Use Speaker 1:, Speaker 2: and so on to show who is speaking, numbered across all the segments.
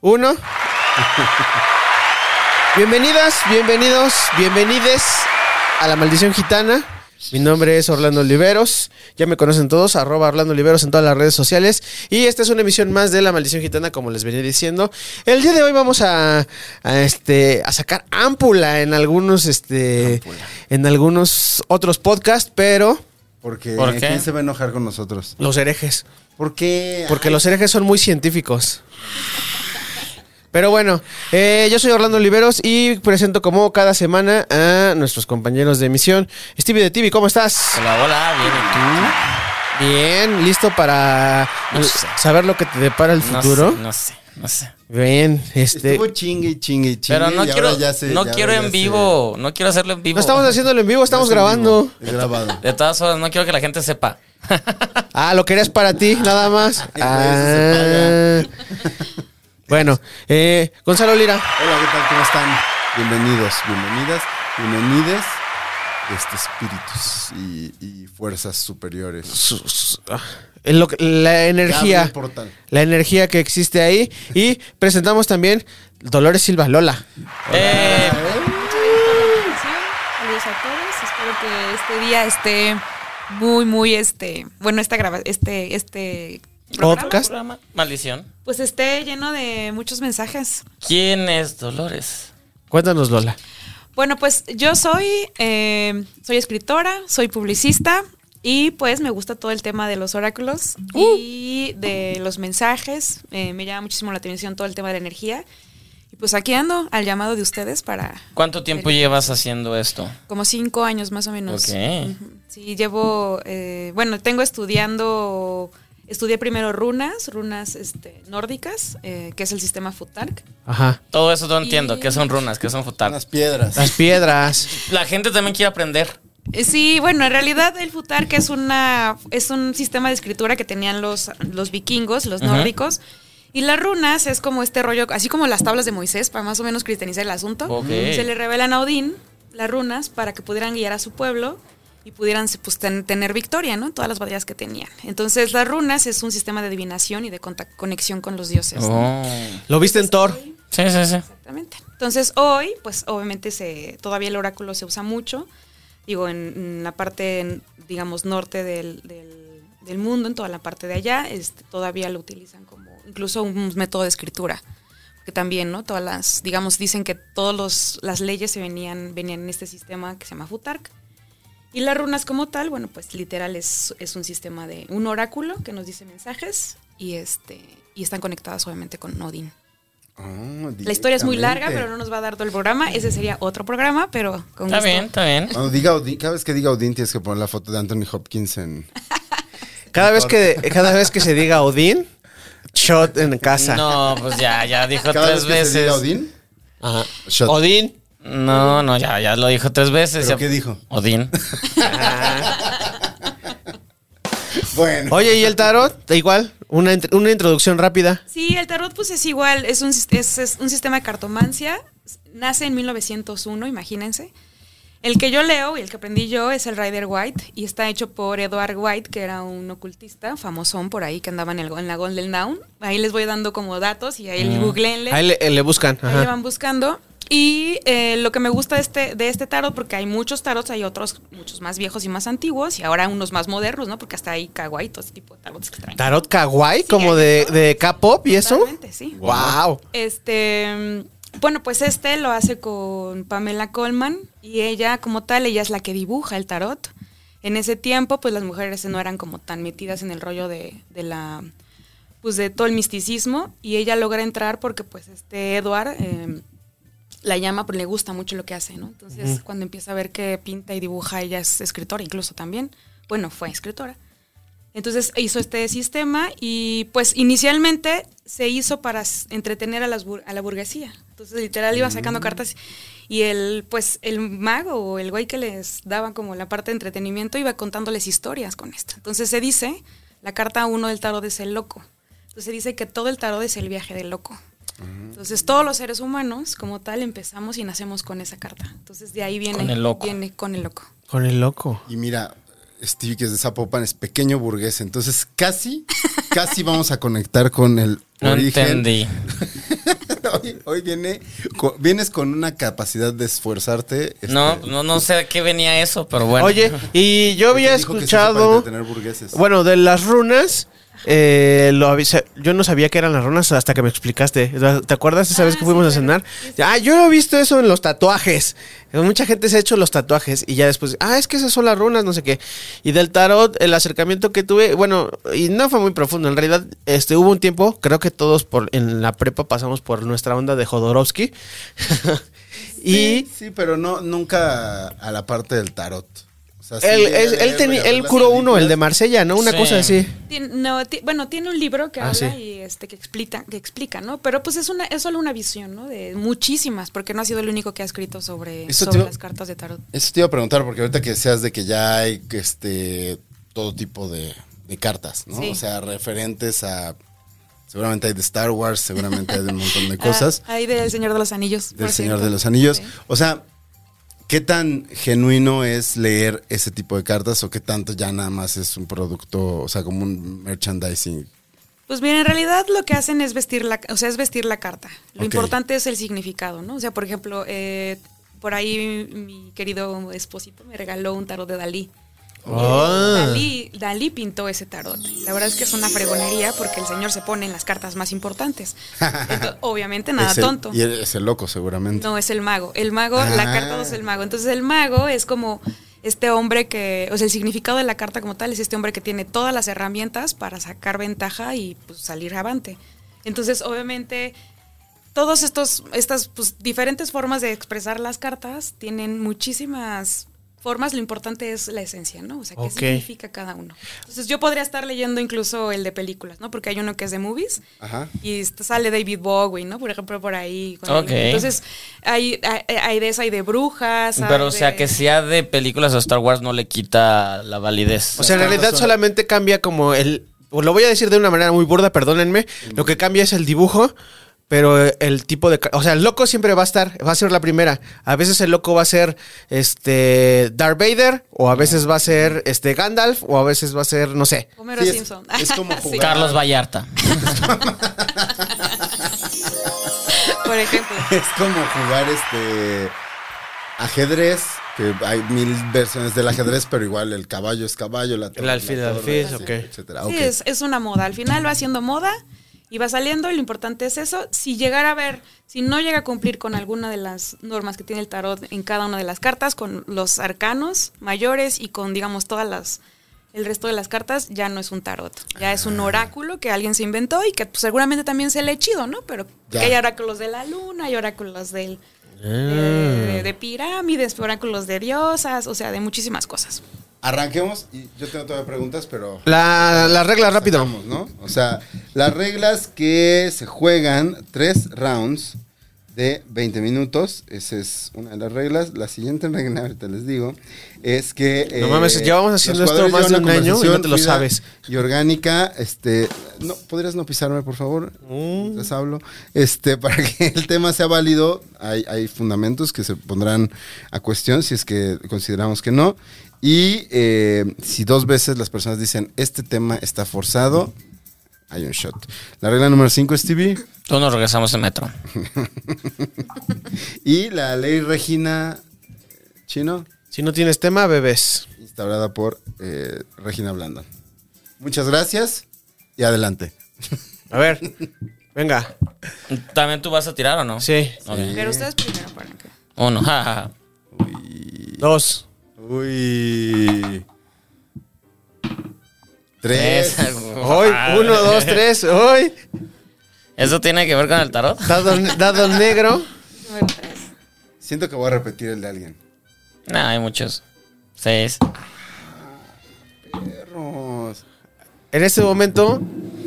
Speaker 1: Uno. Bienvenidas, bienvenidos, bienvenides a la maldición gitana. Mi nombre es Orlando Oliveros. Ya me conocen todos, arroba Orlando Oliveros en todas las redes sociales. Y esta es una emisión más de La Maldición Gitana, como les venía diciendo. El día de hoy vamos a, a, este, a sacar ámpula en algunos, este, en algunos otros podcasts, pero
Speaker 2: Porque
Speaker 3: ¿Por qué?
Speaker 2: ¿quién se va a enojar con nosotros?
Speaker 1: los herejes.
Speaker 2: ¿Por qué?
Speaker 1: Porque los herejes son muy científicos. Pero bueno, eh, yo soy Orlando Oliveros y presento como cada semana a nuestros compañeros de emisión. Stevie de TV, ¿cómo estás?
Speaker 3: Hola, hola, bien,
Speaker 1: Bien, listo para
Speaker 3: No
Speaker 1: eh,
Speaker 3: sé.
Speaker 1: saber lo que te depara el
Speaker 3: ¿y tú? No
Speaker 1: futuro.
Speaker 3: sé, No sé, no sé.
Speaker 1: Bien, este.
Speaker 2: Estuvo chingue y chingue y chingue.
Speaker 3: Pero no
Speaker 2: y ahora
Speaker 3: quiero,
Speaker 2: ya se-
Speaker 3: no
Speaker 2: ya
Speaker 3: quiero
Speaker 2: ahora ya
Speaker 3: en vivo, no quiero hacerlo en vivo.
Speaker 1: No estamos haciéndolo en vivo,
Speaker 2: se-
Speaker 1: estamos
Speaker 2: ya se en vivo.
Speaker 1: grabando.
Speaker 2: Es grabado.
Speaker 3: De todas horas, no quiero que la gente sepa.
Speaker 1: Ah, lo querías para ti, nada más. Ah.
Speaker 2: Eso
Speaker 1: Bueno, eh, Gonzalo Lira.
Speaker 2: Hola, ¿qué tal? ¿Cómo están? Bienvenidos, bienvenidas, bienvenides de este espíritus y, y fuerzas superiores.
Speaker 1: su- su- ah, en lo que- la
Speaker 2: Abre
Speaker 1: energía.
Speaker 2: el portal.
Speaker 1: La energía que existe ahí. Y presentamos también Dolores Silva Lola.
Speaker 3: Eh,
Speaker 4: Saludos a todos. Espero que este día esté muy, muy este. Bueno, esta graba, este, este programa,
Speaker 1: Podcast.
Speaker 3: programa, maldición.
Speaker 4: Pues esté lleno de muchos mensajes.
Speaker 3: ¿Quién es Dolores?
Speaker 1: Cuéntanos, Lola.
Speaker 4: Bueno, pues yo soy, eh, soy escritora, soy publicista y pues me gusta todo el tema de los oráculos y de los mensajes. Eh, me llama muchísimo la atención todo el tema de la energía. Y pues aquí ando al llamado de ustedes para
Speaker 3: ¿Cuánto tiempo llevas haciendo esto?
Speaker 4: Como cinco años más o menos.
Speaker 3: Ok.
Speaker 4: Ujú. Sí, llevo, eh, bueno, tengo estudiando, estudié primero runas, runas este, nórdicas, eh, que es el sistema Futark.
Speaker 1: Ajá.
Speaker 3: Todo eso no entiendo,
Speaker 4: Y-
Speaker 3: que son runas, que son futar.
Speaker 2: Unas piedras.
Speaker 1: Las piedras.
Speaker 3: La gente también quiere aprender.
Speaker 4: Eh, sí, bueno, en realidad el Futark es, una, es un sistema de escritura que tenían los, los vikingos, los
Speaker 3: Ujú.
Speaker 4: nórdicos. Y las runas es como este rollo, así como las tablas de Moisés, para más o menos cristianizar el asunto.
Speaker 3: Ok.
Speaker 4: Se le revelan a Odín las runas para que pudieran guiar a su pueblo y pudieran pues, ten- tener victoria, ¿no? En todas las batallas que tenían. Entonces, las runas es un sistema de adivinación y de conta- conexión con los dioses. ¿no?
Speaker 3: Oh.
Speaker 1: Lo viste en Thor.
Speaker 3: Sí, sí, sí.
Speaker 4: Exactamente. Entonces hoy, pues obviamente se, todavía el oráculo se usa mucho, digo, en, en la parte, en, digamos, norte del, del- del mundo, en toda la parte de allá, este, todavía lo utilizan como incluso un método de escritura, que también, ¿no? Todas las, digamos, dicen que todas las leyes se venían, venían en este sistema que se llama Futark. Y las runas como tal, bueno, pues literal es, es un sistema de un oráculo que nos dice mensajes y este y están conectadas obviamente con Odín.
Speaker 2: Ah,
Speaker 4: La historia es muy larga, pero no nos va a dar todo el programa. Ese sería otro programa, pero con
Speaker 3: Está
Speaker 4: gusto.
Speaker 3: bien, está bien.
Speaker 2: Cuando diga Odín- cada vez que diga Odín tienes que poner la foto de Anthony Hopkins en...
Speaker 1: Cada vez que, cada vez que se diga Odín, shot en casa.
Speaker 3: No, pues ya, ya dijo
Speaker 2: Cada vez
Speaker 3: tres
Speaker 2: que se diga
Speaker 3: veces.
Speaker 2: Odín,
Speaker 1: Ajá.
Speaker 2: shot.
Speaker 1: Odín.
Speaker 3: No, no, ya, ya lo dijo tres veces.
Speaker 2: ¿Pero
Speaker 3: Ya-
Speaker 2: qué dijo?
Speaker 3: Odín.
Speaker 2: Bueno.
Speaker 1: Oye, ¿y el tarot? Igual, una, int- una introducción rápida.
Speaker 4: Sí, el tarot pues es igual, es un, sis- es, es un sistema de cartomancia. Nace en 1901, imagínense. El que yo leo y el que aprendí yo es el Rider White y está hecho por Edward White, que era un ocultista famosón por ahí que andaba en, el, en la Golden Dawn. Ahí les voy dando como datos y ahí googleenle.
Speaker 1: Ahí le, le buscan.
Speaker 4: Ahí le
Speaker 1: Ajá.
Speaker 4: van buscando. Y eh, lo que me gusta de este, de este tarot, porque hay muchos tarots, hay otros, muchos más viejos y más antiguos, y ahora unos más modernos, ¿no? Porque hasta hay kawaii, todo ese tipo de tarots que traen.
Speaker 1: Tarot kawaii,
Speaker 4: Sí,
Speaker 1: como
Speaker 4: hay
Speaker 1: de,
Speaker 4: de todo.
Speaker 1: de K-pop y eso.
Speaker 4: Totalmente, sí.
Speaker 1: Wow.
Speaker 4: Este, mm, bueno, pues este lo hace con Pamela Coleman, y ella, como tal, ella es la que dibuja el tarot. En ese tiempo, pues las mujeres no eran como tan metidas en el rollo de, de la pues de todo el misticismo y ella logra entrar porque pues este Edward eh, la llama, pero le gusta mucho lo que hace, ¿no? Entonces, cuando empieza a ver que pinta y dibuja, ella es escritora incluso también. Bueno, fue escritora. Entonces hizo este sistema y pues inicialmente se hizo para s- entretener a, las bur- a la burguesía. Entonces literal iba sacando cartas y el pues el mago o el güey que les daba como la parte de entretenimiento iba contándoles historias con esto. Entonces se dice, la carta 1 del tarot es el loco. Entonces se dice que todo el tarot es el viaje del loco. Entonces todos los seres humanos como tal empezamos y nacemos con esa carta. Entonces de ahí viene
Speaker 3: Con el loco.
Speaker 4: viene con el loco.
Speaker 1: Con el loco.
Speaker 2: Y mira, Stevie, que es de Zapopan, es pequeño burgués. Entonces, casi, casi vamos a conectar con el
Speaker 3: No
Speaker 2: origen.
Speaker 3: entendí.
Speaker 2: hoy hoy viene, co- vienes con una capacidad de esforzarte. este,
Speaker 3: No, pues, no, no sé de qué venía eso, pero bueno.
Speaker 1: Oye, y yo había
Speaker 2: porque dijo que sí se puede
Speaker 1: escuchado.
Speaker 2: entretener burgueses.
Speaker 1: Bueno, de las runas. eh, lo avisa- yo no sabía que eran las runas hasta que me explicaste. ¿Te acuerdas esa vez que
Speaker 4: sí,
Speaker 1: fuimos a
Speaker 4: claro.
Speaker 1: cenar? Ah, yo he visto eso en los tatuajes. Mucha gente se ha hecho los tatuajes y ya después, ah, es que esas son las runas, no sé qué. Y del tarot, el acercamiento que tuve, bueno, y no fue muy profundo. En realidad, este, hubo un tiempo, creo que todos por, en la prepa pasamos por nuestra onda de Jodorowsky. y
Speaker 2: Sí, sí, pero no, nunca a la parte del tarot. O sea, sí
Speaker 1: él,
Speaker 2: llegué a
Speaker 1: él, él
Speaker 2: leer,
Speaker 1: teni-
Speaker 2: pero
Speaker 1: él
Speaker 2: las
Speaker 1: curó uno, el de
Speaker 2: películas-
Speaker 1: Marsella, ¿no? Una
Speaker 3: Sí.
Speaker 1: cosa así.
Speaker 4: Tien- no, ti- bueno, tiene un libro que
Speaker 1: Ah,
Speaker 4: habla
Speaker 1: sí.
Speaker 4: y este que explica, que explica, ¿no? Pero pues es una, es solo una visión, ¿no? De muchísimas, porque no ha sido el único que ha escrito sobre,
Speaker 2: Eso te
Speaker 4: sobre
Speaker 2: iba-
Speaker 4: las cartas de tarot.
Speaker 2: Eso te iba a preguntar, porque ahorita que seas de que ya hay este todo tipo de, de cartas, ¿no?
Speaker 4: Sí.
Speaker 2: O sea, referentes a. Seguramente hay de Star Wars, seguramente hay de un montón de
Speaker 4: Ah,
Speaker 2: cosas.
Speaker 4: ahí del Señor de los Anillos.
Speaker 2: del
Speaker 4: por
Speaker 2: Señor
Speaker 4: cierto.
Speaker 2: de los Anillos.
Speaker 4: Sí.
Speaker 2: O sea, ¿qué tan genuino es leer ese tipo de cartas o qué tanto ya nada más es un producto, o sea, como un merchandising?
Speaker 4: Pues bien, en realidad lo que hacen es vestir la, o sea, es vestir la carta. Lo
Speaker 2: Ok.
Speaker 4: importante es el significado, ¿no? O sea, por ejemplo, eh, por ahí mi querido esposito me regaló un tarot de Dalí.
Speaker 2: Ah.
Speaker 4: Dalí, Dalí pintó ese tarot. La verdad es que es una fregonería porque el señor se pone en las cartas más importantes. Entonces, obviamente nada
Speaker 2: Es el-
Speaker 4: tonto.
Speaker 2: Y él es el loco, seguramente.
Speaker 4: No, es el mago. El mago,
Speaker 2: Ah.
Speaker 4: la carta 2 es el mago. Entonces el mago es como este hombre que, o sea, el significado de la carta como tal es este hombre que tiene todas las herramientas para sacar ventaja y pues, salir avante. Entonces, obviamente, todas estas pues, diferentes formas de expresar las cartas tienen muchísimas formas. Lo importante es la esencia, ¿no? O sea, qué
Speaker 1: Ok.
Speaker 4: significa cada uno. Entonces yo podría estar leyendo incluso el de películas, ¿no? Porque hay uno que es de movies
Speaker 2: Ajá.
Speaker 4: y est- sale David Bowie, ¿no? Por ejemplo, por ahí. con
Speaker 3: Ok.
Speaker 4: el- Entonces, hay, hay, hay de esa, hay de brujas. hay
Speaker 3: Pero o sea,
Speaker 4: de-
Speaker 3: que sea de películas o Star Wars no le quita la validez.
Speaker 1: O sea, en realidad solamente cambia como el. o Lo voy a decir de una manera muy burda, perdónenme. Lo que cambia es el dibujo, pero el tipo de. ca- O sea, el loco siempre va a estar, va a ser la primera. A veces el loco va a ser este Darth Vader, o a veces va a ser este Gandalf, o a veces va a ser, no sé.
Speaker 4: Homero
Speaker 2: Sí, es-
Speaker 4: Simpson.
Speaker 2: es como
Speaker 4: Sí,
Speaker 2: jugar.
Speaker 3: Carlos Vallarta.
Speaker 4: por ejemplo.
Speaker 2: Es como jugar este ajedrez, que hay mil versiones del ajedrez, pero igual el caballo es caballo, la torre
Speaker 1: El
Speaker 2: es
Speaker 1: alfil,
Speaker 2: la torre,
Speaker 1: el alfil,
Speaker 2: etcétera,
Speaker 1: ok.
Speaker 2: etcétera.
Speaker 4: Sí,
Speaker 2: Ah, Ok.
Speaker 4: es, es una moda. Al final va haciendo moda y va saliendo. Lo importante es eso. Si llegara a ver, si no llega a cumplir con alguna de las normas que tiene el tarot en cada una de las cartas, con los arcanos mayores y con, digamos, todas las. El resto de las cartas ya no es un tarot, ya es
Speaker 2: Ah.
Speaker 4: un oráculo que alguien se inventó y que pues, seguramente también se lee chido, ¿no? Pero
Speaker 2: Ya. Ah.
Speaker 4: que hay oráculos de la luna, hay oráculos del, de, de- de pirámides, oráculos de diosas, o sea, de muchísimas cosas.
Speaker 2: Arranquemos, y yo tengo todavía preguntas, pero
Speaker 1: La, la regla rápido.
Speaker 2: sacamos, ¿no? O sea, las reglas que se juegan tres rounds de 20 minutos, esa es una de las reglas. La siguiente regla, ahorita les digo, es que... eh,
Speaker 1: No mames, llevamos haciendo
Speaker 2: los
Speaker 1: esto
Speaker 2: jugadores
Speaker 1: más
Speaker 2: llevan
Speaker 1: de un
Speaker 2: una
Speaker 1: año y
Speaker 2: conversación
Speaker 1: no te lo
Speaker 2: fluida
Speaker 1: sabes.
Speaker 2: Y orgánica, este... No, ¿Podrías no pisarme, por favor?
Speaker 1: Mm.
Speaker 2: Les hablo. Este, para que el tema sea válido, hay, hay fundamentos que se pondrán a cuestión si es que consideramos que no. Y eh, si dos veces las personas dicen, este tema está forzado, hay un shot. La regla número 5, Stevie.
Speaker 3: Tú nos regresamos en metro.
Speaker 2: Y la ley Regina Chino,
Speaker 1: Si no tienes tema, bebés.
Speaker 2: instaurada por eh, Regina Blanda. Muchas gracias y adelante.
Speaker 1: A ver, venga.
Speaker 3: ¿También tú vas a tirar o no?
Speaker 1: Sí.
Speaker 3: Ok.
Speaker 2: Eh.
Speaker 4: Pero ustedes primero para que.
Speaker 3: Uno. ja, ja, ja.
Speaker 1: Dos.
Speaker 2: Uy. Tres.
Speaker 3: Tres.
Speaker 1: Hoy, uno, dos, tres. Hoy,
Speaker 3: ¿Eso tiene que ver con el tarot?
Speaker 1: dado, dado negro.
Speaker 4: Número tres.
Speaker 2: Siento que voy a repetir el de alguien.
Speaker 3: No, hay muchos. Seis.
Speaker 2: Perros.
Speaker 1: En este momento,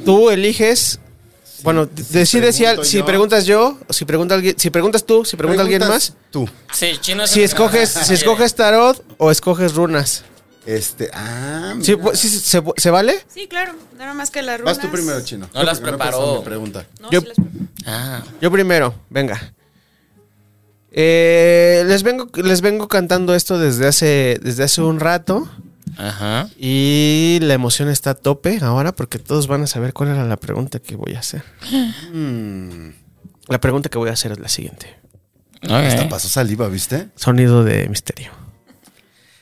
Speaker 1: tú eliges. Bueno, decides si, al-
Speaker 2: pregunto
Speaker 1: si
Speaker 2: yo.
Speaker 1: preguntas yo, o si pregunta alguien, si preguntas tú, si pregunta alguien más.
Speaker 2: Preguntas Tú.
Speaker 3: Sí, chino es
Speaker 1: Si
Speaker 3: el-
Speaker 1: escoges, si escoges tarot o escoges runas.
Speaker 2: Este. Ah,
Speaker 1: ¿Sí, pues,
Speaker 2: mira.
Speaker 1: pu- sí, sí, se, se vale?
Speaker 4: Sí, claro. Nada más que las runas.
Speaker 2: Vas tú primero, chino.
Speaker 3: No las
Speaker 2: Porque
Speaker 3: preparó.
Speaker 2: pasó mi pregunta.
Speaker 4: No,
Speaker 1: Yo-
Speaker 4: sí las preparo.
Speaker 3: Ah,
Speaker 1: Yo primero, venga. Eh, les vengo, les vengo cantando esto desde hace, desde hace un rato.
Speaker 3: ajá.
Speaker 1: Y la emoción está a tope ahora porque todos van a saber cuál era la pregunta que voy a hacer.
Speaker 2: Mm.
Speaker 1: La pregunta que voy a hacer es la siguiente.
Speaker 2: Hasta
Speaker 1: ¿Eh?
Speaker 3: Ok.
Speaker 2: pasó saliva, ¿viste?
Speaker 1: Sonido de misterio.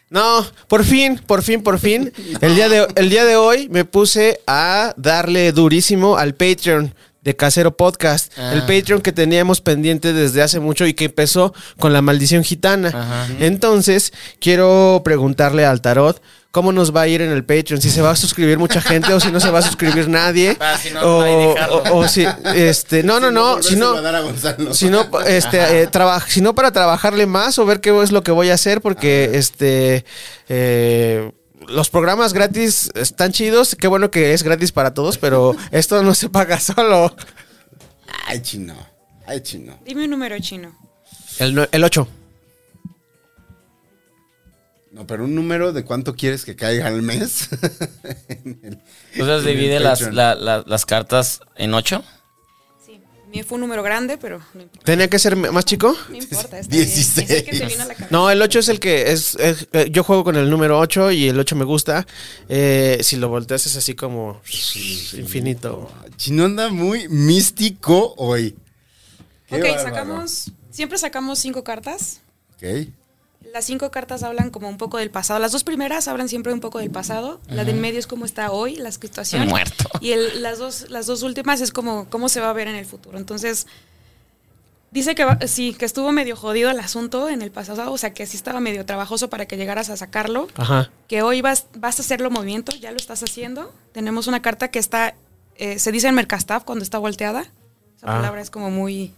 Speaker 1: No, por fin, por fin, por fin. El día de, el día de hoy me puse a darle durísimo al Patreon de Casero Podcast.
Speaker 3: Ah.
Speaker 1: El Patreon que teníamos pendiente desde hace mucho y que empezó con la maldición gitana.
Speaker 3: Ajá.
Speaker 1: Entonces, quiero preguntarle al tarot. ¿Cómo nos va a ir en el Patreon? Si se va a suscribir mucha gente o si no se va a suscribir nadie.
Speaker 3: Ah, si no,
Speaker 1: o,
Speaker 3: ahí dejarlo.
Speaker 1: o- o si, este, no, no, no, si no,
Speaker 2: volvérselo a dar a Gonzalo.
Speaker 1: si no, este, eh, traba- si no para trabajarle más o ver qué es lo que voy a hacer, porque este eh, los programas gratis están chidos. Qué bueno que es gratis para todos, pero esto no se paga solo. eh,
Speaker 2: Ay, chino. Ay, chino.
Speaker 4: Dime un número chino.
Speaker 1: El, nue- el 8.
Speaker 2: No, pero un número de cuánto quieres que caiga al mes. En el-
Speaker 3: Entonces
Speaker 2: en el
Speaker 3: divide las,
Speaker 2: Patreon.
Speaker 3: la- la- las cartas en ocho.
Speaker 4: Sí. Mío fue un número grande, pero no importa.
Speaker 1: ¿Tenía que ser me- más chico?
Speaker 4: No importa. está bien. Es el
Speaker 2: 16.
Speaker 4: que te vino a la cabeza.
Speaker 1: No, el 8 es el que es. es- eh, yo juego con el número 8 y el 8 me gusta. Eh, si lo volteas es así como infinito.
Speaker 2: Chino anda muy místico hoy. Qué
Speaker 4: Ok,
Speaker 2: bárbaro.
Speaker 4: sacamos. Siempre sacamos cinco cartas.
Speaker 2: Ok.
Speaker 4: Las cinco cartas hablan como un poco del pasado. Las dos primeras hablan siempre un poco del pasado. La del medio es cómo está hoy, la situación.
Speaker 3: Muerto.
Speaker 4: Y el- las, dos, las dos últimas es como cómo se va a ver en el futuro. Entonces, dice que va- sí, que estuvo medio jodido el asunto en el pasado. O sea, que sí estaba medio trabajoso para que llegaras a sacarlo.
Speaker 1: Ajá.
Speaker 4: Que hoy vas, vas a hacerlo movimiento, ya lo estás haciendo. Tenemos una carta que está, eh, se dice en Mercastav cuando está volteada. Esa
Speaker 1: Ah.
Speaker 4: palabra es como muy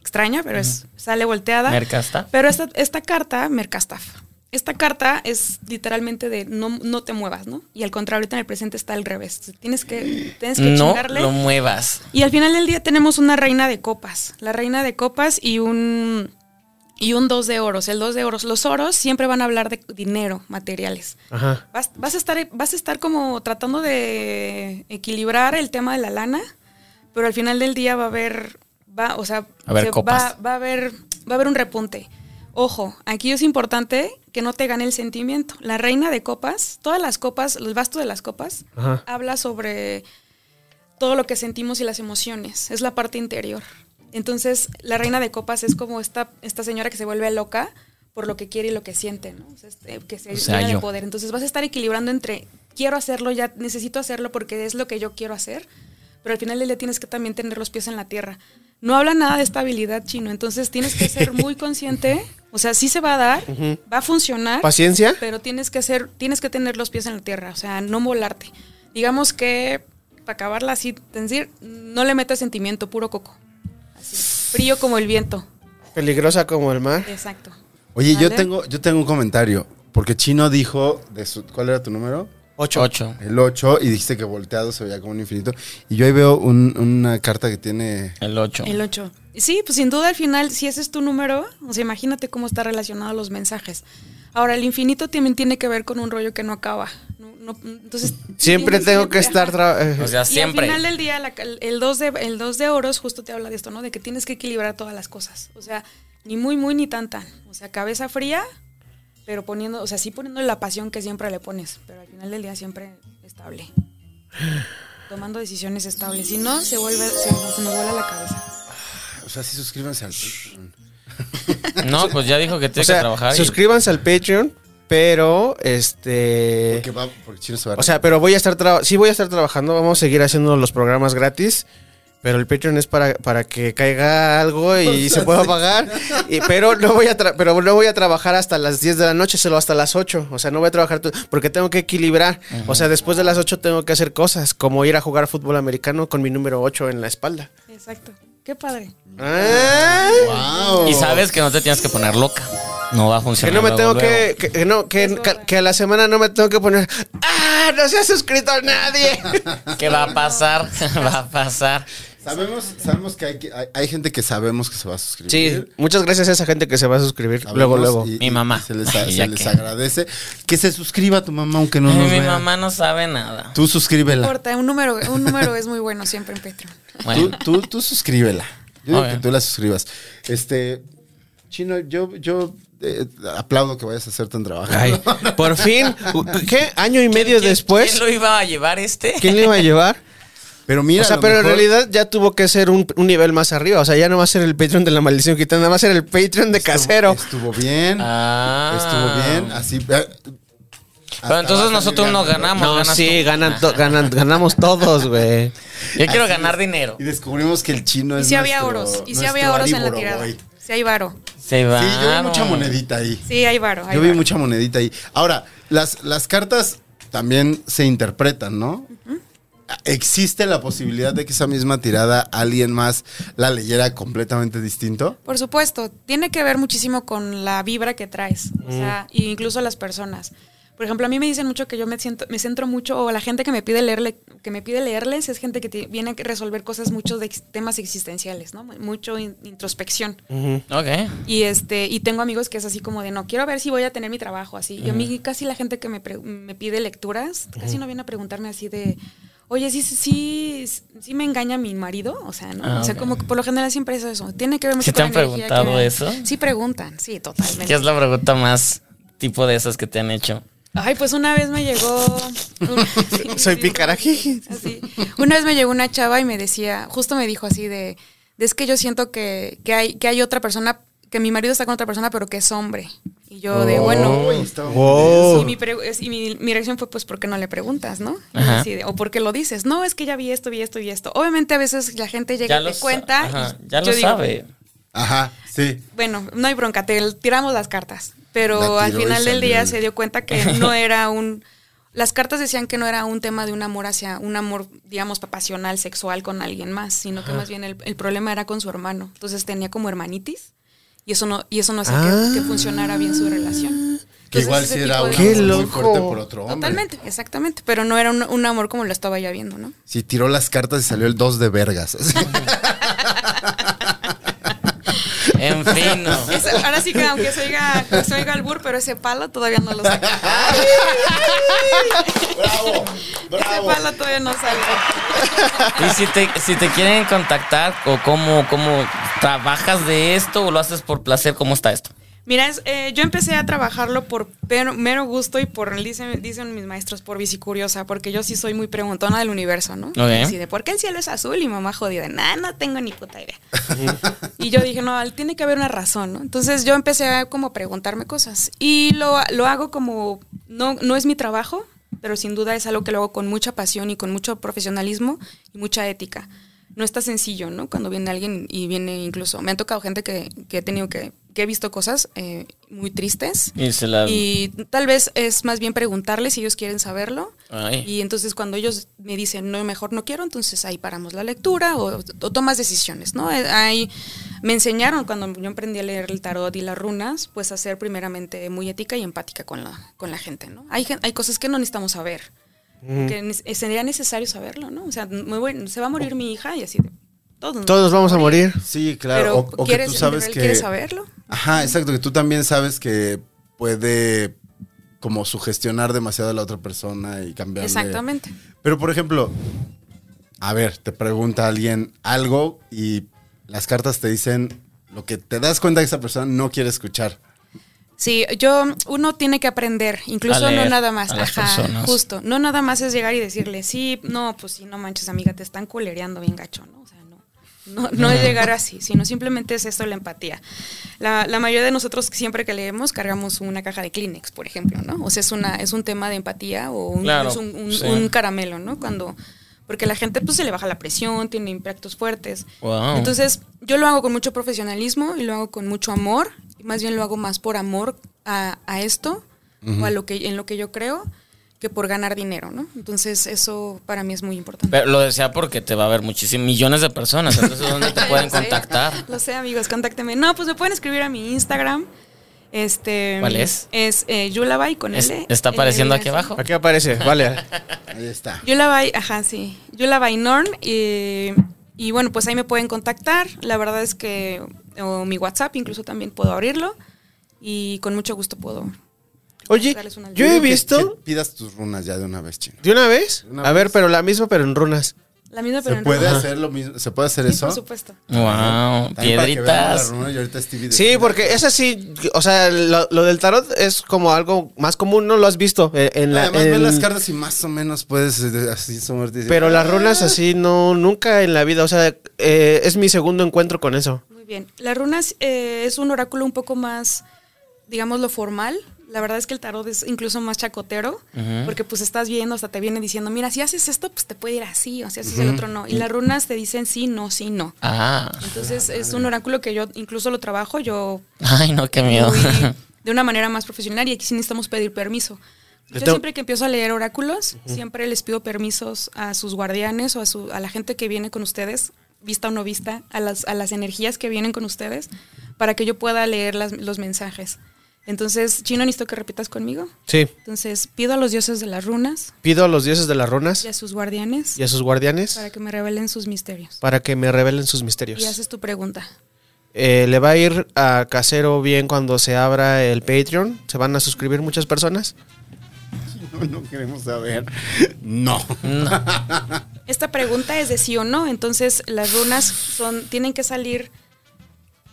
Speaker 4: extraña, pero es, sale volteada.
Speaker 3: Mercasta.
Speaker 4: Pero esta, esta carta, Mercastaf, esta carta es literalmente de no, no te muevas, ¿no? Y al contrario, ahorita en el presente está al revés. Tienes que, tienes que
Speaker 3: No
Speaker 4: chingarle.
Speaker 3: lo muevas.
Speaker 4: Y al final del día tenemos una reina de copas. La reina de copas y un. Y un dos de oros. El dos de oros. Los oros siempre van a hablar de dinero, materiales.
Speaker 1: Ajá.
Speaker 4: Vas, vas a estar, vas a estar como tratando de equilibrar el tema de la lana, pero al final del día va a haber, va, o sea,
Speaker 3: A ver,
Speaker 4: se
Speaker 3: copas.
Speaker 4: Va, va a haber, va a haber un repunte. Ojo, aquí es importante que no te gane el sentimiento. La reina de copas, todas las copas, el basto de las copas,
Speaker 1: Ajá.
Speaker 4: habla sobre todo lo que sentimos y las emociones. Es la parte interior. Entonces, la reina de copas es como esta, esta señora que se vuelve loca por lo que quiere y lo que siente, ¿no? O sea, este, que se
Speaker 3: O sea,
Speaker 4: llena de
Speaker 3: yo.
Speaker 4: poder. Entonces, vas a estar equilibrando entre quiero hacerlo, ya necesito hacerlo porque es lo que yo quiero hacer, pero al final del día tienes que también tener los pies en la tierra. No habla nada de estabilidad, chino. Entonces, tienes que ser muy consciente. O sea, sí se va a dar, va a funcionar.
Speaker 1: ¿Paciencia?
Speaker 4: Pero tienes que ser, tienes que tener los pies en la tierra, o sea, no volarte. Digamos que, para acabarla así, es decir, no le metas sentimiento, puro coco. Así, frío como el viento.
Speaker 1: Peligrosa como el mar.
Speaker 4: Exacto.
Speaker 2: Oye, yo
Speaker 4: ¿Vale?
Speaker 2: tengo, yo tengo un comentario. Porque Chino dijo de su, ¿cuál era tu número?
Speaker 3: Ocho.
Speaker 2: El 8, y dijiste que volteado se veía como un infinito. Y yo ahí veo un- una carta que tiene.
Speaker 3: El ocho.
Speaker 4: El 8. Sí, pues sin duda al final, si ese es tu número, o sea, imagínate cómo está relacionado los mensajes. Ahora, el infinito también tiene que ver con un rollo que no acaba. No- no- entonces,
Speaker 1: Siempre
Speaker 4: tienes-
Speaker 1: tengo que
Speaker 4: ajá.
Speaker 1: estar. tra- eh,
Speaker 3: O sea, siempre.
Speaker 4: Este, Y al final del día, la- el 2 de, el dos de oros justo te habla de esto, ¿no? De que tienes que equilibrar todas las cosas. O sea, ni muy, muy, ni tan, tan. O sea, cabeza fría, pero poniendo, o sea, sí poniendo la pasión que siempre le pones, pero al final del día siempre estable. Tomando decisiones estables. Si no, se vuelve, se, se nos vuela la cabeza.
Speaker 2: O sea, sí, suscríbanse al. Patreon.
Speaker 3: No, pues ya dijo que
Speaker 1: O
Speaker 3: tiene
Speaker 1: sea,
Speaker 3: que trabajar. y-
Speaker 1: suscríbanse al Patreon, pero este.
Speaker 2: Porque, va- porque Chino se va a.
Speaker 1: O sea, pero voy a estar tra- sí voy a estar trabajando, vamos a seguir haciendo los programas gratis. Pero el Patreon es para, para que caiga algo y se pueda pagar. Y, pero, no voy a tra- pero no voy a trabajar hasta las 10 de la noche, solo hasta las 8. O sea, no voy a trabajar to- porque tengo que equilibrar. O sea, después de las 8 tengo que hacer cosas, como ir a jugar fútbol americano con mi número 8 en la espalda.
Speaker 4: Exacto. Qué padre.
Speaker 1: Ah,
Speaker 2: Wow.
Speaker 3: Y sabes que no te tienes que poner loca. No va a
Speaker 1: Que
Speaker 3: funcionar.
Speaker 1: no me
Speaker 3: luego,
Speaker 1: tengo
Speaker 3: luego.
Speaker 1: que, que- que no, que, que- que a la semana no me tengo que poner. ¡Ah! No se ha suscrito a nadie.
Speaker 3: ¿Qué va a pasar? va a pasar.
Speaker 2: Sabemos, sabemos que hay, que- hay, hay gente que sabemos que se va a suscribir.
Speaker 1: Sí, muchas gracias a esa gente que se va a suscribir.
Speaker 2: Sabemos
Speaker 1: luego, luego.
Speaker 2: y-
Speaker 3: Mi mamá.
Speaker 2: y Se les, a-
Speaker 3: Ay,
Speaker 2: se
Speaker 3: ya
Speaker 2: les
Speaker 3: que-
Speaker 2: agradece. Que se suscriba a tu mamá, aunque no
Speaker 3: Ay,
Speaker 2: nos
Speaker 3: mi
Speaker 2: vea.
Speaker 3: mamá no sabe nada.
Speaker 2: Tú
Speaker 4: No
Speaker 2: suscríbela.
Speaker 4: importa, un número, un número es muy bueno siempre en Patreon.
Speaker 2: Tú,
Speaker 3: Bueno,
Speaker 2: tú, tú suscríbela. Yo digo
Speaker 3: Obvio.
Speaker 2: que tú la suscribas. Este, Chino, yo, yo eh, aplaudo que vayas a hacer tan trabajo.
Speaker 1: Ay, por fin. ¿Qué? ¿Año y medio
Speaker 3: ¿Quién- quién-
Speaker 1: después?
Speaker 3: ¿Quién lo iba a llevar este?
Speaker 1: ¿Quién le iba a llevar?
Speaker 2: Pero mira,
Speaker 1: o
Speaker 2: a
Speaker 1: sea,
Speaker 2: lo
Speaker 1: pero en
Speaker 2: mejor-
Speaker 1: realidad ya tuvo que ser un, un nivel más arriba. O sea, ya no va a ser el Patreon de la maldición gitana, va a ser el Patreon de casero.
Speaker 2: Estuvo bien.
Speaker 3: Ah.
Speaker 2: Estuvo bien. Así. eh,
Speaker 3: Pero entonces nosotros nos ganamos.
Speaker 1: No,
Speaker 3: ganas
Speaker 1: sí,
Speaker 3: tú.
Speaker 1: ganan, to- ganan- ganamos todos, güey.
Speaker 3: Yo quiero ganar dinero.
Speaker 2: Y descubrimos que el chino
Speaker 4: Y
Speaker 2: es.
Speaker 4: si había
Speaker 2: nuestro-
Speaker 4: oros, y si
Speaker 2: nuestro
Speaker 4: había oros en la
Speaker 2: Ariboro,
Speaker 4: tirada.
Speaker 2: güey.
Speaker 4: Si hay varo.
Speaker 3: Se va.
Speaker 2: Sí, yo vi mucha monedita ahí.
Speaker 4: Sí, hay varo. hay
Speaker 2: Yo vi
Speaker 4: varo.
Speaker 2: mucha monedita ahí. Ahora, las, las cartas también se interpretan, ¿no? ¿Existe la posibilidad de que esa misma tirada alguien más la leyera completamente distinto?
Speaker 4: Por supuesto, tiene que ver muchísimo con la vibra que traes, o sea, e incluso las personas. Por ejemplo, a mí me dicen mucho que yo me siento, me centro mucho, o la gente que me pide leerle, que me pide leerles es gente que ti- viene a resolver cosas mucho de ex- temas existenciales, ¿no? Mucho in- introspección.
Speaker 3: Ok.
Speaker 4: Y este, y tengo amigos que es así como de no, quiero ver si voy a tener mi trabajo así. Y a mí casi la gente que me, pre- me pide lecturas, casi no viene a preguntarme así de Oye, sí, sí, sí, sí me engaña mi marido, o sea, ¿no?
Speaker 3: Ah,
Speaker 4: o sea,
Speaker 3: ok.
Speaker 4: como que por lo general siempre es eso. Tiene que ver mucho
Speaker 3: ¿Sí te
Speaker 4: con
Speaker 3: han
Speaker 4: la energía que
Speaker 3: preguntado
Speaker 4: me-
Speaker 3: eso?
Speaker 4: Sí preguntan, sí, totalmente.
Speaker 3: ¿Qué es la pregunta más tipo de esas que te han hecho?
Speaker 4: Ay, pues una vez me llegó. un-
Speaker 1: Soy pícara, jiji.
Speaker 4: Así. Una vez me llegó una chava y me decía, justo me dijo así de, de, es que yo siento que, que hay, que hay otra persona, que mi marido está con otra persona, pero que es hombre. Y yo de, bueno.
Speaker 2: Uy, estaba-
Speaker 3: Oh.
Speaker 4: Y, mi, pregu- es- y mi- mi reacción fue, pues, ¿por qué no le preguntas, no? Y
Speaker 3: Ajá.
Speaker 4: así de, o ¿por qué lo dices? No, es que ya vi esto, vi esto, vi esto. Obviamente a veces la gente llega
Speaker 3: Ya
Speaker 4: y
Speaker 3: lo
Speaker 4: te
Speaker 3: sa-
Speaker 4: cuenta.
Speaker 3: ajá,
Speaker 4: y
Speaker 3: ya
Speaker 4: yo
Speaker 3: lo
Speaker 4: digo,
Speaker 3: sabe.
Speaker 2: Ajá, sí.
Speaker 4: bueno, no hay bronca, te tiramos las cartas. Pero
Speaker 2: La
Speaker 4: al
Speaker 2: tiró y
Speaker 4: final del
Speaker 2: salió
Speaker 4: día
Speaker 2: el-
Speaker 4: se dio cuenta que no era un. Las cartas decían que no era un tema de un amor hacia un amor, digamos, pasional, sexual con alguien más, sino que más bien el, el problema era con su hermano. Entonces tenía como hermanitis y eso no, y eso no hacía que-
Speaker 1: Ah.
Speaker 4: que, funcionara bien su relación.
Speaker 2: Que
Speaker 4: Entonces,
Speaker 2: igual
Speaker 4: ese
Speaker 2: si era
Speaker 4: tipo
Speaker 2: un
Speaker 4: de-
Speaker 1: Qué
Speaker 2: amor muy
Speaker 1: loco.
Speaker 2: fuerte por otro hombre.
Speaker 4: Totalmente, exactamente. Pero no era un, un amor como lo estaba ya viendo, ¿no?
Speaker 2: Si tiró las cartas y salió el 2 de vergas.
Speaker 3: En fin, no.
Speaker 4: Eso- ahora sí que aunque se oiga, se oiga albur, pero ese palo todavía no lo saca.
Speaker 2: ¡Bravo!
Speaker 4: Ese palo todavía no sale.
Speaker 3: Y si te, si te quieren contactar o cómo, cómo trabajas de esto o lo haces por placer, ¿cómo está esto?
Speaker 4: Mira, es, eh, yo empecé a trabajarlo por pero- mero gusto y por, dicen, dicen mis maestros, por bicicuriosa, porque yo sí soy muy preguntona del universo, ¿no?
Speaker 3: Ok.
Speaker 4: Así de, ¿por qué el cielo es azul? Y mamá jodida, nada, no tengo ni puta idea. y yo dije, no, tiene que haber una razón, ¿no? Entonces yo empecé a como preguntarme cosas. Y lo, lo hago como, no, no es mi trabajo, pero sin duda es algo que lo hago con mucha pasión y con mucho profesionalismo y mucha ética no está sencillo, ¿no? Cuando viene alguien y viene incluso, me han tocado gente que, que he tenido que, que he visto cosas eh, muy tristes
Speaker 3: Y se la.
Speaker 4: y tal vez es más bien preguntarles si ellos quieren saberlo
Speaker 2: Eh.
Speaker 3: Ay.
Speaker 4: y entonces cuando ellos me dicen no, mejor no quiero, entonces ahí paramos la lectura o, o tomas decisiones, ¿no? Eh, Ahí me enseñaron cuando yo emprendí a leer el tarot y las runas, pues a ser primeramente muy ética y empática con la, con la gente, ¿no? Hay, gen- hay cosas que no necesitamos saber que ne- sería necesario saberlo, ¿no? O sea, me voy- se va a morir mi hija y así de- todos. nos
Speaker 1: Todos nos vamos a morir.
Speaker 2: Sí, claro.
Speaker 4: Pero
Speaker 2: o- o que
Speaker 4: ¿quieres,
Speaker 2: tú sabes
Speaker 4: él
Speaker 2: que.
Speaker 4: quiere saberlo.
Speaker 2: Ajá, exacto, que tú también sabes que puede como sugestionar demasiado a la otra persona y cambiarle.
Speaker 4: Exactamente.
Speaker 2: Pero por ejemplo, a ver, te pregunta alguien algo y las cartas te dicen lo que te das cuenta que esa persona no quiere escuchar.
Speaker 4: Sí, yo uno tiene que aprender, incluso
Speaker 3: A leer
Speaker 4: no nada más,
Speaker 3: a las
Speaker 4: ajá,
Speaker 3: personas.
Speaker 4: justo, no nada más es llegar y decirle, sí, no, pues sí, no manches, amiga, te están culereando bien gacho, ¿no? O sea, no, no, no es llegar así, sino simplemente es esto la empatía. La, la mayoría de nosotros siempre que leemos cargamos una caja de Kleenex, por ejemplo, ¿no? O sea, es una es un tema de empatía o un,
Speaker 3: Claro,
Speaker 4: es un, un-
Speaker 3: sí.
Speaker 4: un caramelo, ¿no? Cuando porque la gente pues se le baja la presión, tiene impactos fuertes.
Speaker 3: Wow.
Speaker 4: Entonces, yo lo hago con mucho profesionalismo y lo hago con mucho amor. Y más bien lo hago más por amor a, a esto o a lo que, en lo que yo creo. que por ganar dinero, ¿no? Entonces eso para mí es muy importante.
Speaker 3: Pero lo decía porque te va a ver muchísimos millones de personas. Entonces, ¿dónde te pueden
Speaker 4: Lo sé,
Speaker 3: contactar?
Speaker 4: Lo sé, amigos, contáctenme. No, pues me pueden escribir a mi Instagram. Este,
Speaker 3: ¿Cuál es?
Speaker 4: Es eh, Yulabay con
Speaker 3: Es-
Speaker 4: L.
Speaker 3: está apareciendo
Speaker 4: Eh,
Speaker 3: aquí abajo.
Speaker 1: Aquí aparece, vale.
Speaker 2: Ahí está.
Speaker 4: Yulabay, ajá, sí. Yulabay Norn. Y, y bueno, pues ahí me pueden contactar. La verdad es que, o mi WhatsApp, incluso también puedo abrirlo. Y con mucho gusto puedo.
Speaker 1: Oye,
Speaker 4: Darles una
Speaker 1: yo
Speaker 4: luz.
Speaker 1: he
Speaker 2: Digo que-
Speaker 1: visto.
Speaker 2: que pidas tus runas ya de una vez, chino.
Speaker 1: ¿De una vez?
Speaker 2: De una
Speaker 1: a ver,
Speaker 2: vez.
Speaker 1: pero la misma, pero en runas.
Speaker 4: La misma, pero
Speaker 2: ¿Se
Speaker 4: en
Speaker 2: puede
Speaker 4: rojo.
Speaker 2: hacer lo mismo? ¿Se puede hacer
Speaker 4: Sí,
Speaker 2: eso?
Speaker 4: por supuesto.
Speaker 3: Wow,
Speaker 2: También para que veamos
Speaker 3: piedritas.
Speaker 2: la runa, y ahorita Stevie
Speaker 1: Sí,
Speaker 2: decía-
Speaker 1: porque es así. O sea, lo, lo del tarot es como algo más común, ¿no? Lo has visto eh, en la.
Speaker 2: Además, ven
Speaker 1: en-
Speaker 2: las cartas y más o menos puedes eh, así sumarte. y decir,
Speaker 1: Pero las
Speaker 2: "Ah".
Speaker 1: runas así, no, nunca en la vida. O sea, eh, es mi segundo encuentro con eso.
Speaker 4: Muy bien. Las runas eh, es un oráculo un poco más, digámoslo, formal. La verdad es que el tarot es incluso más chacotero, porque pues estás viendo, hasta te viene diciendo, mira, si haces esto, pues te puede ir así, o si haces el otro, no. Y las runas te dicen sí, no, sí, no.
Speaker 3: Ah,
Speaker 4: Entonces es un oráculo que yo incluso lo trabajo, yo
Speaker 3: ay, no, qué miedo.
Speaker 4: muy- de una manera más profesional y aquí sí necesitamos pedir permiso. Yo
Speaker 1: tengo-
Speaker 4: siempre que empiezo a leer oráculos, siempre les pido permisos a sus guardianes o a, su- a la gente que viene con ustedes, vista o no vista, a las, a las energías que vienen con ustedes, para que yo pueda leer las- los mensajes. Entonces, Chino, necesito que repitas conmigo.
Speaker 1: Sí.
Speaker 4: Entonces, pido a los dioses de las runas
Speaker 1: Pido a los dioses de las
Speaker 4: y
Speaker 1: runas
Speaker 4: a sus guardianes
Speaker 1: y a sus guardianes
Speaker 4: para que me revelen sus misterios.
Speaker 1: para que me revelen sus
Speaker 4: Y
Speaker 1: misterios.
Speaker 4: haces tu pregunta.
Speaker 1: Eh, le va a ir a Casero bien cuando se abra el Patreon. Se van a suscribir muchas personas.
Speaker 2: No, no queremos saber. No.
Speaker 4: Esta pregunta es de sí o no, entonces las runas son, tienen que salir,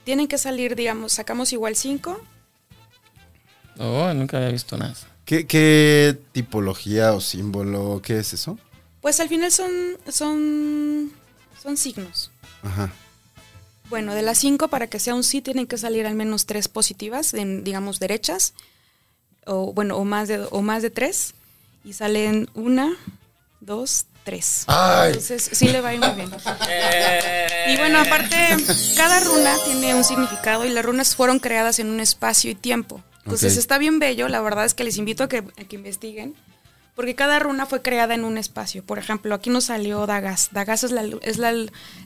Speaker 4: tienen que salir, digamos, sacamos igual 5.
Speaker 3: Oh, nunca había visto nada.
Speaker 2: ¿Qué, qué tipología o símbolo? ¿Qué es eso?
Speaker 4: Pues al final son, son, son signos.
Speaker 2: Ajá.
Speaker 4: Bueno, de las 5 para que sea un sí tienen que salir al menos tres positivas, en, digamos derechas, o bueno, o más de, o más de tres, y salen una, dos, tres. Entonces sí le va a ir muy bien. Y bueno, aparte, cada runa tiene un significado y las runas fueron creadas en un espacio y tiempo. Entonces
Speaker 2: Ok.
Speaker 4: está bien bello, la verdad es que les invito a que, a que investiguen, porque cada runa fue creada en un espacio. Por ejemplo, aquí nos salió Dagas. Dagas es la, lu- es la,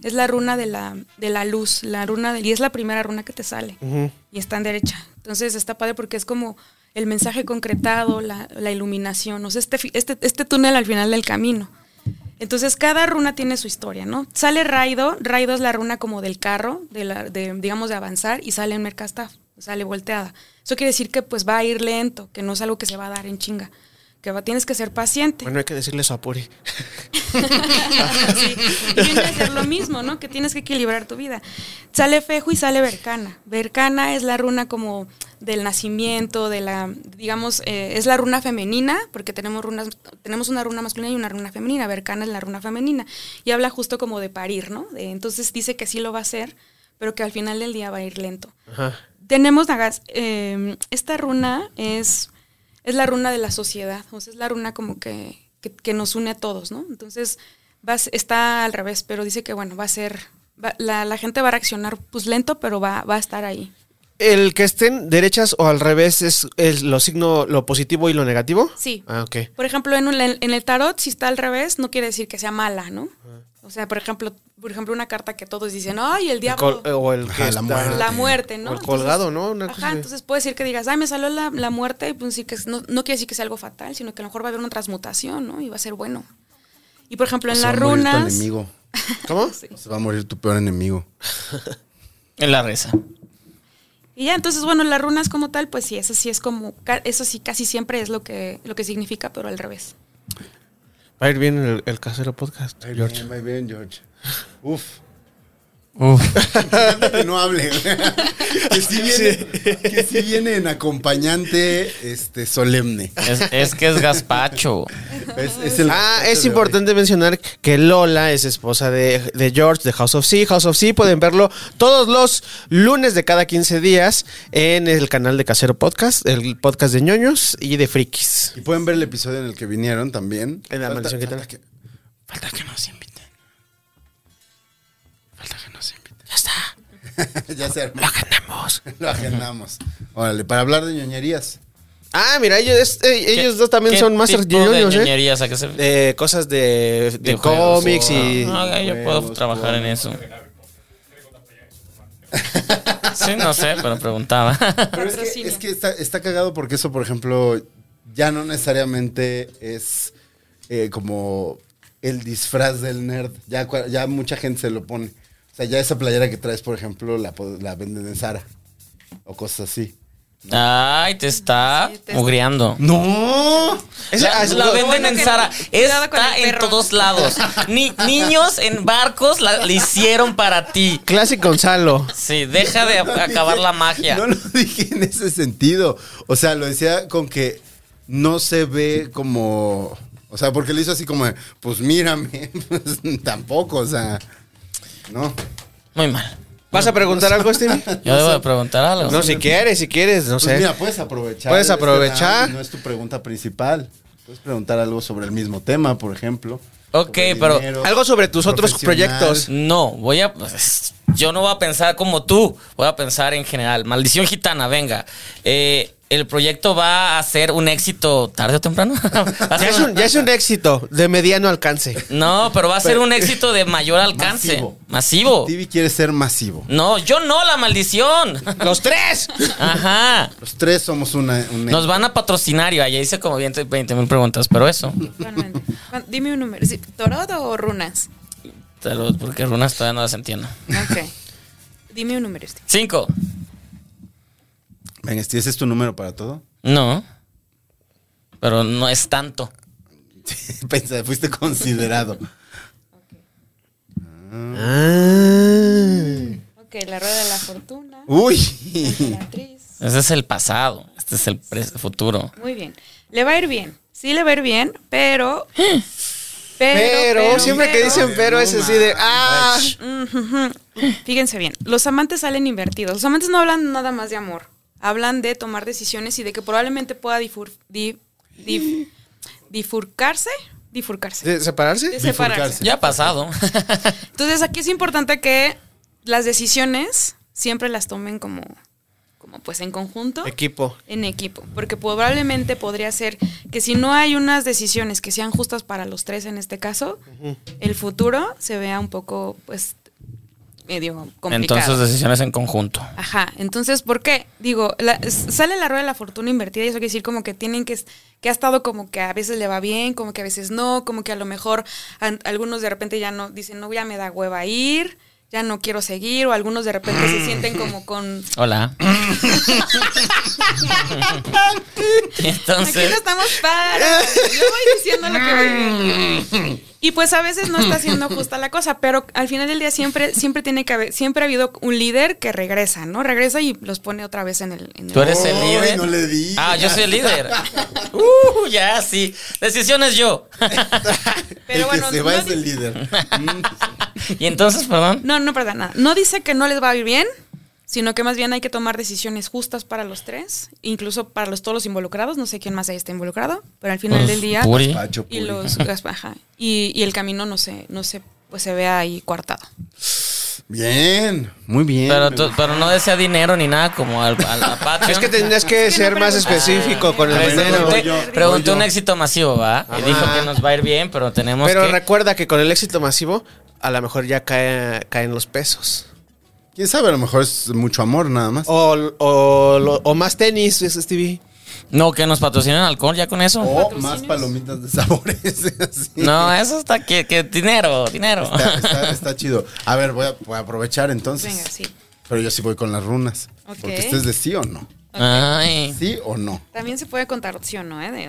Speaker 4: es la runa de la, de la luz, la runa del- y es la primera runa que te sale y está en derecha. Entonces está padre porque es como el mensaje concretado, la, la iluminación, o sea, este, fi- este, este túnel al final del camino. Entonces cada runa tiene su historia, ¿no? Sale Raido, Raido es la runa como del carro, de la- de, digamos de avanzar, y sale en Mercastaf, sale volteada. Eso quiere decir que pues va a ir lento, que no es algo que se va a dar en chinga, que va- tienes que ser paciente.
Speaker 1: Bueno, hay que decirle eso a Puri.
Speaker 4: Sí. Y viene a ser lo mismo, ¿no? Que tienes que equilibrar tu vida. Sale Fejo y sale Vercana. Vercana es la runa como del nacimiento, de la, digamos, eh, es la runa femenina, porque tenemos runas, tenemos una runa masculina y una runa femenina. Vercana es la runa femenina. Y habla justo como de parir, ¿no? De- entonces dice que sí lo va a hacer, pero que al final del día va a ir lento.
Speaker 1: Ajá.
Speaker 4: Tenemos Nagas. eh, esta runa es, es la runa de la sociedad, o sea, es la runa como que, que, que nos une a todos, ¿no? Entonces, va a s- está al revés, pero dice que, bueno, va a ser, va- la, la gente va a reaccionar pues lento, pero va, va a estar ahí.
Speaker 1: El que estén derechas o al revés es el, lo signo, lo positivo y lo negativo.
Speaker 4: Sí.
Speaker 1: Ah, ok.
Speaker 4: Por ejemplo, en, un- en el tarot, si está al revés, no quiere decir que sea mala, ¿no? O sea, por ejemplo, por ejemplo una carta que todos dicen, ay, el
Speaker 1: El
Speaker 4: diablo.
Speaker 1: col- eh, o el que
Speaker 2: Ajá, la
Speaker 1: está-
Speaker 2: muerte.
Speaker 4: la muerte, ¿no?
Speaker 1: O el colgado, ¿no? Una cosa
Speaker 4: ajá,
Speaker 1: así.
Speaker 4: entonces puede decir que digas, ay, me salió la, la muerte, y pues sí que es- no, no quiere decir que sea algo fatal, sino que a lo mejor va a haber una transmutación, ¿no? Y va a ser bueno. Y por ejemplo,
Speaker 1: Pues
Speaker 4: en
Speaker 2: Se va
Speaker 4: las
Speaker 2: a morir tu
Speaker 4: runas.
Speaker 2: enemigo.
Speaker 1: ¿Cómo?
Speaker 4: Sí.
Speaker 2: Se va a morir tu peor enemigo.
Speaker 3: En la reza.
Speaker 4: Y ya, entonces, bueno, las runas como tal, pues sí, eso sí es como, ca- eso sí casi siempre es lo que, lo que significa, pero al revés.
Speaker 1: Va a ir bien el, el casero podcast, George.
Speaker 2: Muy bien, George. Uf.
Speaker 3: Uf.
Speaker 2: que no hable. que, sí viene, que sí viene en acompañante este, solemne.
Speaker 3: Es, es que es gazpacho.
Speaker 2: Es, es el
Speaker 1: Ah, es
Speaker 2: de hoy.
Speaker 1: importante mencionar que Lola es esposa de, de George de House of Sea. House of Sea pueden verlo todos los lunes de cada 15 días en el canal de Casero Podcast, el podcast de ñoños y de frikis.
Speaker 2: Y pueden ver el episodio en el que vinieron también.
Speaker 1: En la maldición gitana.
Speaker 2: falta que, falta que nos inviten. Falta que nos inviten.
Speaker 1: Ya está,
Speaker 2: ya se armó.
Speaker 1: lo ganamos.
Speaker 2: Lo agendamos. Órale, para hablar de ñoñerías.
Speaker 1: Ah, mira, ellos, es- eh,
Speaker 3: ¿Qué-
Speaker 1: ellos dos también
Speaker 3: qué
Speaker 1: son Masters
Speaker 3: tipo de
Speaker 1: Juniors, ¿eh?
Speaker 3: ñoñerías? ¿A qué se-
Speaker 1: De cosas de, de
Speaker 3: videojuegos
Speaker 1: cómics
Speaker 3: o-
Speaker 1: y...
Speaker 3: Ah, yo puedo
Speaker 2: juegos,
Speaker 3: trabajar en eso. Sí, no sé, pero preguntaba.
Speaker 2: Pero es que,
Speaker 4: Patrocinio.
Speaker 2: es que está, está cagado porque eso, por ejemplo, ya no necesariamente es eh, como el disfraz del nerd. Ya, cua- ya mucha gente se lo pone. O sea, ya esa playera que traes, por ejemplo, la, po- la venden en Sara. O cosas así.
Speaker 3: Ay, te está
Speaker 4: Sí, te está-
Speaker 3: mugriando.
Speaker 2: ¡No!
Speaker 1: Esa-
Speaker 3: La,
Speaker 1: ah,
Speaker 3: la
Speaker 1: no,
Speaker 3: venden
Speaker 4: bueno
Speaker 3: en
Speaker 4: que
Speaker 3: Sara.
Speaker 4: no. Cuidado con
Speaker 3: Está
Speaker 4: el
Speaker 3: en
Speaker 4: perro.
Speaker 3: todos lados. Ni, niños en barcos la, la hicieron para ti.
Speaker 1: Classic Gonzalo.
Speaker 3: Sí, deja de
Speaker 2: No
Speaker 3: acabar
Speaker 2: dije-
Speaker 3: la magia.
Speaker 2: No lo dije en ese sentido. O sea, lo decía con que no se ve como. O sea, porque le hizo así como, de, pues mírame. Pues, tampoco, o sea. No.
Speaker 3: Muy mal.
Speaker 1: ¿Vas a preguntar algo, Stevie?
Speaker 3: Yo debo de preguntar algo.
Speaker 1: No, si quieres, si quieres, no
Speaker 2: Pues
Speaker 1: sé.
Speaker 2: mira, puedes aprovechar.
Speaker 1: Puedes
Speaker 2: este
Speaker 1: aprovechar.
Speaker 2: round, no es tu pregunta principal. Puedes preguntar algo sobre el mismo tema, por ejemplo.
Speaker 3: Ok,
Speaker 2: Sobre
Speaker 3: pero-
Speaker 2: dinero,
Speaker 1: Algo sobre tus otros
Speaker 2: profesional.
Speaker 1: proyectos.
Speaker 3: No, voy a. pues, Yo no voy a pensar como tú. Voy a pensar en general. Maldición gitana, venga. Eh, el proyecto va a ser un éxito tarde o temprano. Va a
Speaker 1: Ya
Speaker 3: ser
Speaker 1: es, un, ya es un éxito de mediano alcance.
Speaker 3: No, pero va a ser un éxito de mayor alcance.
Speaker 2: Masivo.
Speaker 3: Masivo.
Speaker 2: Stevie quiere ser masivo.
Speaker 3: No, yo no, la maldición.
Speaker 1: ¡Los tres!
Speaker 3: Ajá.
Speaker 2: Los tres somos una. una-
Speaker 3: Nos van a patrocinar y ahí hice como 20 mil preguntas, pero eso.
Speaker 4: Totalmente. Juan, Dime un número. Sí, ¿Torod o runas?
Speaker 3: te lo- Porque runas todavía no las entiendo.
Speaker 4: Ok. Dime un número, este.
Speaker 3: Cinco.
Speaker 2: Ven, Stevie, este, ¿ese es tu número para todo?
Speaker 3: No. Pero no es tanto.
Speaker 2: Pensa, fuiste considerado.
Speaker 4: Ok, la rueda de la fortuna.
Speaker 2: Uy.
Speaker 4: la actriz.
Speaker 3: Ese es el pasado. Este es el pres- futuro.
Speaker 4: Muy bien. Le va a ir bien. Sí, le va a ir bien, pero. Pero,
Speaker 1: Pero, siempre que
Speaker 4: pero-
Speaker 1: dicen pero es así de. ¡Ah!
Speaker 4: Fíjense bien, los amantes salen invertidos. Los amantes no hablan nada más de amor. Hablan de tomar decisiones y de que probablemente pueda difur- di- dif- difurcarse. Difurcarse.
Speaker 1: ¿De ¿Separarse?
Speaker 4: de separarse.
Speaker 2: bifurcarse.
Speaker 3: Ya ha pasado.
Speaker 4: Entonces aquí es importante que las decisiones siempre las tomen como, como pues en conjunto.
Speaker 1: Equipo.
Speaker 4: en equipo, porque probablemente podría ser que si no hay unas decisiones que sean justas para los tres en este caso, el futuro se vea un poco, pues, medio complicado.
Speaker 3: Entonces, decisiones en conjunto.
Speaker 4: Ajá, entonces, ¿por qué? Digo, la- s- sale la rueda de la fortuna invertida y eso quiere decir como que tienen que, es- que ha estado como que a veces le va bien, como que a veces no, como que a lo mejor an- algunos de repente ya no, dicen, no, ya me da hueva ir, ya no quiero seguir, o algunos de repente se sienten como con...
Speaker 3: Hola. Y
Speaker 4: Aquí no
Speaker 3: Entonces,
Speaker 4: estamos para. Yo voy diciendo lo que voy viendo. Y pues a veces no está siendo justa la cosa, pero al final del día siempre, siempre tiene que haber, siempre ha habido un líder que regresa, ¿no? Regresa y los pone otra vez en el. en el-
Speaker 3: tú eres el
Speaker 2: Ay,
Speaker 3: líder.
Speaker 2: no le digas.
Speaker 3: Ah, yo soy el líder. Uh, ya, sí. Decisiones yo.
Speaker 4: Pero
Speaker 2: el
Speaker 4: bueno,
Speaker 2: que se va
Speaker 4: no
Speaker 2: es el líder. Mm.
Speaker 3: y entonces, perdón.
Speaker 4: No, no perdona nada. No dice que no les va a ir bien, sino que más bien hay que tomar decisiones justas para los tres, incluso para los todos los involucrados. No sé quién más ahí está involucrado, pero al final
Speaker 3: Pues,
Speaker 4: del día.
Speaker 3: Puri.
Speaker 2: Pacho
Speaker 4: Y
Speaker 2: Puri.
Speaker 4: los ajá, y, y el camino no se, no se, pues se vea ahí coartado.
Speaker 2: Bien, muy bien.
Speaker 3: Pero, tú- pero no desea dinero ni nada como al, al a Patreon.
Speaker 1: Es que tendrías que
Speaker 4: Es que no
Speaker 1: ser más
Speaker 4: preguntaste.
Speaker 1: específico con el
Speaker 2: Ah,
Speaker 1: dinero.
Speaker 2: voy
Speaker 3: Pregunté,
Speaker 2: yo,
Speaker 3: pregunté
Speaker 2: voy yo.
Speaker 3: un éxito masivo, ¿va? Y dijo que nos va a ir bien, pero tenemos
Speaker 1: Pero
Speaker 3: que...
Speaker 1: recuerda que con el éxito masivo, a lo mejor ya cae- caen los pesos.
Speaker 2: Quién sabe, a lo mejor es mucho amor nada más.
Speaker 1: O, o, lo- o más tenis, es Stevie.
Speaker 3: No, que nos patrocinen alcohol ya con eso.
Speaker 2: O más palomitas de sabores. así.
Speaker 3: No, eso está que, que dinero, dinero.
Speaker 2: Está, está- está chido. A ver, voy a, voy a aprovechar entonces.
Speaker 4: Venga, sí.
Speaker 2: Pero yo sí voy con las runas.
Speaker 4: Ok.
Speaker 2: Porque esto es de sí o no.
Speaker 3: Ay.
Speaker 2: Sí o no.
Speaker 4: También se puede contar opción, ¿no? ¿Eh? De-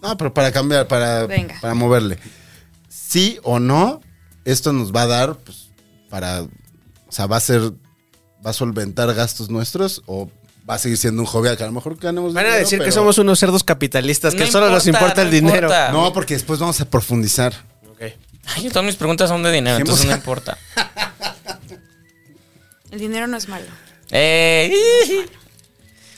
Speaker 2: No, pero para cambiar, para,
Speaker 4: Venga.
Speaker 2: para moverle. Sí o no, esto nos va a dar pues, para. O sea, va a ser. Va a solventar gastos nuestros o va a seguir siendo un hobby al que a lo mejor ganemos
Speaker 1: Van a
Speaker 2: dinero,
Speaker 1: decir que
Speaker 2: pero-
Speaker 1: somos unos cerdos capitalistas, que
Speaker 3: No
Speaker 1: solo nos importa
Speaker 3: importa,
Speaker 1: el
Speaker 3: no
Speaker 1: dinero.
Speaker 3: importa.
Speaker 2: No, porque después vamos a profundizar.
Speaker 3: Ay, todas mis preguntas son de dinero,
Speaker 2: Hemos-
Speaker 3: entonces no importa.
Speaker 4: El dinero no es malo.
Speaker 3: Eh,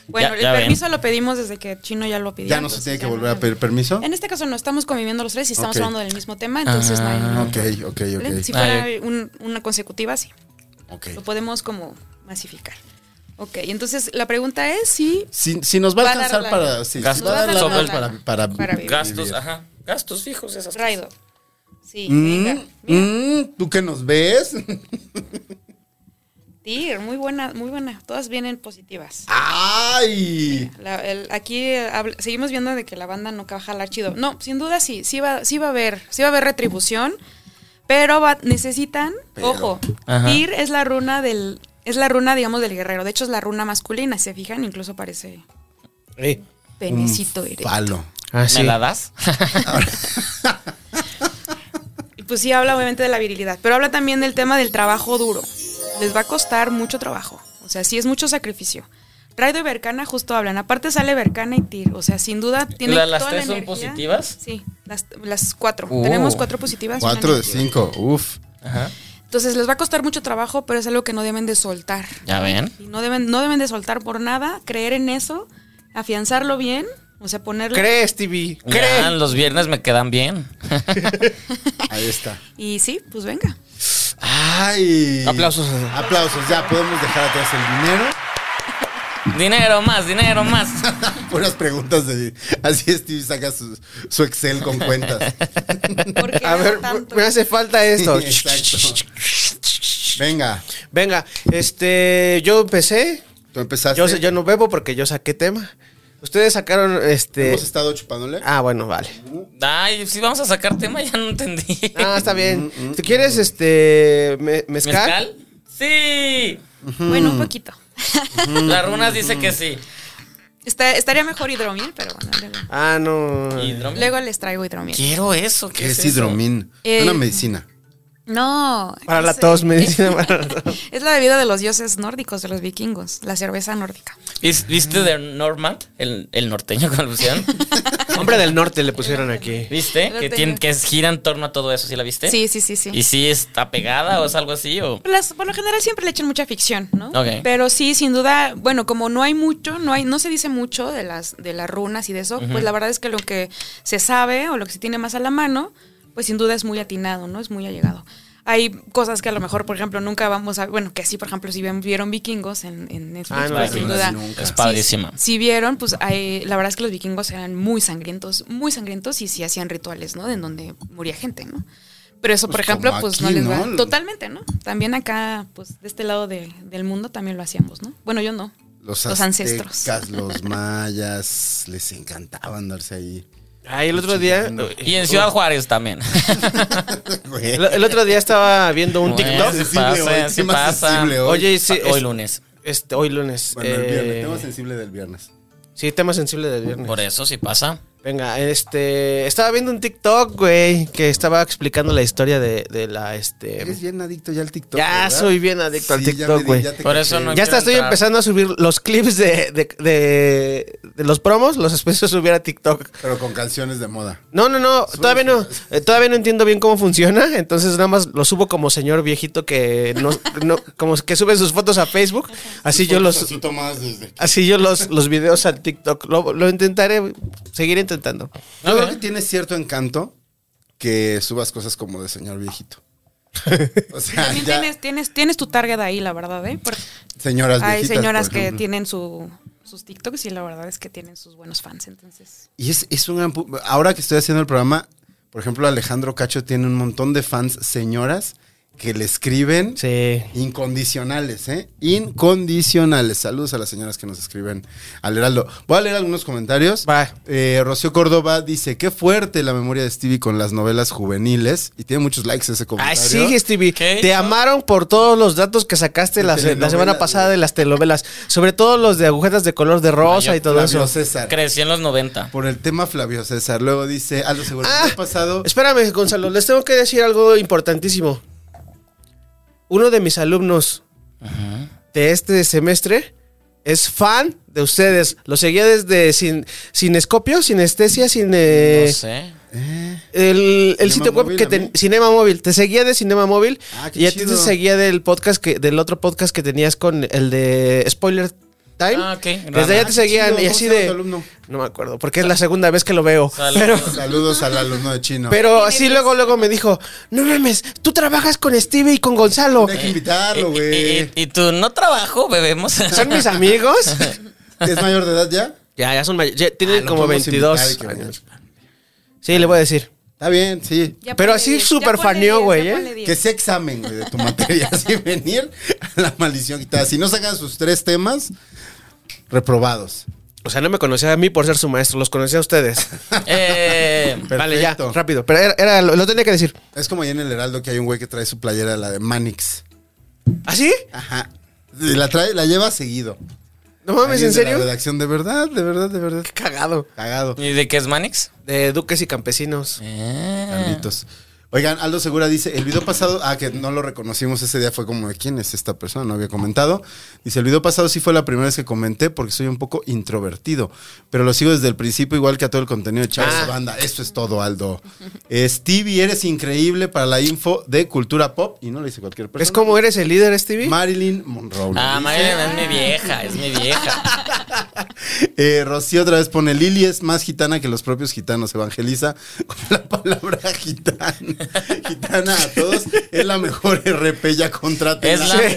Speaker 4: Bueno,
Speaker 3: Ya-
Speaker 4: el
Speaker 3: ya ven.
Speaker 4: permiso lo pedimos desde que Chino ya lo pidió.
Speaker 2: ¿Ya no se
Speaker 4: entonces
Speaker 2: tiene que
Speaker 4: ya
Speaker 2: volver
Speaker 4: no-
Speaker 2: a pedir permiso?
Speaker 4: En este caso no estamos conviviendo los tres y estamos
Speaker 2: Ok.
Speaker 4: hablando del mismo tema, entonces no hay
Speaker 3: Ah,
Speaker 4: ningún
Speaker 2: Ok, ok,
Speaker 4: problema. Si
Speaker 2: ok.
Speaker 3: Ah,
Speaker 4: fuera un- una consecutiva, sí.
Speaker 2: Ok.
Speaker 4: Lo podemos como masificar. Ok, entonces la pregunta es si...
Speaker 2: Si, si nos va a
Speaker 4: Va a dar
Speaker 2: alcanzar
Speaker 4: la-
Speaker 2: para. sí,
Speaker 3: Gastos.
Speaker 2: va a dar la
Speaker 3: Nos va a
Speaker 2: lana
Speaker 3: dar la
Speaker 2: para, para,
Speaker 4: para vivir.
Speaker 3: Gastos, ajá. Gastos fijos, esas cosas.
Speaker 4: Raido. Sí,
Speaker 2: Mm,
Speaker 4: venga. Mira,
Speaker 2: mm, ¿Tú que nos ves?
Speaker 4: Tigre, muy buena, muy buena. Todas vienen positivas.
Speaker 2: ¡Ay!
Speaker 4: La- el- aquí eh, habl- seguimos viendo de que la banda no caja la chido. No, sin duda sí, sí va, sí va a haber, sí va a haber retribución, pero va- necesitan,
Speaker 2: Pero.
Speaker 4: ojo,
Speaker 3: Ajá.
Speaker 4: Tyr es la runa del, es la runa, digamos, del guerrero. De hecho, es la runa masculina, si se fijan, incluso parece penecito
Speaker 2: Un
Speaker 4: erecto.
Speaker 2: Mm, Palo.
Speaker 1: Ah,
Speaker 3: ¿Me
Speaker 1: sí.
Speaker 3: la das?
Speaker 4: Y pues sí habla obviamente de la virilidad, pero habla también del tema del trabajo duro. Les va a costar mucho trabajo, o sea, sí es mucho sacrificio. Raido y Bercana justo hablan, aparte sale Bercana y Tyr, o sea, sin duda tienen
Speaker 3: ¿La- las
Speaker 4: toda
Speaker 3: tres
Speaker 4: la
Speaker 3: son
Speaker 4: energía.
Speaker 3: positivas?
Speaker 4: Sí, las, las cuatro.
Speaker 3: Uh.
Speaker 4: Tenemos cuatro positivas. y una
Speaker 2: Cuatro de
Speaker 4: negativa.
Speaker 2: cinco. Uf.
Speaker 3: Ajá.
Speaker 4: Entonces les va a costar mucho trabajo, pero es algo que no deben de soltar.
Speaker 3: Ya ven.
Speaker 4: Y no deben, no deben de soltar por nada, creer en eso, afianzarlo bien, o sea, ponerle...
Speaker 1: Cree, Stevie.
Speaker 3: Ya,
Speaker 1: Cree.
Speaker 3: los viernes me quedan bien.
Speaker 2: Ahí está.
Speaker 4: Y sí, pues venga.
Speaker 2: ¡Ay!
Speaker 1: Aplausos.
Speaker 2: Aplausos. Ya podemos dejar atrás el dinero.
Speaker 3: dinero más, dinero más.
Speaker 2: Puras preguntas de. Así Steve saca su, su Excel con cuentas.
Speaker 4: Porque
Speaker 1: A ver,
Speaker 4: tanto.
Speaker 1: me hace falta esto.
Speaker 2: Exacto. Venga,
Speaker 1: Venga, este, yo empecé.
Speaker 2: tú empezaste.
Speaker 1: Yo, sé- yo no bebo porque yo saqué tema. Ustedes sacaron, este.
Speaker 2: Hemos estado chupándole.
Speaker 1: Ah, bueno, vale.
Speaker 3: Ay, si vamos a sacar tema, ya no entendí.
Speaker 1: Ah, está bien. ¿Tú quieres, este, me- mezcal?
Speaker 3: Mm, ¿Mezcal? Sí.
Speaker 4: Bueno, un poquito.
Speaker 3: Las runas dice que sí.
Speaker 4: Está- estaría mejor hidromiel, pero bueno, luego,
Speaker 1: Ah, no.
Speaker 3: Hidromiel.
Speaker 4: luego les traigo hidromiel.
Speaker 3: Quiero eso. ¿Qué,
Speaker 2: Mm. ¿Qué es
Speaker 3: eso?
Speaker 2: hidromin?
Speaker 4: Eh,
Speaker 2: Una medicina.
Speaker 4: No.
Speaker 1: Para
Speaker 4: es-
Speaker 1: la tos, medicina para la tos.
Speaker 4: Es la bebida de los dioses nórdicos, de los vikingos, la cerveza nórdica.
Speaker 3: ¿Vis- ¿Viste de Norman? El, el norteño con Luciano.
Speaker 1: Hombre del norte le pusieron aquí.
Speaker 3: ¿Viste? Que,
Speaker 4: El norteño.
Speaker 3: tiene, que es- gira en torno a todo eso, ¿sí la viste?
Speaker 4: Sí, sí, sí, sí.
Speaker 3: ¿Y si está pegada o es algo así? O...
Speaker 4: Las- por lo general siempre le echan mucha ficción, ¿no?
Speaker 3: Ok.
Speaker 4: Pero sí, sin duda, bueno, como no hay mucho, no hay, no se dice mucho de las, de las runas y de eso, pues la verdad es que lo que se sabe o lo que se tiene más a la mano, pues sin duda es muy atinado, ¿no? Es muy allegado. Hay cosas que a lo mejor, por ejemplo, nunca vamos a, bueno, que sí, por ejemplo, si ven- vieron vikingos en, en Netflix,
Speaker 1: Ah, no,
Speaker 4: pues,
Speaker 3: sí,
Speaker 4: sin
Speaker 3: no,
Speaker 4: duda.
Speaker 2: nunca.
Speaker 3: Es padrísima.
Speaker 4: Si, vieron, pues hay, la verdad es que los vikingos eran muy sangrientos, muy sangrientos y sí hacían rituales, ¿no? En donde moría gente, ¿no? Pero eso, por
Speaker 2: Pues
Speaker 4: ejemplo,
Speaker 2: como
Speaker 4: pues
Speaker 2: aquí,
Speaker 4: no les va.
Speaker 2: ¿no?
Speaker 4: Totalmente, ¿no? También acá, pues de este lado de- del mundo también lo hacíamos, ¿no? Bueno, yo no.
Speaker 2: Los,
Speaker 4: los
Speaker 2: ancestros.
Speaker 4: ancestros.
Speaker 2: Los mayas. Les encantaba andarse ahí.
Speaker 1: Ay, Ah, el otro día.
Speaker 3: Y en Ciudad Juárez también.
Speaker 2: Güey.
Speaker 1: El, el otro día estaba viendo un
Speaker 3: Bueno,
Speaker 1: TikTok.
Speaker 3: sí
Speaker 2: sensible hoy,
Speaker 3: pasa, sí
Speaker 2: tema
Speaker 3: pasa.
Speaker 2: sensible hoy.
Speaker 1: Oye, y sí,
Speaker 3: Hoy
Speaker 1: es-
Speaker 3: lunes.
Speaker 1: Este, hoy lunes.
Speaker 2: Bueno, el viernes.
Speaker 1: eh,
Speaker 2: Tema sensible del viernes.
Speaker 1: Sí, tema sensible del viernes.
Speaker 3: Por eso sí pasa.
Speaker 1: Venga, este. Estaba viendo un TikTok, güey, que estaba explicando la historia de, de la. Este.
Speaker 2: Eres bien adicto ya al TikTok.
Speaker 1: Ya
Speaker 2: ¿verdad?
Speaker 1: soy bien adicto al
Speaker 2: Sí, ya
Speaker 1: TikTok,
Speaker 2: me di-
Speaker 1: güey.
Speaker 2: ya te
Speaker 3: Por
Speaker 2: caché.
Speaker 3: eso no-
Speaker 1: Ya hasta
Speaker 3: quiero
Speaker 1: estoy
Speaker 3: entrar.
Speaker 1: empezando a subir los clips de, de, de- de los promos, los empiezo a subir a TikTok.
Speaker 2: Pero con canciones de moda.
Speaker 1: No, no, no, todavía no, eh, todavía no entiendo bien cómo funciona, entonces nada más lo subo como señor viejito que no, no- como que sube sus fotos a Facebook, así yo los,
Speaker 2: Tú tomas desde aquí.
Speaker 1: así yo los, los videos al TikTok, lo, lo intentaré, seguiré intentando.
Speaker 2: Yo
Speaker 3: Ok.
Speaker 2: creo que tiene cierto encanto que subas cosas como de señor viejito. O sea,
Speaker 4: También
Speaker 2: ya,
Speaker 4: tienes, tienes, tienes tu target ahí, la verdad, ¿eh? Por-
Speaker 2: señoras
Speaker 4: hay
Speaker 2: viejitas.
Speaker 4: señoras
Speaker 2: por
Speaker 4: que
Speaker 2: ejemplo.
Speaker 4: tienen su- sus TikToks y la verdad es que tienen sus buenos fans, entonces.
Speaker 2: Y es, es un gran... pu- Ahora que estoy haciendo el programa, por ejemplo, Alejandro Cacho tiene un montón de fans señoras que le escriben
Speaker 1: Sí.
Speaker 2: incondicionales, ¿eh? Incondicionales. Saludos a las señoras que nos escriben al Heraldo. Voy a leer algunos comentarios.
Speaker 1: Va.
Speaker 2: Eh, Rocío Córdoba dice, qué fuerte la memoria de Stevie con las novelas juveniles. Y tiene muchos likes ese
Speaker 1: Ay,
Speaker 2: comentario.
Speaker 1: sí, Stevie.
Speaker 3: ¿Qué?
Speaker 1: Te amaron por todos los datos que sacaste
Speaker 2: De
Speaker 1: la, se- la semana
Speaker 2: telenovelas,
Speaker 1: pasada
Speaker 2: güey.
Speaker 1: de las telenovelas. Sobre todo los de agujetas de color de rosa
Speaker 3: Ay, yo-
Speaker 1: y todo
Speaker 2: Flavio
Speaker 1: eso.
Speaker 2: César.
Speaker 3: Crecí en los 90.
Speaker 2: Por el tema Flavio César. Luego dice, a lo seguro
Speaker 1: Ah,
Speaker 2: que ha pasado.
Speaker 1: Espérame, Gonzalo, les tengo que decir algo importantísimo. Uno de mis alumnos de este semestre es fan de ustedes. Lo seguía desde sin, sin escopio, sin anestesia, sin... eh,
Speaker 3: no sé.
Speaker 2: eh,
Speaker 1: El,
Speaker 2: Cinema
Speaker 1: el sitio web
Speaker 2: Móvil
Speaker 1: que
Speaker 2: a
Speaker 1: te-
Speaker 2: mí.
Speaker 1: Cinema Móvil. Te seguía de Cinema Móvil
Speaker 2: Ah, qué
Speaker 1: y a ti te
Speaker 2: chido.
Speaker 1: seguía del podcast que, del otro podcast que tenías con el de Spoiler Time.
Speaker 3: Ah, ok. Rana.
Speaker 1: Desde allá te seguían
Speaker 2: Ah, Chido, ¿cómo
Speaker 1: y así
Speaker 2: se llama tu
Speaker 1: de.
Speaker 2: alumno?
Speaker 1: No me acuerdo, porque es la segunda vez que lo veo.
Speaker 3: Saludos.
Speaker 1: Pero,
Speaker 2: Saludos al alumno de chino.
Speaker 1: pero así luego, luego me dijo: No mames, tú trabajas con Steve y con Gonzalo.
Speaker 2: Hay que
Speaker 1: Eh,
Speaker 2: invitarlo,
Speaker 3: Y-
Speaker 2: güey.
Speaker 3: y, y- y tú, no trabajo, bebemos.
Speaker 1: ¿Son mis amigos?
Speaker 2: ¿Es mayor de edad ya?
Speaker 1: ya, ya son mayores.
Speaker 2: Ah,
Speaker 1: Tienen
Speaker 2: lo
Speaker 1: como
Speaker 2: podemos invitar y
Speaker 1: 22
Speaker 2: que venga.
Speaker 1: años. Sí, le voy a decir.
Speaker 2: Está bien, sí.
Speaker 4: Ya
Speaker 1: Pero
Speaker 4: ponle
Speaker 1: así
Speaker 4: 10, ya
Speaker 1: súper
Speaker 4: ponle
Speaker 1: faneó,
Speaker 4: 10, ya
Speaker 1: güey, ¿eh?
Speaker 4: ponle 10.
Speaker 2: Que sea examen güey, de tu materia, así venir a la maldición quitada. Si no sacan sus tres temas, reprobados.
Speaker 1: O sea, no me conocía a mí por ser su maestro, los conocía a ustedes.
Speaker 3: Eh,
Speaker 1: Vale, ya,
Speaker 2: Perfecto.
Speaker 1: rápido. Pero era, era- lo, lo tenía que decir.
Speaker 2: Es como ahí en el Heraldo que hay un güey que trae su playera, la de Manix.
Speaker 1: ¿Así?
Speaker 2: Ajá. Y La trae, la lleva seguido.
Speaker 1: No mames,
Speaker 2: Alguien
Speaker 1: ¿en
Speaker 2: de la
Speaker 1: serio?
Speaker 2: redacción, de verdad, de verdad, de verdad.
Speaker 1: Qué cagado.
Speaker 2: Cagado.
Speaker 3: ¿Y de qué es Manix?
Speaker 1: De duques y campesinos.
Speaker 3: Ah.
Speaker 2: Carlitos. Oigan, Aldo Segura dice, el video pasado, ah, que no lo reconocimos ese día, fue como, ¿quién es esta persona? No había comentado. Dice, el video pasado sí fue la primera vez que comenté porque soy un poco introvertido, pero lo sigo desde el principio igual que a todo el contenido de Chavos
Speaker 1: Ah.
Speaker 2: Banda. Eso es todo, Aldo. Eh, Stevie, eres increíble para la info de cultura pop y no lo dice cualquier persona.
Speaker 1: ¿Ves cómo eres el líder, Stevie?
Speaker 2: Marilyn Monroe. lo
Speaker 3: Ah,
Speaker 2: dice.
Speaker 3: Marilyn es mi vieja, es mi vieja.
Speaker 2: Eh, Rocío otra vez pone, Lili es más gitana que los propios gitanos, evangeliza con la palabra gitana. Gitana a todos, es la mejor RP, ya contrata.
Speaker 3: Es la- sí.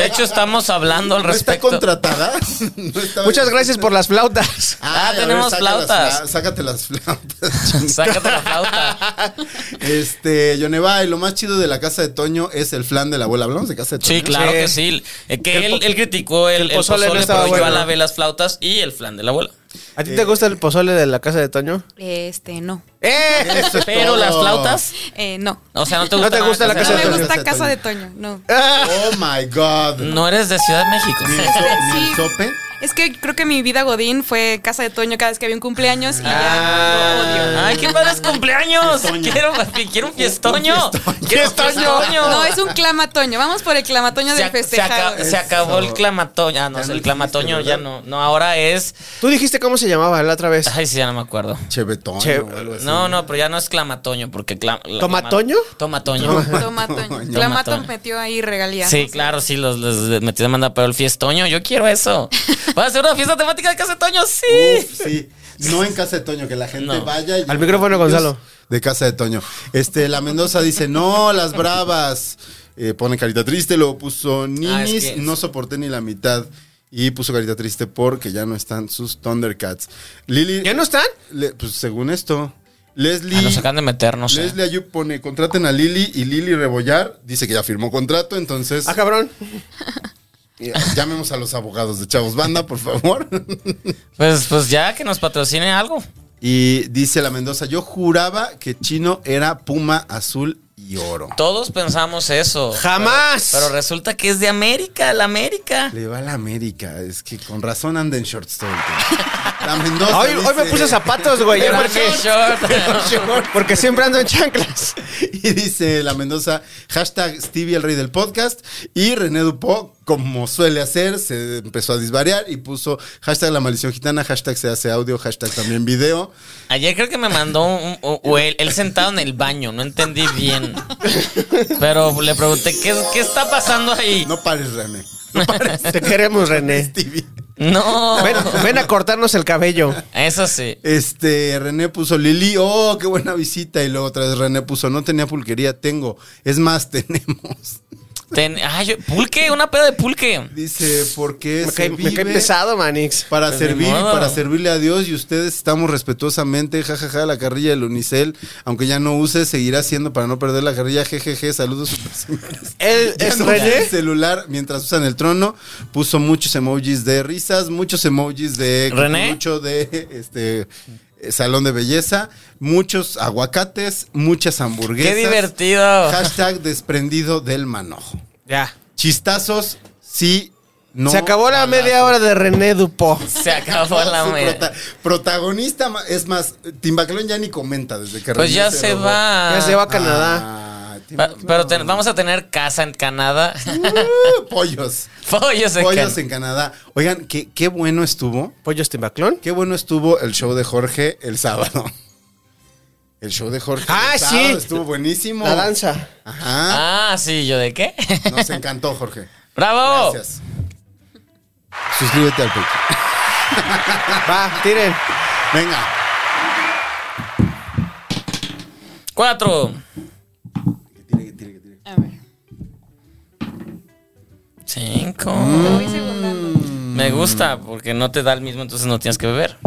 Speaker 3: De hecho, estamos hablando al
Speaker 2: ¿No está
Speaker 3: respecto.
Speaker 2: contratada? No está-
Speaker 1: Muchas gracias por las flautas.
Speaker 3: Ah,
Speaker 2: a ver,
Speaker 3: tenemos
Speaker 2: saca las
Speaker 3: flautas.
Speaker 2: fla- sácate las flautas. chingada.
Speaker 3: Sácate la flauta.
Speaker 2: Este, Yonevay, lo más chido de la casa de Toño es el flan de la abuela. Hablamos de casa de Toño.
Speaker 3: Sí, claro
Speaker 1: Sí.
Speaker 3: que sí. Eh, que
Speaker 1: El
Speaker 3: él,
Speaker 1: po-
Speaker 3: él criticó el,
Speaker 1: el
Speaker 3: el
Speaker 1: pozole no
Speaker 3: pozole,
Speaker 1: estaba
Speaker 3: pero yo
Speaker 1: bueno.
Speaker 3: alabé las flautas y el flan de la abuela.
Speaker 1: ¿A
Speaker 2: Eh.
Speaker 1: ti te gusta el pozole de la casa de Toño?
Speaker 4: Este, no.
Speaker 1: ¡Eh!
Speaker 2: Eso es
Speaker 3: Pero
Speaker 2: todo.
Speaker 3: las flautas,
Speaker 4: Eh, no.
Speaker 3: o sea, no te
Speaker 1: No
Speaker 3: gusta.
Speaker 1: te gusta la Casa
Speaker 4: No
Speaker 1: de
Speaker 4: me
Speaker 1: Toño.
Speaker 4: gusta Casa de Toño, no.
Speaker 3: Ah.
Speaker 2: Oh my God.
Speaker 3: No eres de Ciudad de México.
Speaker 2: Ni el so- ni el
Speaker 4: Sí.
Speaker 2: sope.
Speaker 4: Es que creo que mi vida Godín fue Casa de Toño cada vez que había un cumpleaños y ya lo odio.
Speaker 3: Ah, Ay, qué padres cumpleaños.
Speaker 2: Fiestoño.
Speaker 3: Quiero, quiero un fiestoño. Quiero un fiestoño.
Speaker 4: No, es un clamatoño. Vamos por el clamatoño
Speaker 3: se,
Speaker 4: del
Speaker 3: ac- se aca-
Speaker 4: festejado.
Speaker 3: se acabó
Speaker 2: Eso.
Speaker 3: el clamatoño.
Speaker 2: Ya
Speaker 3: Ah, no,
Speaker 2: no
Speaker 3: el
Speaker 2: existe,
Speaker 3: clamatoño
Speaker 2: ¿verdad?
Speaker 3: ya no. No, ahora es.
Speaker 1: Tú dijiste cómo se llamaba la otra vez.
Speaker 3: Ay, sí, ya no me acuerdo.
Speaker 2: Chevetoño.
Speaker 1: Che-
Speaker 2: o algo así.
Speaker 3: No, no, pero ya no es clamatoño, porque. cla- la-
Speaker 1: ¿Tomatoño?
Speaker 3: Tomatoño.
Speaker 4: Tomatoño. Clamato
Speaker 3: Tomatoño.
Speaker 4: metió ahí regalías.
Speaker 3: Sí, claro, sí, los, los metí de manda, pero el fiestoño, yo quiero eso. ¿Vas a hacer una fiesta temática de casa de Toño? Sí.
Speaker 2: Uf, sí. No en casa de Toño, que la gente
Speaker 3: No.
Speaker 2: vaya. y-
Speaker 1: Al micrófono, Gonzalo.
Speaker 2: De casa de Toño. Este, la Mendoza dice, no, las bravas. Eh, pone carita triste, luego puso ninis,
Speaker 3: Ah, es que-
Speaker 2: no soporté ni la mitad. Y puso carita triste porque ya no están sus Thundercats. Lili.
Speaker 1: ¿Ya no están?
Speaker 2: le- pues según esto. Leslie.
Speaker 3: Ah, nos acaban de meter, no sé.
Speaker 2: Leslie Ayub pone, contraten a Lili y Lili Rebollar dice que ya firmó contrato, entonces
Speaker 1: Ah, cabrón.
Speaker 2: eh, llamemos a los abogados de Chavos Banda, por favor.
Speaker 3: Pues, pues ya que nos patrocine algo.
Speaker 2: Y dice la Mendoza, yo juraba que Chino era puma azul y oro.
Speaker 3: Todos pensamos eso.
Speaker 1: ¡Jamás!
Speaker 3: Pero resulta que es de América, la América.
Speaker 2: Le va a la América, es que con razón anda en shorts todo el tiempo. La Mendoza
Speaker 1: Hoy, hoy me
Speaker 2: dice-
Speaker 1: puse zapatos, güey. ya
Speaker 3: Pero
Speaker 1: porque,
Speaker 3: no short.
Speaker 1: porque siempre ando en chanclas.
Speaker 2: Y dice la Mendoza, hashtag Stevie el rey del podcast. Y René Dupont, como suele hacer, se empezó a disvariar y puso hashtag la maldición gitana, hashtag se hace audio, hashtag también video.
Speaker 3: Ayer creo que me mandó un, o- o él, él sentado en el baño, no entendí bien. Pero le pregunté, ¿qué, qué está pasando ahí?
Speaker 2: No pares, René.
Speaker 1: Te queremos, René.
Speaker 2: Stevie.
Speaker 3: No.
Speaker 1: Ven, ven a cortarnos el cabello.
Speaker 3: Eso sí.
Speaker 2: Este, René puso Lili, oh, qué buena visita. Y luego otra vez René puso, no tenía pulquería, tengo. Es más, tenemos.
Speaker 3: Ten- ay, yo- pulque, una peda de pulque.
Speaker 2: Dice, porque
Speaker 1: Me cae,
Speaker 2: se
Speaker 1: me cae
Speaker 2: Este vive
Speaker 1: pesado, Manix.
Speaker 2: Para
Speaker 3: Pues ni
Speaker 2: servir, y
Speaker 3: modo.
Speaker 2: para servirle a Dios y ustedes estamos respetuosamente, jajaja, la carrilla del Unicel, aunque ya no use, seguirá siendo para no perder la carrilla, jejeje, saludos super señores.
Speaker 1: Él
Speaker 2: Ya
Speaker 1: es
Speaker 2: no usa el
Speaker 1: René.
Speaker 2: celular mientras usan el trono, puso muchos emojis de risas, muchos emojis de
Speaker 3: ¿René?
Speaker 2: mucho de este eh, salón de belleza, muchos aguacates, muchas hamburguesas.
Speaker 3: Qué divertido.
Speaker 2: Hashtag desprendido del manojo.
Speaker 1: Ya.
Speaker 2: Chistazos, sí, no.
Speaker 1: Se acabó la
Speaker 2: balazos.
Speaker 1: media hora de René Dupont.
Speaker 3: Se acabó la
Speaker 2: Su prota-
Speaker 3: mierda.
Speaker 2: protagonista, ma- es más, Timbaclón ya ni comenta desde que
Speaker 3: Pues
Speaker 2: René
Speaker 3: ya se
Speaker 2: robó.
Speaker 3: va.
Speaker 1: Ya se va a
Speaker 2: Ah,
Speaker 1: Canadá.
Speaker 3: Pa-
Speaker 2: Timbaclón.
Speaker 3: Pero ten- vamos a tener casa en Canadá.
Speaker 2: Uh, pollos.
Speaker 3: Pollos en
Speaker 2: Pollos
Speaker 3: Canadá.
Speaker 2: en Canadá. Oigan, qué, qué bueno estuvo.
Speaker 1: ¿Pollos Timbaclón?
Speaker 2: Qué bueno estuvo el show de Jorge el sábado. El show de Jorge.
Speaker 1: Ah,
Speaker 2: el sábado
Speaker 1: sí.
Speaker 2: Estuvo buenísimo.
Speaker 1: La danza.
Speaker 2: Ajá.
Speaker 3: Ah, sí, ¿yo de qué?
Speaker 2: Nos encantó, Jorge.
Speaker 3: Oh. ¡Bravo!
Speaker 2: Gracias. Suscríbete al Patreon.
Speaker 1: Va, tiren.
Speaker 2: Venga.
Speaker 3: Cuatro.
Speaker 4: A ver.
Speaker 3: Cinco.
Speaker 4: Te voy segundando.
Speaker 3: Me gusta porque no te da el mismo, entonces no tienes que beber.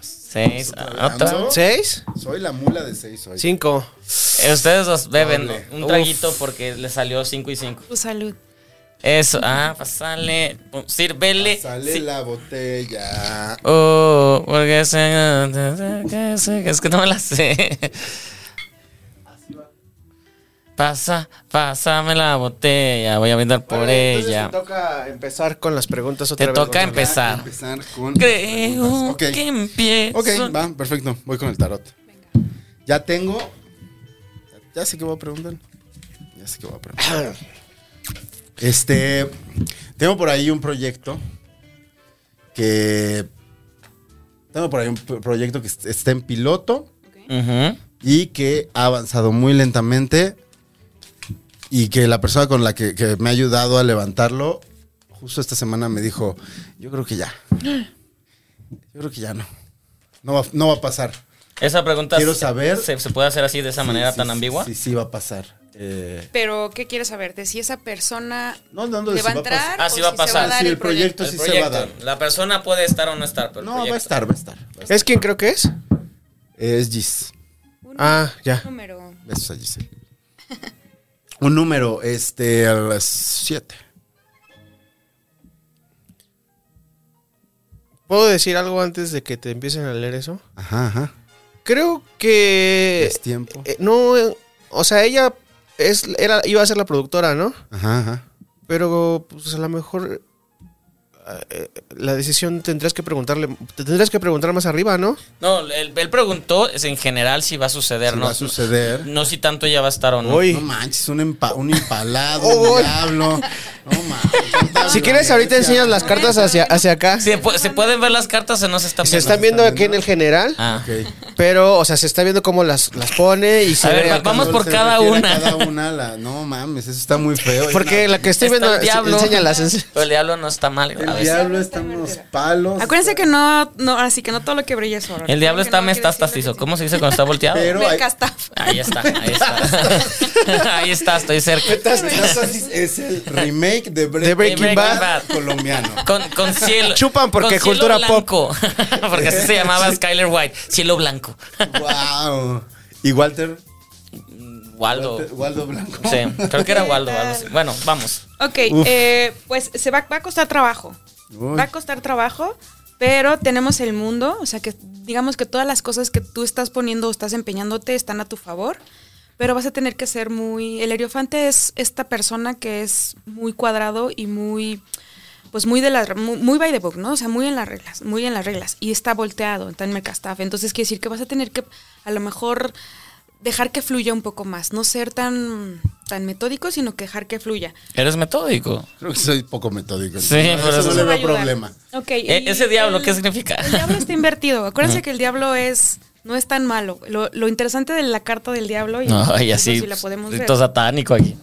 Speaker 3: Seis. Otra.
Speaker 2: ¿Anzo?
Speaker 1: ¿Seis?
Speaker 2: Soy la mula de seis hoy.
Speaker 1: Cinco.
Speaker 3: Eh, Ustedes dos beben
Speaker 2: Doble.
Speaker 3: un traguito porque le salió cinco y cinco.
Speaker 4: Tu salud.
Speaker 3: Eso. Ah, pasale. pum, Sírvele.
Speaker 2: Sale
Speaker 3: sí.
Speaker 2: la botella.
Speaker 3: Oh, porque se- Es que no me la sé. Pasa, pásame la botella. Voy a brindar por ella.
Speaker 1: Te toca empezar con las preguntas otra
Speaker 3: Te
Speaker 1: vez.
Speaker 3: toca
Speaker 1: Gonzalo.
Speaker 3: empezar.
Speaker 2: Empezar con.
Speaker 3: Creo
Speaker 2: Ok.
Speaker 3: que empiezo.
Speaker 2: Ok, va, perfecto. Voy con el tarot. Ya tengo. Ya sé que voy a preguntar. Ya sé que voy a preguntar. Este. Tengo por ahí un proyecto que. Tengo por ahí un pro- proyecto que est- está en piloto
Speaker 3: Ujú.
Speaker 2: y que ha avanzado muy lentamente y que la persona con la que, que me ha ayudado a levantarlo justo esta semana me dijo, yo creo que ya. Yo creo que ya no. No va, no va a pasar.
Speaker 3: Esa pregunta
Speaker 2: Quiero
Speaker 3: se-
Speaker 2: saber-
Speaker 3: Se, se puede hacer así de esa
Speaker 2: Sí,
Speaker 3: manera
Speaker 2: sí,
Speaker 3: tan
Speaker 2: sí,
Speaker 3: ambigua.
Speaker 2: Sí, sí, va a pasar. Eh,
Speaker 4: Pero, ¿qué quieres saber? ¿De si esa persona
Speaker 2: no, no, no,
Speaker 4: le
Speaker 2: si
Speaker 4: va a
Speaker 2: va a
Speaker 4: entrar?
Speaker 3: pasar. Ah,
Speaker 4: o
Speaker 3: sí
Speaker 4: si
Speaker 3: va a
Speaker 4: Se
Speaker 3: pasar.
Speaker 4: va a dar
Speaker 2: Sí,
Speaker 4: el
Speaker 2: el proyecto
Speaker 4: proyecto.
Speaker 2: sí
Speaker 3: El
Speaker 2: se va a
Speaker 3: proyecto.
Speaker 2: dar.
Speaker 3: La persona puede estar o no estar, pero el
Speaker 2: no, va a
Speaker 3: proyecto.
Speaker 2: estar, va a estar. va a estar.
Speaker 1: ¿Es quién creo que es?
Speaker 2: Es Gis.
Speaker 4: Un
Speaker 1: Ah, ya.
Speaker 4: Número.
Speaker 2: Besos a Giselle. Un número, este, a las 7.
Speaker 1: ¿Puedo decir algo antes de que te empiecen a leer eso?
Speaker 2: Ajá, ajá.
Speaker 1: Creo que...
Speaker 2: es tiempo.
Speaker 1: eh, no, eh, o sea, ella es, era, iba a ser la productora, ¿no?
Speaker 2: Ajá, ajá.
Speaker 1: Pero pues a lo mejor eh, la decisión tendrás que preguntarle, te tendrás que preguntar más arriba, ¿no?
Speaker 3: No, él, él preguntó es en general si va a suceder,
Speaker 2: Si
Speaker 3: no,
Speaker 2: va a suceder.
Speaker 3: No si tanto ya va a estar o no.
Speaker 1: Uy.
Speaker 2: No manches, un, empa- un impalado,
Speaker 1: Oh,
Speaker 2: un
Speaker 1: oh.
Speaker 2: diablo. No manches.
Speaker 1: Si quieres ahorita enseñas las cartas hacia, hacia acá.
Speaker 3: ¿Se, pu- se pueden ver las cartas o no se están
Speaker 1: Se
Speaker 3: viendo?
Speaker 1: están viendo aquí en el general,
Speaker 3: Ah.
Speaker 2: Ok.
Speaker 1: pero, o sea, se está viendo cómo las, las pone y se
Speaker 3: A ver,
Speaker 1: ve
Speaker 3: va-
Speaker 1: acá.
Speaker 3: vamos por
Speaker 2: Se
Speaker 3: cada
Speaker 2: refiere a
Speaker 3: una.
Speaker 2: Cada una la- no mames, eso está muy feo.
Speaker 1: Porque la que estoy
Speaker 3: Está
Speaker 1: viendo,
Speaker 3: el diablo.
Speaker 1: enséñalas. ens-
Speaker 3: Pero el diablo no está mal.
Speaker 2: El
Speaker 3: a veces.
Speaker 2: diablo está en unos palos.
Speaker 4: Acuérdense que no, no, así que no todo lo que brilla es oro.
Speaker 3: El diablo
Speaker 4: Que
Speaker 3: está
Speaker 4: no quiere decir lo que
Speaker 3: metastastizo.
Speaker 4: sí.
Speaker 3: ¿Cómo se dice cuando está volteado?
Speaker 2: Pero hay-
Speaker 4: Mercastaf.
Speaker 3: Ahí está, ahí está. ahí está, estoy cerca.
Speaker 2: Metas- Metastasis es el remake de Breaking,
Speaker 1: De Breaking
Speaker 2: Bad,
Speaker 3: Bad.
Speaker 2: colombiano.
Speaker 3: Con, con cielo.
Speaker 1: Chupan porque
Speaker 3: con cielo
Speaker 1: cultura
Speaker 3: blanco. porque así se llamaba Skyler White. Cielo blanco.
Speaker 2: wow. Y Walter
Speaker 3: Waldo.
Speaker 2: Walter- Waldo Blanco.
Speaker 3: Sí, creo que era Waldo. algo así. Bueno, vamos.
Speaker 4: Ok,
Speaker 2: Uf.
Speaker 4: eh, pues se va, va a costar trabajo.
Speaker 2: Uy.
Speaker 4: Va a costar trabajo, pero tenemos el mundo, o sea que digamos que todas las cosas que tú estás poniendo o estás empeñándote están a tu favor, pero vas a tener que ser muy... El eriofante es esta persona que es muy cuadrado y muy... Pues muy de las muy, muy by the book, ¿no? O sea, muy en las reglas, muy en las reglas. Y está volteado, está en mercastaf. Entonces quiere decir que vas a tener que a lo mejor dejar que fluya un poco más. No ser tan, tan metódico, sino que dejar que fluya.
Speaker 3: Eres metódico.
Speaker 2: Creo que soy poco metódico.
Speaker 3: Sí,
Speaker 2: entonces,
Speaker 3: por
Speaker 2: eso
Speaker 3: eso.
Speaker 2: no le
Speaker 4: va a
Speaker 2: veo
Speaker 4: ayudar.
Speaker 2: problema.
Speaker 4: Ok,
Speaker 3: E-
Speaker 4: y
Speaker 3: ese diablo,
Speaker 4: el-
Speaker 3: ¿qué significa?
Speaker 4: El diablo está invertido. Acuérdense que el diablo es no es tan malo. Lo, lo interesante de la carta del diablo y
Speaker 3: No, y
Speaker 4: eso
Speaker 3: así.
Speaker 4: sí la podemos ver.
Speaker 3: rito satánico aquí.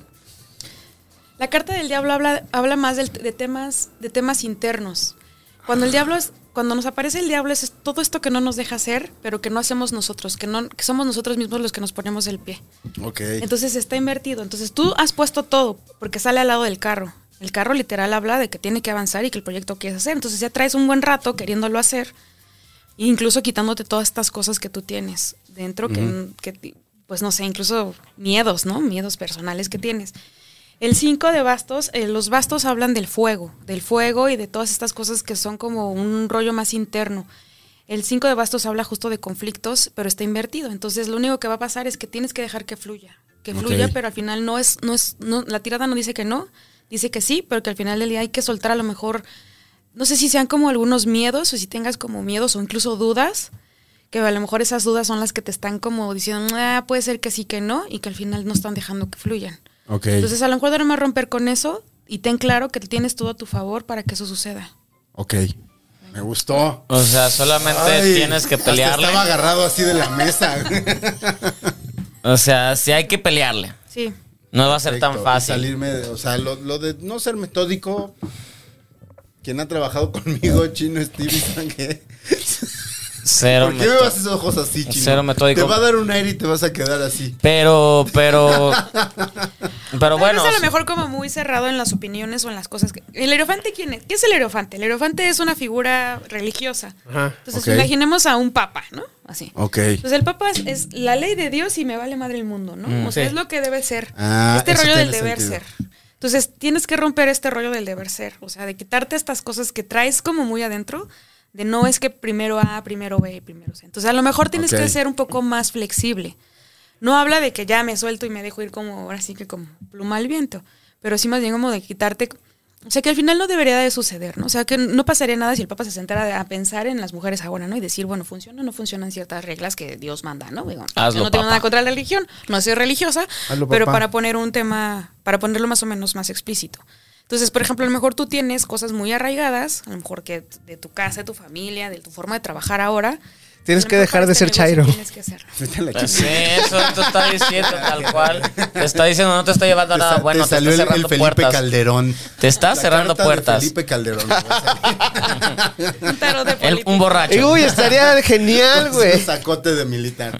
Speaker 4: La carta del diablo habla, habla más del- de temas de temas internos. Cuando el diablo es cuando nos aparece el diablo es todo esto que no nos deja hacer, pero que no hacemos nosotros, que no que somos nosotros mismos los que nos ponemos el pie.
Speaker 2: Ok.
Speaker 4: Entonces está invertido. Entonces tú has puesto todo porque sale al lado del carro. El carro literal habla de que tiene que avanzar y que el proyecto quieres hacer. Entonces ya traes un buen rato queriéndolo hacer, incluso quitándote todas estas cosas que tú tienes dentro, que- que, ti- pues no sé, incluso miedos, ¿no? Miedos personales que tienes. El 5 de bastos, eh, los bastos hablan del fuego, del fuego y de todas estas cosas que son como un rollo más interno. El 5 de bastos habla justo de conflictos, pero está invertido. Entonces, lo único que va a pasar es que tienes que dejar que fluya. Que
Speaker 2: Ok.
Speaker 4: fluya, pero al final no es, no es, no- la tirada no dice que no, dice que sí, pero que al final del día hay que soltar a lo mejor, no sé si sean como algunos miedos o si tengas como miedos o incluso dudas, que a lo mejor esas dudas son las que te están como diciendo, ah, puede ser que sí, que no, y que al final no están dejando que fluyan.
Speaker 2: Ok.
Speaker 4: Entonces, a lo mejor más romper con eso y ten claro que tienes todo a tu favor para que eso suceda.
Speaker 2: ok. Me gustó.
Speaker 3: O sea, solamente
Speaker 2: Ay,
Speaker 3: tienes que
Speaker 2: hasta
Speaker 3: pelearle.
Speaker 2: Estaba agarrado así de la mesa.
Speaker 3: O sea, sí hay que pelearle.
Speaker 4: Sí.
Speaker 3: No va a ser tan
Speaker 2: Perfecto. Y
Speaker 3: fácil.
Speaker 2: Salirme, de- o sea, lo, lo de no ser metódico. Quien ha trabajado conmigo, Chino Stevie, ¿saben qué?
Speaker 3: Cero
Speaker 2: ¿Por qué me
Speaker 3: meto-
Speaker 2: vas esos ojos así, Chino?
Speaker 3: Cero metódico.
Speaker 2: Te va a dar un aire y te vas a quedar así.
Speaker 3: Pero, pero. pero
Speaker 4: Tal vez
Speaker 3: bueno.
Speaker 4: a lo mejor como muy cerrado en las opiniones o en las cosas. que- ¿El erofante quién es? ¿Qué es el erofante? El erofante es una figura religiosa.
Speaker 1: Ajá.
Speaker 4: Entonces
Speaker 2: Ok.
Speaker 4: imaginemos a un papa, ¿no? Así.
Speaker 2: Ok.
Speaker 4: Entonces el papa es, es la ley de Dios y me vale madre el mundo, ¿no? o sea,
Speaker 3: Mm, sí.
Speaker 4: es lo que debe ser.
Speaker 2: Ah,
Speaker 4: este
Speaker 2: eso
Speaker 4: rollo
Speaker 2: tiene
Speaker 4: del deber
Speaker 2: sentido.
Speaker 4: ser. Entonces tienes que romper este rollo del deber ser, o sea, de quitarte estas cosas que traes como muy adentro, de no es que primero A, primero B, primero C. Entonces a lo mejor tienes
Speaker 2: Ok.
Speaker 4: que ser un poco más flexible. No habla de que ya me suelto y me dejo ir como ahora sí que como pluma al viento, pero sí más bien como de quitarte, o sea que al final no debería de suceder, ¿no? O sea que no pasaría nada si el Papa se sentara a pensar en las mujeres ahora, ¿no? Y decir, bueno, funcionan o no funcionan ciertas reglas que Dios manda, ¿no? Digo,
Speaker 3: Hazlo,
Speaker 4: yo no tengo
Speaker 3: Papa.
Speaker 4: nada contra la religión, no soy religiosa,
Speaker 2: Hazlo,
Speaker 4: pero
Speaker 2: papá.
Speaker 4: para poner un tema, para ponerlo más o menos más explícito. Entonces, por ejemplo, a lo mejor tú tienes cosas muy arraigadas, a lo mejor que de tu casa, de tu familia, de tu forma de trabajar ahora.
Speaker 1: Tienes
Speaker 4: A lo
Speaker 1: que
Speaker 4: mejor
Speaker 1: dejar
Speaker 4: para
Speaker 1: de
Speaker 4: este
Speaker 1: ser
Speaker 4: negocio
Speaker 1: chairo.
Speaker 4: Tienes que hacerlo.
Speaker 2: Vete a la
Speaker 3: Pues
Speaker 2: chingada.
Speaker 3: sí, eso tú estás diciendo tal cual. Te está diciendo, no te está llevando a
Speaker 2: Te
Speaker 3: nada
Speaker 2: sa-
Speaker 3: bueno,
Speaker 2: te
Speaker 3: te,
Speaker 2: salió
Speaker 3: está
Speaker 2: el- el,
Speaker 3: cerrando
Speaker 2: Felipe
Speaker 3: puertas.
Speaker 2: Calderón.
Speaker 3: Te está
Speaker 2: La
Speaker 3: cerrando
Speaker 2: carta de
Speaker 3: puertas.
Speaker 2: Felipe Calderón. güey.
Speaker 4: Un tarot de
Speaker 3: El-
Speaker 4: política.
Speaker 3: un
Speaker 1: Y,
Speaker 3: borracho.
Speaker 1: uy, estaría genial,
Speaker 2: Un
Speaker 1: güey.
Speaker 2: sacote de militar.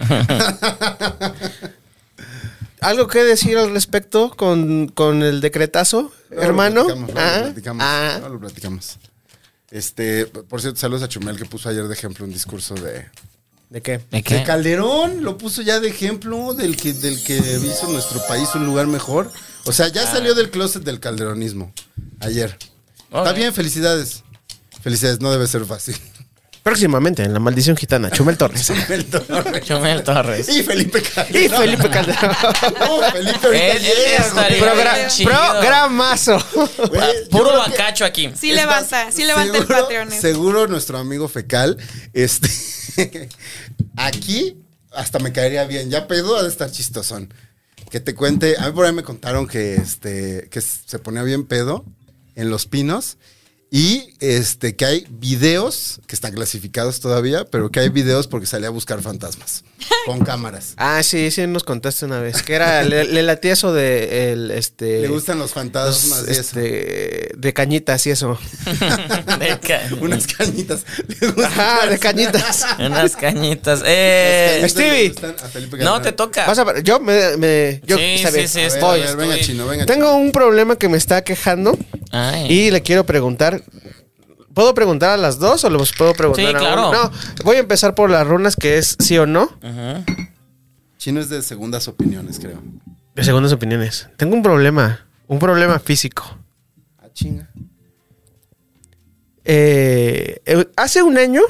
Speaker 1: ¿Algo que decir al respecto con, con el decretazo,
Speaker 2: Luego lo
Speaker 1: hermano?
Speaker 2: platicamos, luego
Speaker 1: Ah,
Speaker 2: lo platicamos.
Speaker 1: ah.
Speaker 2: luego lo platicamos. Este, por cierto, saludos a Chumel que puso ayer de ejemplo un discurso de,
Speaker 1: ¿De qué?
Speaker 3: ¿De
Speaker 2: de
Speaker 3: qué?
Speaker 2: Calderón, lo puso ya de ejemplo del que, del que hizo nuestro país un lugar mejor. O sea, ya salió del closet del calderonismo ayer.
Speaker 3: Ok.
Speaker 2: Está bien, felicidades. Felicidades, no debe ser fácil.
Speaker 1: Próximamente en La Maldición Gitana, Chumel Torres.
Speaker 2: Chumel Torres.
Speaker 3: Chumel Torres.
Speaker 2: Y Felipe Calderón.
Speaker 1: y Felipe Calderón.
Speaker 2: No, Felipe ahorita
Speaker 3: Él- él
Speaker 2: llega, güey.
Speaker 3: estaría-
Speaker 1: Progra-
Speaker 3: chido.
Speaker 1: programazo.
Speaker 2: Güey, eh, yo
Speaker 3: Ah, Puro
Speaker 2: creo que-
Speaker 3: bacacho aquí.
Speaker 4: Sí
Speaker 2: Es
Speaker 4: levanta,
Speaker 2: más,
Speaker 4: sí levanta el
Speaker 2: seguro-
Speaker 4: Patreon. eh.
Speaker 2: Seguro nuestro amigo fecal, este, aquí hasta me caería bien. Ya pedo ha de estar chistosón. Que te cuente, a mí por ahí me contaron que, este, que se ponía bien pedo en Los Pinos y este, que hay videos que están clasificados todavía, pero que hay videos porque salía a buscar fantasmas con cámaras.
Speaker 1: Ah, sí, sí nos contaste una vez. Que era le, le latía eso de el, este.
Speaker 2: Le gustan los fantasmas
Speaker 1: los,
Speaker 2: y eso.
Speaker 1: Pues, este, de cañitas y eso.
Speaker 3: De ca-
Speaker 2: Unas cañitas. Le gustan
Speaker 1: Ajá, de
Speaker 2: las-
Speaker 1: cañitas.
Speaker 3: Unas cañitas.
Speaker 2: las
Speaker 3: Eh,
Speaker 2: cañitas le
Speaker 1: Stevie.
Speaker 2: gustan a Felipe
Speaker 3: no,
Speaker 2: Calderón.
Speaker 3: te toca.
Speaker 1: Vas a- yo me, me- yo-
Speaker 3: Sí,
Speaker 1: está
Speaker 3: sí,
Speaker 1: bien.
Speaker 3: sí,
Speaker 2: A ver,
Speaker 3: estoy,
Speaker 2: a ver, venga,
Speaker 3: estoy.
Speaker 2: chino, venga.
Speaker 1: Tengo un problema que me está quejando
Speaker 3: Ay.
Speaker 1: y le quiero preguntar. ¿Puedo preguntar a las dos o los puedo preguntar
Speaker 3: Sí,
Speaker 1: a
Speaker 3: claro.
Speaker 1: uno? No, voy a empezar por las runas que es sí o no.
Speaker 3: Ajá.
Speaker 2: Chino es de segundas opiniones, creo.
Speaker 1: De segundas opiniones. Tengo un problema, un problema físico.
Speaker 2: Ah, chinga.
Speaker 1: Eh, eh, hace un año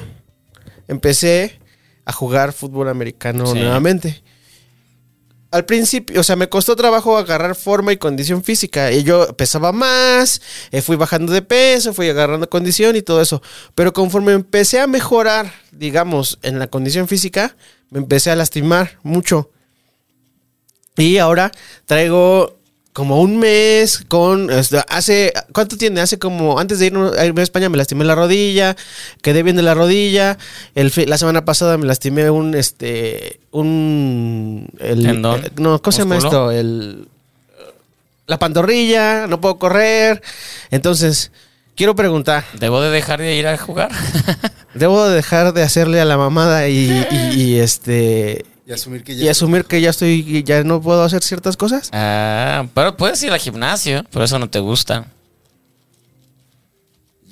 Speaker 1: empecé a jugar fútbol americano
Speaker 3: Sí.
Speaker 1: nuevamente. Al principio, o sea, me costó trabajo agarrar forma y condición física. Y yo pesaba más, eh, fui bajando de peso, fui agarrando condición y todo eso. Pero conforme empecé a mejorar, digamos, en la condición física, me empecé a lastimar mucho. Y ahora traigo como un mes con... o sea, Hace... ¿Cuánto tiene? Hace como... Antes de irnos- a irme a España me lastimé la rodilla, quedé bien de la rodilla. El, fi- la semana pasada me lastimé un... este Un... El,
Speaker 3: ¿Tendón?
Speaker 1: eh, no, ¿cómo se llama esto?
Speaker 3: ¿Músculo?
Speaker 1: El... La pantorrilla, no puedo correr. Entonces, quiero preguntar,
Speaker 3: ¿Debo de dejar de ir a jugar?
Speaker 1: ¿debo dejar de hacerle a la mamada y, y- y, este...
Speaker 2: Y asumir que ya.
Speaker 1: Y asumir que ya estoy, y ya no puedo hacer ciertas cosas?
Speaker 3: ah, pero puedes ir al gimnasio, por eso no te gusta.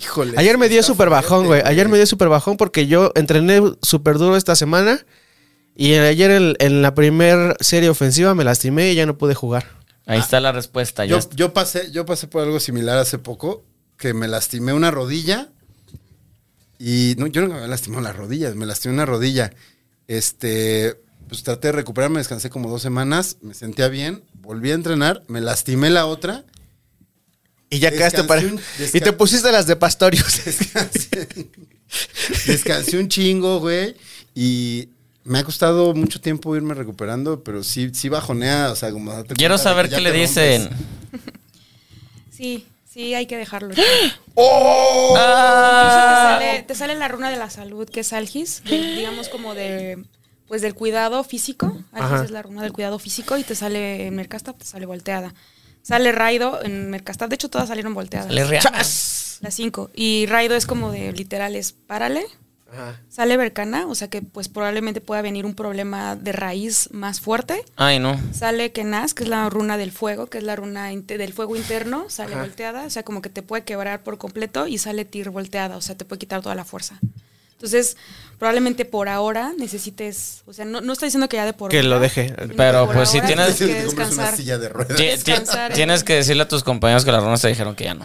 Speaker 2: Híjole.
Speaker 1: Ayer me dio
Speaker 2: está
Speaker 1: súper bajón,
Speaker 2: fuerte,
Speaker 1: güey. Ayer me dio súper bajón porque yo entrené súper duro esta semana. Y ayer en, en la primer serie ofensiva me lastimé y ya no pude jugar.
Speaker 3: Ahí está la respuesta. ya
Speaker 2: Yo,
Speaker 3: está.
Speaker 2: yo pasé, yo pasé por algo similar hace poco, que me lastimé una rodilla. Y no, yo nunca me lastimé la rodilla, me lastimé una rodilla. Este, pues traté de recuperarme, descansé como dos semanas, me sentía bien, volví a entrenar, me lastimé la otra.
Speaker 1: Y ya quedaste
Speaker 2: Descansé
Speaker 1: para.
Speaker 2: un-
Speaker 1: Y te
Speaker 2: desca-
Speaker 1: pusiste las de Pastorius.
Speaker 2: descansé, descansé un chingo, güey. Y me ha costado mucho tiempo irme recuperando, pero sí, sí bajonea. O sea, como darte
Speaker 3: Quiero
Speaker 2: cuenta de
Speaker 3: saber
Speaker 2: que ya
Speaker 3: qué le
Speaker 2: te
Speaker 3: dicen.
Speaker 2: rompes.
Speaker 4: Sí, sí, hay que dejarlo.
Speaker 3: Ah. ¡Ah!
Speaker 4: Incluso te, sale, te sale la runa de la salud, que es algis, de- digamos como de pues del cuidado físico, Aries
Speaker 1: Ajá.
Speaker 4: es la runa del cuidado físico y te sale en Mercastat, te sale volteada. Sale Raido en Mercastat, de hecho todas salieron volteadas.
Speaker 3: Sale Rihanna.
Speaker 4: Las cinco. Y Raido es como de literal es párale.
Speaker 1: Ajá.
Speaker 4: Sale Bercana, o sea que pues probablemente pueda venir un problema de raíz más fuerte.
Speaker 3: Ay, no.
Speaker 4: Sale Kenaz, que es la runa del fuego, que es la runa inte- del fuego interno, sale
Speaker 1: Ajá.
Speaker 4: volteada, o sea, como que te puede quebrar por completo y sale Tir volteada, o sea, te puede quitar toda la fuerza. Entonces, probablemente por ahora necesites, o sea, no, no estoy diciendo que ya de por
Speaker 1: Que lo
Speaker 4: vida,
Speaker 1: deje.
Speaker 4: sino que
Speaker 3: Pero,
Speaker 4: por
Speaker 3: pues, si
Speaker 4: ahora
Speaker 3: tienes-
Speaker 4: que
Speaker 2: Te compras una
Speaker 4: descansar.
Speaker 2: silla de ruedas.
Speaker 3: Ti- ti-
Speaker 4: Descansar, eh.
Speaker 3: Tienes que decirle a tus compañeros que las runas te dijeron que ya no.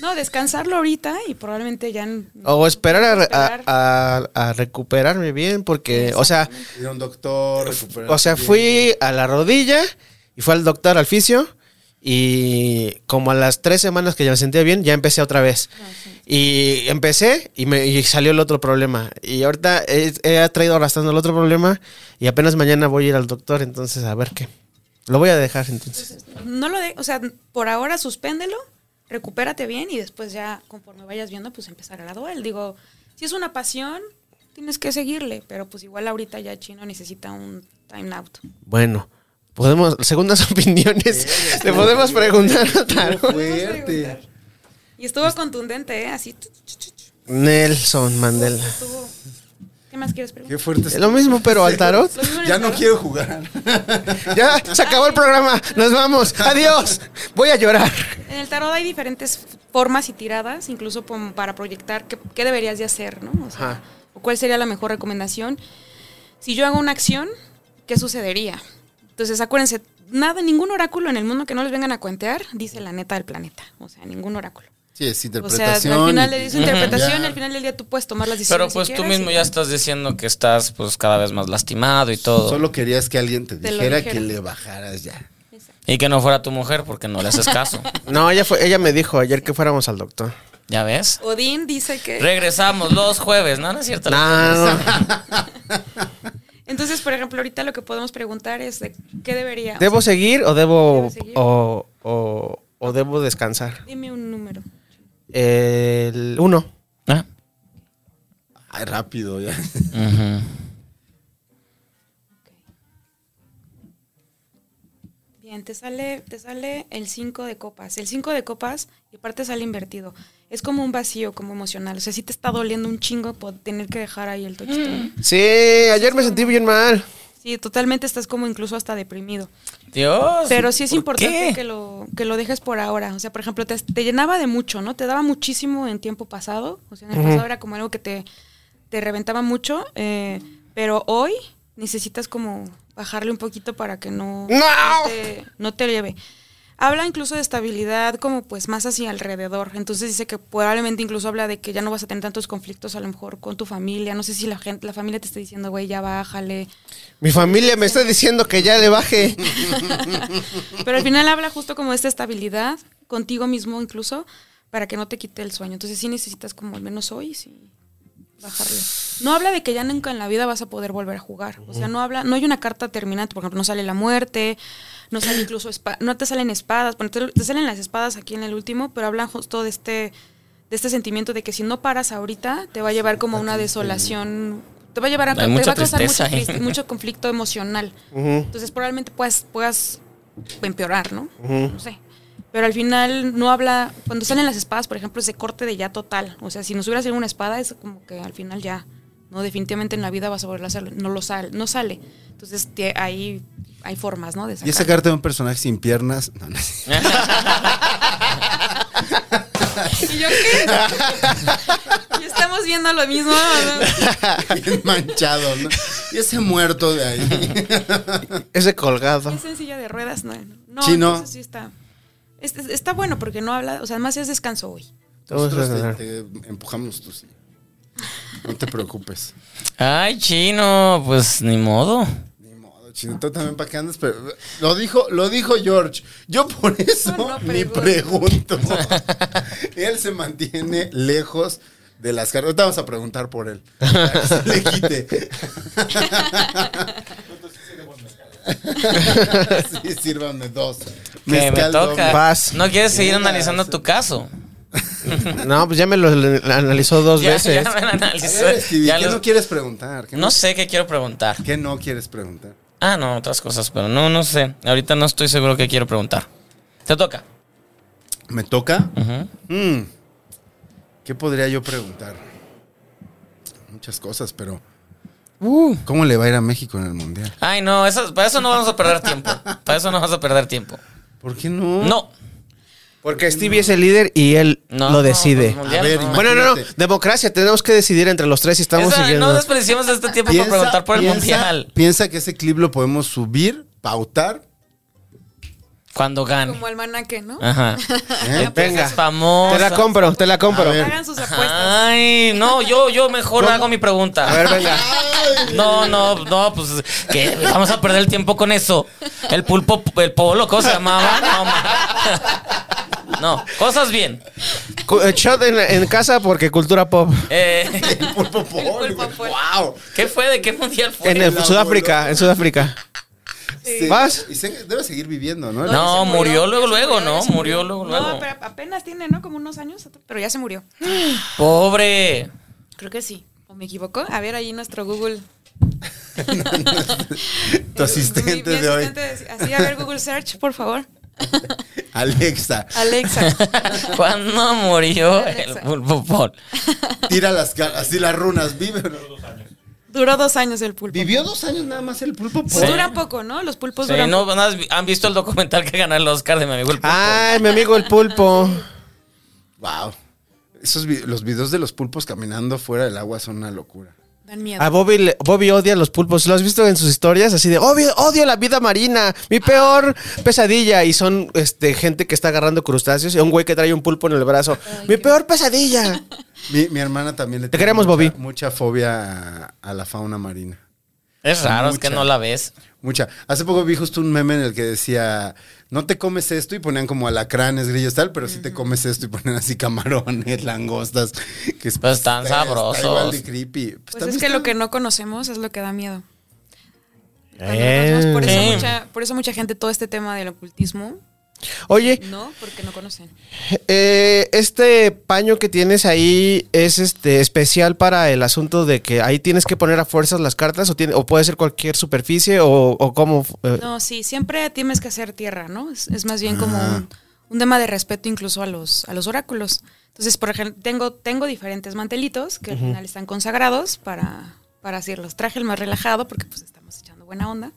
Speaker 4: No, descansarlo ahorita y probablemente ya en-
Speaker 1: O esperar a, re- a-
Speaker 4: Esperar.
Speaker 1: a- a recuperarme bien, porque, o sea,
Speaker 2: Ir a un doctor, recuperar.
Speaker 1: o sea,
Speaker 2: bien.
Speaker 1: fui a la rodilla y fue al doctor al fisio. Y como a las tres semanas que ya me sentía bien, ya empecé otra vez. Y empecé y me y salió el otro problema. Y ahorita he, he traído arrastrando el otro problema. Y apenas mañana voy a ir al doctor, entonces a ver qué. Lo voy a dejar entonces.
Speaker 4: no lo de, o sea, por ahora suspéndelo, recupérate bien y después ya conforme vayas viendo, pues empezar a graduar. Digo, si es una pasión, tienes que seguirle, pero pues igual ahorita ya Chino necesita un time out.
Speaker 1: Bueno, podemos, segundas opiniones, le podemos preguntar a Taro.
Speaker 2: Fuerte.
Speaker 4: Y estuvo contundente, ¿eh? Así. tu, tu, tu, tu, tu,
Speaker 1: Nelson Mandela.
Speaker 4: Estuvo. ¿Qué más quieres
Speaker 2: Qué
Speaker 4: preguntar?
Speaker 2: fuerte.
Speaker 1: Lo mismo, pero al tarot.
Speaker 4: Lo mismo en el
Speaker 2: Ya no
Speaker 4: tarot.
Speaker 2: quiero jugar.
Speaker 1: Ya, se acabó el programa. Nos vamos. Adiós. Voy a llorar.
Speaker 4: En el tarot hay diferentes formas y tiradas, incluso pom- para proyectar qué, qué deberías de hacer, ¿no? O sea,
Speaker 1: Ajá.
Speaker 4: o cuál sería la mejor recomendación. Si yo hago una acción, ¿qué sucedería? Entonces, acuérdense, nada, ningún oráculo en el mundo que no les vengan a cuentear dice la neta del planeta. O sea, ningún oráculo.
Speaker 2: Sí, es
Speaker 4: O sea, al
Speaker 2: interpretación.
Speaker 4: final de su
Speaker 3: Ujú.
Speaker 4: interpretación,
Speaker 2: Ya.
Speaker 4: al final del día tú puedes tomar las decisiones.
Speaker 3: Pero
Speaker 4: si
Speaker 3: pues tú
Speaker 4: quieres
Speaker 3: mismo
Speaker 4: y-
Speaker 3: ya estás diciendo que estás pues cada vez más lastimado y todo.
Speaker 2: Solo querías que alguien te
Speaker 4: Te lo
Speaker 2: dijera
Speaker 4: dijera.
Speaker 2: que le bajaras ya.
Speaker 3: Y que no fuera tu mujer porque no le haces caso.
Speaker 1: No, ella fue, ella me dijo ayer que fuéramos al doctor.
Speaker 3: ¿Ya ves?
Speaker 4: Odín dice que...
Speaker 3: Regresamos los jueves, ¿no? No es cierto.
Speaker 1: No, no.
Speaker 4: Entonces, por ejemplo, ahorita lo que podemos preguntar es de qué debería... o
Speaker 1: ¿Debo
Speaker 4: sea,
Speaker 1: seguir o debo
Speaker 4: ¿Debo seguir?
Speaker 1: o, o- o debo descansar?
Speaker 4: dime un número.
Speaker 1: El uno.
Speaker 3: Ah.
Speaker 2: Ay, rápido, ya.
Speaker 3: Ujú.
Speaker 4: Bien, te sale, te sale el 5 de copas. El 5 de copas, y aparte sale invertido. Es como un vacío, como emocional. O sea, sí te está doliendo un chingo por tener que dejar ahí el touchstone.
Speaker 1: Sí, ayer me sentí bien mal.
Speaker 4: Sí, totalmente estás como incluso hasta deprimido.
Speaker 3: Dios.
Speaker 4: Pero sí es
Speaker 3: ¿por
Speaker 4: importante
Speaker 3: qué?
Speaker 4: que lo, que lo dejes por ahora. O sea, por ejemplo, te, te llenaba de mucho, ¿no? Te daba muchísimo en tiempo pasado. O sea, en el pasado era como algo que te, te reventaba mucho. eh, pero hoy necesitas como bajarle un poquito para que no,
Speaker 1: ¡No!
Speaker 4: te, no te lleve. Habla incluso de estabilidad como pues más hacia alrededor. Entonces dice que probablemente incluso habla de que ya no vas a tener tantos conflictos a lo mejor con tu familia. No sé si la gente, la familia te está diciendo, güey, ya bájale.
Speaker 1: Mi familia me está diciendo que ya le baje.
Speaker 4: Pero al final habla justo como de esta estabilidad, contigo mismo incluso, para que no te quite el sueño. Entonces sí necesitas como al menos hoy, sí, bajarle. No habla de que ya nunca en la vida vas a poder volver a jugar. O sea, no habla, no hay una carta terminante, por ejemplo, no sale la muerte, no sale incluso, espa- no te salen espadas, bueno, te, te salen las espadas aquí en el último, pero habla justo de este, de este sentimiento de que si no paras ahorita, te va a llevar como a una desolación, te va a llevar a,
Speaker 3: Hay
Speaker 4: te va a
Speaker 3: mucha
Speaker 4: causar mucho
Speaker 3: tristeza, ¿eh?
Speaker 4: triste- mucho conflicto emocional.
Speaker 1: Ujú,
Speaker 4: Entonces probablemente puedas, puedas empeorar, ¿no?
Speaker 1: ujú.
Speaker 4: No sé. Pero al final no habla, cuando salen las espadas, por ejemplo, es de corte de ya total. O sea, si nos hubiera salido una espada, es como que al final ya, no, definitivamente en la vida vas a volver a hacerlo. No lo sale, no sale. Entonces te- ahí hay formas, ¿no? De
Speaker 2: Y esa
Speaker 4: sacar.
Speaker 2: carta de un personaje sin piernas. No, no sé.
Speaker 4: ¿Y yo qué? y estamos viendo lo mismo. ¿no?
Speaker 2: Bien manchado, ¿no? Y ese muerto de ahí.
Speaker 1: Ese colgado.
Speaker 4: Es sencilla de ruedas, ¿no? No,
Speaker 2: Sí, ¿no?
Speaker 4: entonces sí está. es- es- está bueno porque no habla, o sea, además es descanso hoy.
Speaker 2: Nosotros te, te empujamos tú, sí. No te preocupes.
Speaker 3: Ay, chino, pues ni modo.
Speaker 2: Ni modo, chino. Tú también para qué andas, pero lo dijo, lo dijo George. Yo por eso
Speaker 4: No, no
Speaker 2: ni pregunto. él se mantiene lejos de las cartas. Ahorita vamos a preguntar por él. Para que se le quite. sí, sírvanme dos.
Speaker 3: Que me
Speaker 2: Mezcal
Speaker 3: toca.
Speaker 2: doble.
Speaker 1: Paz.
Speaker 3: No quieres seguir
Speaker 2: Venga,
Speaker 3: analizando
Speaker 2: sí.
Speaker 3: tu caso.
Speaker 1: No, pues ya me lo analizó dos
Speaker 3: Ya-
Speaker 1: veces.
Speaker 3: Ya, me la
Speaker 2: A
Speaker 3: analicé.
Speaker 2: ver, Stevie,
Speaker 3: Ya
Speaker 2: ¿qué
Speaker 3: lo-
Speaker 2: no quieres preguntar? ¿Qué
Speaker 3: no sé qué quiero preguntar.
Speaker 2: ¿Qué no quieres preguntar?
Speaker 3: Ah, no, otras cosas, pero no, no sé. Ahorita no estoy seguro qué quiero preguntar. Te toca.
Speaker 2: ¿Me toca?
Speaker 3: Ujú.
Speaker 2: Mm, ¿Qué podría yo preguntar? Muchas cosas, pero.
Speaker 4: Uh.
Speaker 2: ¿Cómo le va a ir a México en el mundial?
Speaker 3: Ay, no, eso, para eso no vamos a perder tiempo. Para eso no vamos a perder tiempo.
Speaker 2: ¿Por qué no?
Speaker 3: No.
Speaker 1: Porque Stevie es el líder y él
Speaker 3: no
Speaker 1: lo decide.
Speaker 3: pues, mundial,
Speaker 2: A ver,
Speaker 3: no.
Speaker 2: imagínate.
Speaker 1: bueno, no, no.
Speaker 2: Imagínate.
Speaker 1: Democracia, tenemos que decidir entre los tres si estamos
Speaker 3: Esa-
Speaker 1: siguiendo.
Speaker 3: no desperdiciamos este tiempo para preguntar por el
Speaker 2: piensa-
Speaker 3: mundial.
Speaker 2: Piensa que ese clip lo podemos subir, pautar.
Speaker 3: Cuando gane.
Speaker 4: Como almanaque, ¿no?
Speaker 3: Ajá.
Speaker 2: ¿eh?
Speaker 1: Venga.
Speaker 3: Famoso.
Speaker 1: Te la compro, te la compro.
Speaker 2: A ver.
Speaker 4: Hagan sus apuestas.
Speaker 3: Ay, no, yo, yo mejor hago mi pregunta.
Speaker 1: A ver, venga.
Speaker 3: No, no, no, pues que vamos a perder el tiempo con eso. El pulpo, el polo, ¿cómo se llamaba? No, ma- No, cosas bien.
Speaker 1: Cu- eh, Shot en, en casa porque cultura pop.
Speaker 3: Eh,
Speaker 2: Pulpo Paul,
Speaker 4: El pulpo
Speaker 2: güey.
Speaker 4: Paul.
Speaker 2: ¡Wow!
Speaker 3: ¿Qué fue? ¿De qué mundial fue?
Speaker 1: En el-
Speaker 2: la
Speaker 1: Sudáfrica, en Sudáfrica.
Speaker 2: Sí.
Speaker 1: ¿Vas?
Speaker 2: Y se- debe seguir viviendo, ¿no?
Speaker 3: No,
Speaker 4: se
Speaker 3: murió luego,
Speaker 4: se
Speaker 3: luego, ¿no?
Speaker 4: ya se
Speaker 3: Murió luego, luego.
Speaker 4: No, pero apenas tiene, ¿no? Como unos años, pero ya se murió.
Speaker 3: Pobre.
Speaker 4: Creo que sí. ¿O me equivoco? A ver, ahí nuestro Google.
Speaker 2: Tu asistente
Speaker 4: Mi- mi
Speaker 2: de hoy.
Speaker 4: asistente de- Así, a ver, Google Search, por favor.
Speaker 2: Alexa,
Speaker 4: Alexa.
Speaker 3: ¿Cuándo murió el
Speaker 4: Alexa.
Speaker 3: pulpo Paul?
Speaker 4: Pues,
Speaker 2: tira las ca- así las runas, vive.
Speaker 4: Duró dos años el pulpo.
Speaker 2: Vivió dos años nada más el pulpo Paul.
Speaker 4: Pues
Speaker 3: Sí.
Speaker 4: duran poco, ¿no? Los pulpos
Speaker 3: Sí,
Speaker 4: duran
Speaker 3: no,
Speaker 4: poco.
Speaker 3: ¿no has vi- ¿Han visto el documental que ganó el Oscar de mi amigo el
Speaker 1: Ah,
Speaker 3: pulpo?
Speaker 1: Ay, mi amigo el pulpo.
Speaker 2: Wow. Esos vi- los videos de los pulpos caminando fuera del agua son una locura.
Speaker 4: Dan miedo.
Speaker 2: Ah,
Speaker 1: A Bobby, le- Bobby odia los pulpos. ¿Lo has visto en sus historias? Así de, "Obvio- odio la vida marina, mi peor pesadilla. Y son este, gente que está agarrando crustáceos y un güey que trae un pulpo en el brazo. mi peor pesadilla.
Speaker 2: Mi, mi hermana también le
Speaker 1: Te queremos,
Speaker 2: mucha,
Speaker 1: Bobby.
Speaker 2: mucha fobia a, a la fauna marina.
Speaker 3: Es raro, es que
Speaker 2: Mucha.
Speaker 3: no la ves.
Speaker 2: Mucha. Hace poco vi justo un meme en el que decía, no te comes esto y ponían como alacranes, grillos, tal, pero sí te comes esto y ponían así camarones, langostas. Que es-
Speaker 3: Pero están
Speaker 2: está- está
Speaker 3: sabrosos.
Speaker 2: igual de creepy. Pues
Speaker 4: Pues
Speaker 2: también
Speaker 4: es que
Speaker 2: está-
Speaker 4: lo que no conocemos es lo que da miedo. Cuando nos
Speaker 1: Eh.
Speaker 4: vemos, por,
Speaker 3: Sí.
Speaker 4: eso mucha, por eso mucha gente todo este tema del ocultismo,
Speaker 1: Oye,
Speaker 4: ¿no? Porque no conocen.
Speaker 1: eh, este paño que tienes ahí es este, especial para el asunto de que ahí tienes que poner a fuerzas las cartas o, tiene, o puede ser cualquier superficie o, o cómo. eh,
Speaker 4: No, sí, siempre tienes que hacer tierra, ¿no? Es, es más bien como
Speaker 2: Ah.
Speaker 4: un, un tema de respeto incluso a los, a los oráculos. Entonces, por ejemplo, tengo, tengo diferentes mantelitos que al final están consagrados para, para así los traje el más relajado porque pues estamos echando buena onda.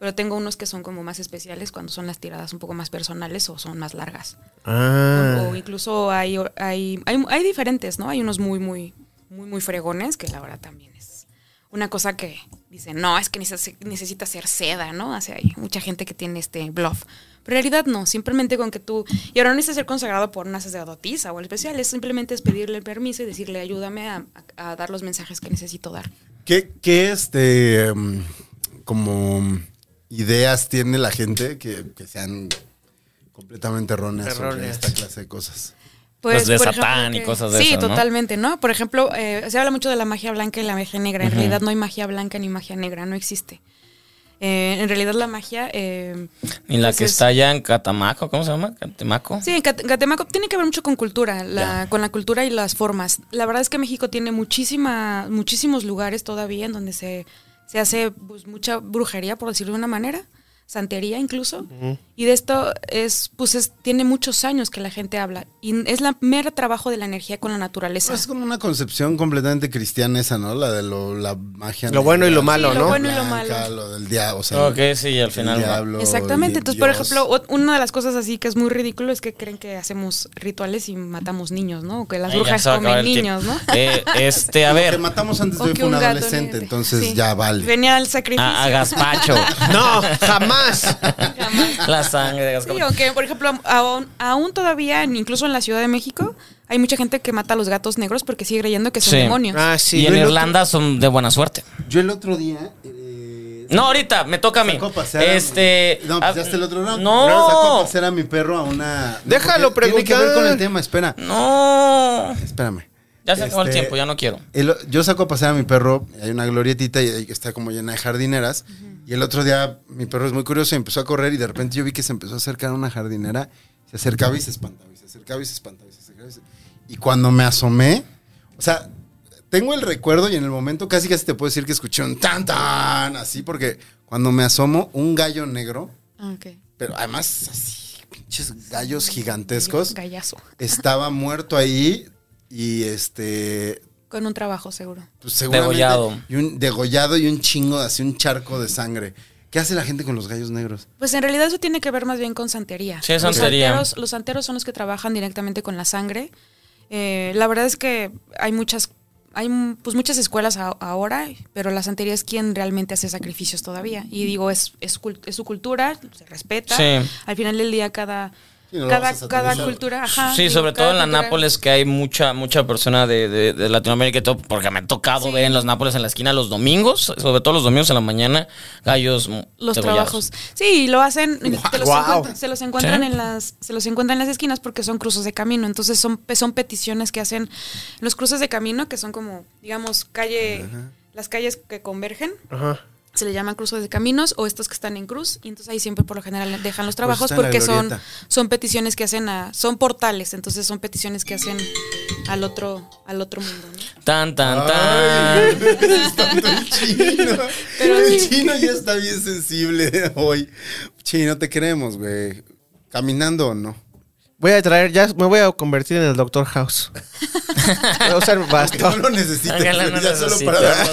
Speaker 4: Pero tengo unos que son como más especiales cuando son las tiradas un poco más personales o son más largas.
Speaker 1: Ah.
Speaker 4: O incluso hay, hay, hay, hay diferentes, ¿no? Hay unos muy, muy, muy, muy fregones, que la verdad también es una cosa que dicen, no, es que neces- necesita ser seda, ¿no? O sea, hay mucha gente que tiene este bluff. Pero en realidad no, simplemente con que tú... Y ahora no necesitas ser consagrado por una sacerdotisa o algo especial, es simplemente es pedirle el permiso y decirle, ayúdame a, a- a dar los mensajes que necesito dar.
Speaker 2: ¿Qué, qué, este, em, como ideas tiene la gente que, que sean completamente erróneas, sobre
Speaker 1: Erróneas.
Speaker 2: esta clase de cosas?
Speaker 3: Pues de
Speaker 4: por
Speaker 3: Satán y cosas de
Speaker 4: sí,
Speaker 3: esas, ¿no?
Speaker 4: totalmente, ¿no? Por ejemplo, eh, se habla mucho de la magia blanca y la magia negra. En realidad no hay magia blanca ni magia negra, no existe. Eh, en realidad la magia... eh,
Speaker 3: Ni la
Speaker 4: pues
Speaker 3: que
Speaker 4: es-
Speaker 3: está allá en Catamaco, ¿cómo se llama? Catemaco.
Speaker 4: Sí, en Cat- Catemaco tiene que ver mucho con cultura, la- con la cultura y las formas. La verdad es que México tiene muchísima, muchísimos lugares todavía en donde se, se hace pues, mucha brujería, por decirlo de una manera, santería incluso. Y de esto es, pues es- tiene muchos años que la gente habla. Y es la mera trabajo de la energía con la naturaleza.
Speaker 2: Es como una concepción completamente cristiana esa, ¿no? La de lo, la magia.
Speaker 1: Lo bueno y lo
Speaker 2: negra,
Speaker 1: malo,
Speaker 4: Sí, lo
Speaker 1: ¿no?
Speaker 4: bueno y lo
Speaker 2: blanca,
Speaker 4: malo.
Speaker 2: Lo del diablo, o sea.
Speaker 3: Ok, sí, al final.
Speaker 2: el
Speaker 3: va.
Speaker 2: diablo,
Speaker 4: Exactamente.
Speaker 2: di-
Speaker 4: Entonces, por
Speaker 2: Dios.
Speaker 4: ejemplo, ot- una de las cosas así que es muy ridículo es que creen que hacemos rituales y matamos niños, ¿no? O que las
Speaker 3: Ay, ya
Speaker 4: brujas
Speaker 3: se va a acabar
Speaker 4: comen
Speaker 3: el
Speaker 4: niños,
Speaker 3: tiempo.
Speaker 4: ¿no?
Speaker 3: Eh, este, a
Speaker 2: Lo que
Speaker 3: ver,
Speaker 2: matamos antes
Speaker 4: O
Speaker 2: de hoy
Speaker 4: que
Speaker 2: fue un
Speaker 4: gato
Speaker 2: adolescente,
Speaker 4: negro.
Speaker 2: entonces
Speaker 4: Sí.
Speaker 2: ya vale.
Speaker 4: Venía al sacrificio.
Speaker 3: a, a gazpacho.
Speaker 1: No, jamás.
Speaker 3: La sangre de
Speaker 4: Sí,
Speaker 3: gazpacho.
Speaker 4: aunque, por ejemplo, aún, aún todavía, en- incluso en la Ciudad de México, hay mucha gente que mata a los gatos negros porque sigue creyendo que son
Speaker 3: Sí.
Speaker 4: demonios.
Speaker 1: Ah, sí.
Speaker 3: y en
Speaker 1: yo el otro-
Speaker 3: Irlanda son de buena suerte.
Speaker 2: Yo el otro día. eh,
Speaker 3: No, ahorita, me toca a mí.
Speaker 2: sacó a pasear a-
Speaker 3: Este.
Speaker 2: No,
Speaker 3: ah,
Speaker 2: pues ya está el otro round. Sacó a
Speaker 3: No.
Speaker 2: pasear a mi perro a una. no,
Speaker 1: Déjalo
Speaker 2: porque Tiene que ver con
Speaker 1: preguntar.
Speaker 2: el tema, espera.
Speaker 3: No.
Speaker 2: Espérame.
Speaker 3: Ya se acabó el
Speaker 2: Este,
Speaker 3: tiempo, ya no quiero.
Speaker 2: El- yo saco a pasear a mi perro, hay una glorietita y ahí está como llena de jardineras. Y el otro día mi perro es muy curioso y empezó a correr y de repente yo vi que se empezó a acercar a una jardinera, se acercaba y se espantaba, y se acercaba y se espantaba, y se acercaba y se- Y cuando me asomé, o sea, tengo el recuerdo y en el momento casi casi te puedo decir que escuché un tan tan así, porque cuando me asomo, un gallo negro,
Speaker 4: Ah, ok.
Speaker 2: pero además así, pinches gallos gigantescos,
Speaker 4: Gallazo.
Speaker 2: estaba muerto ahí y este.
Speaker 4: Con un trabajo seguro.
Speaker 2: pues, seguramente-
Speaker 3: Degollado.
Speaker 2: Y un, degollado y un chingo, así un charco de sangre. ¿Qué hace la gente con los gallos negros?
Speaker 4: Pues en realidad eso tiene que ver más bien con santería.
Speaker 3: Sí, es santería.
Speaker 4: Los santeros, los santeros son los que trabajan directamente con la sangre. Eh, la verdad es que hay muchas, hay mm, pues muchas escuelas a- ahora, pero la santería es quien realmente hace sacrificios todavía. Y digo, es, es, cul- es su cultura, se respeta.
Speaker 3: Sí.
Speaker 4: Al final del día cada,
Speaker 2: Sí, no lo
Speaker 4: cada,
Speaker 2: vas a
Speaker 4: cada
Speaker 2: satanizar.
Speaker 4: cultura, ajá,
Speaker 3: sí,
Speaker 4: digo,
Speaker 3: sobre todo
Speaker 4: cada
Speaker 3: en la
Speaker 4: cultura-
Speaker 3: Nápoles que hay mucha mucha persona de, de- de Latinoamérica y todo, porque me ha tocado
Speaker 4: Sí.
Speaker 3: ver en los Nápoles en la esquina los domingos, sobre todo los domingos en la mañana, gallos mm,
Speaker 4: los
Speaker 3: degollados.
Speaker 4: trabajos. Sí, lo hacen, te los
Speaker 1: Wow.
Speaker 4: encuentran- se los encuentran
Speaker 3: Sí.
Speaker 4: en las, se los encuentran en las esquinas porque son cruces de camino. Entonces son, pe- son peticiones que hacen los cruces de camino, que son como, digamos, calle, las calles que convergen.
Speaker 1: Ajá.
Speaker 4: Se le llaman cruces de caminos o estos que están en cruz. Y entonces ahí siempre por lo general dejan los trabajos
Speaker 2: está Pues en la
Speaker 4: porque son,
Speaker 2: glorieta.
Speaker 4: son peticiones que hacen a, son portales, entonces son peticiones que hacen al otro, al otro mundo. ¿no?
Speaker 3: Tan, tan,
Speaker 2: Ay,
Speaker 3: tan.
Speaker 2: es tanto el chino.
Speaker 4: Pero
Speaker 2: el
Speaker 4: sí.
Speaker 2: chino ya está bien sensible hoy. Chino, te queremos, güey. ¿Caminando o no?
Speaker 1: Voy a traer, ya me voy a convertir en el Doctor House. Voy a usar
Speaker 2: Que
Speaker 1: bastón.
Speaker 2: no lo necesites,
Speaker 3: Ojalá
Speaker 2: güey,
Speaker 3: no
Speaker 2: ya
Speaker 3: lo
Speaker 2: solo
Speaker 3: necesite.
Speaker 2: para dar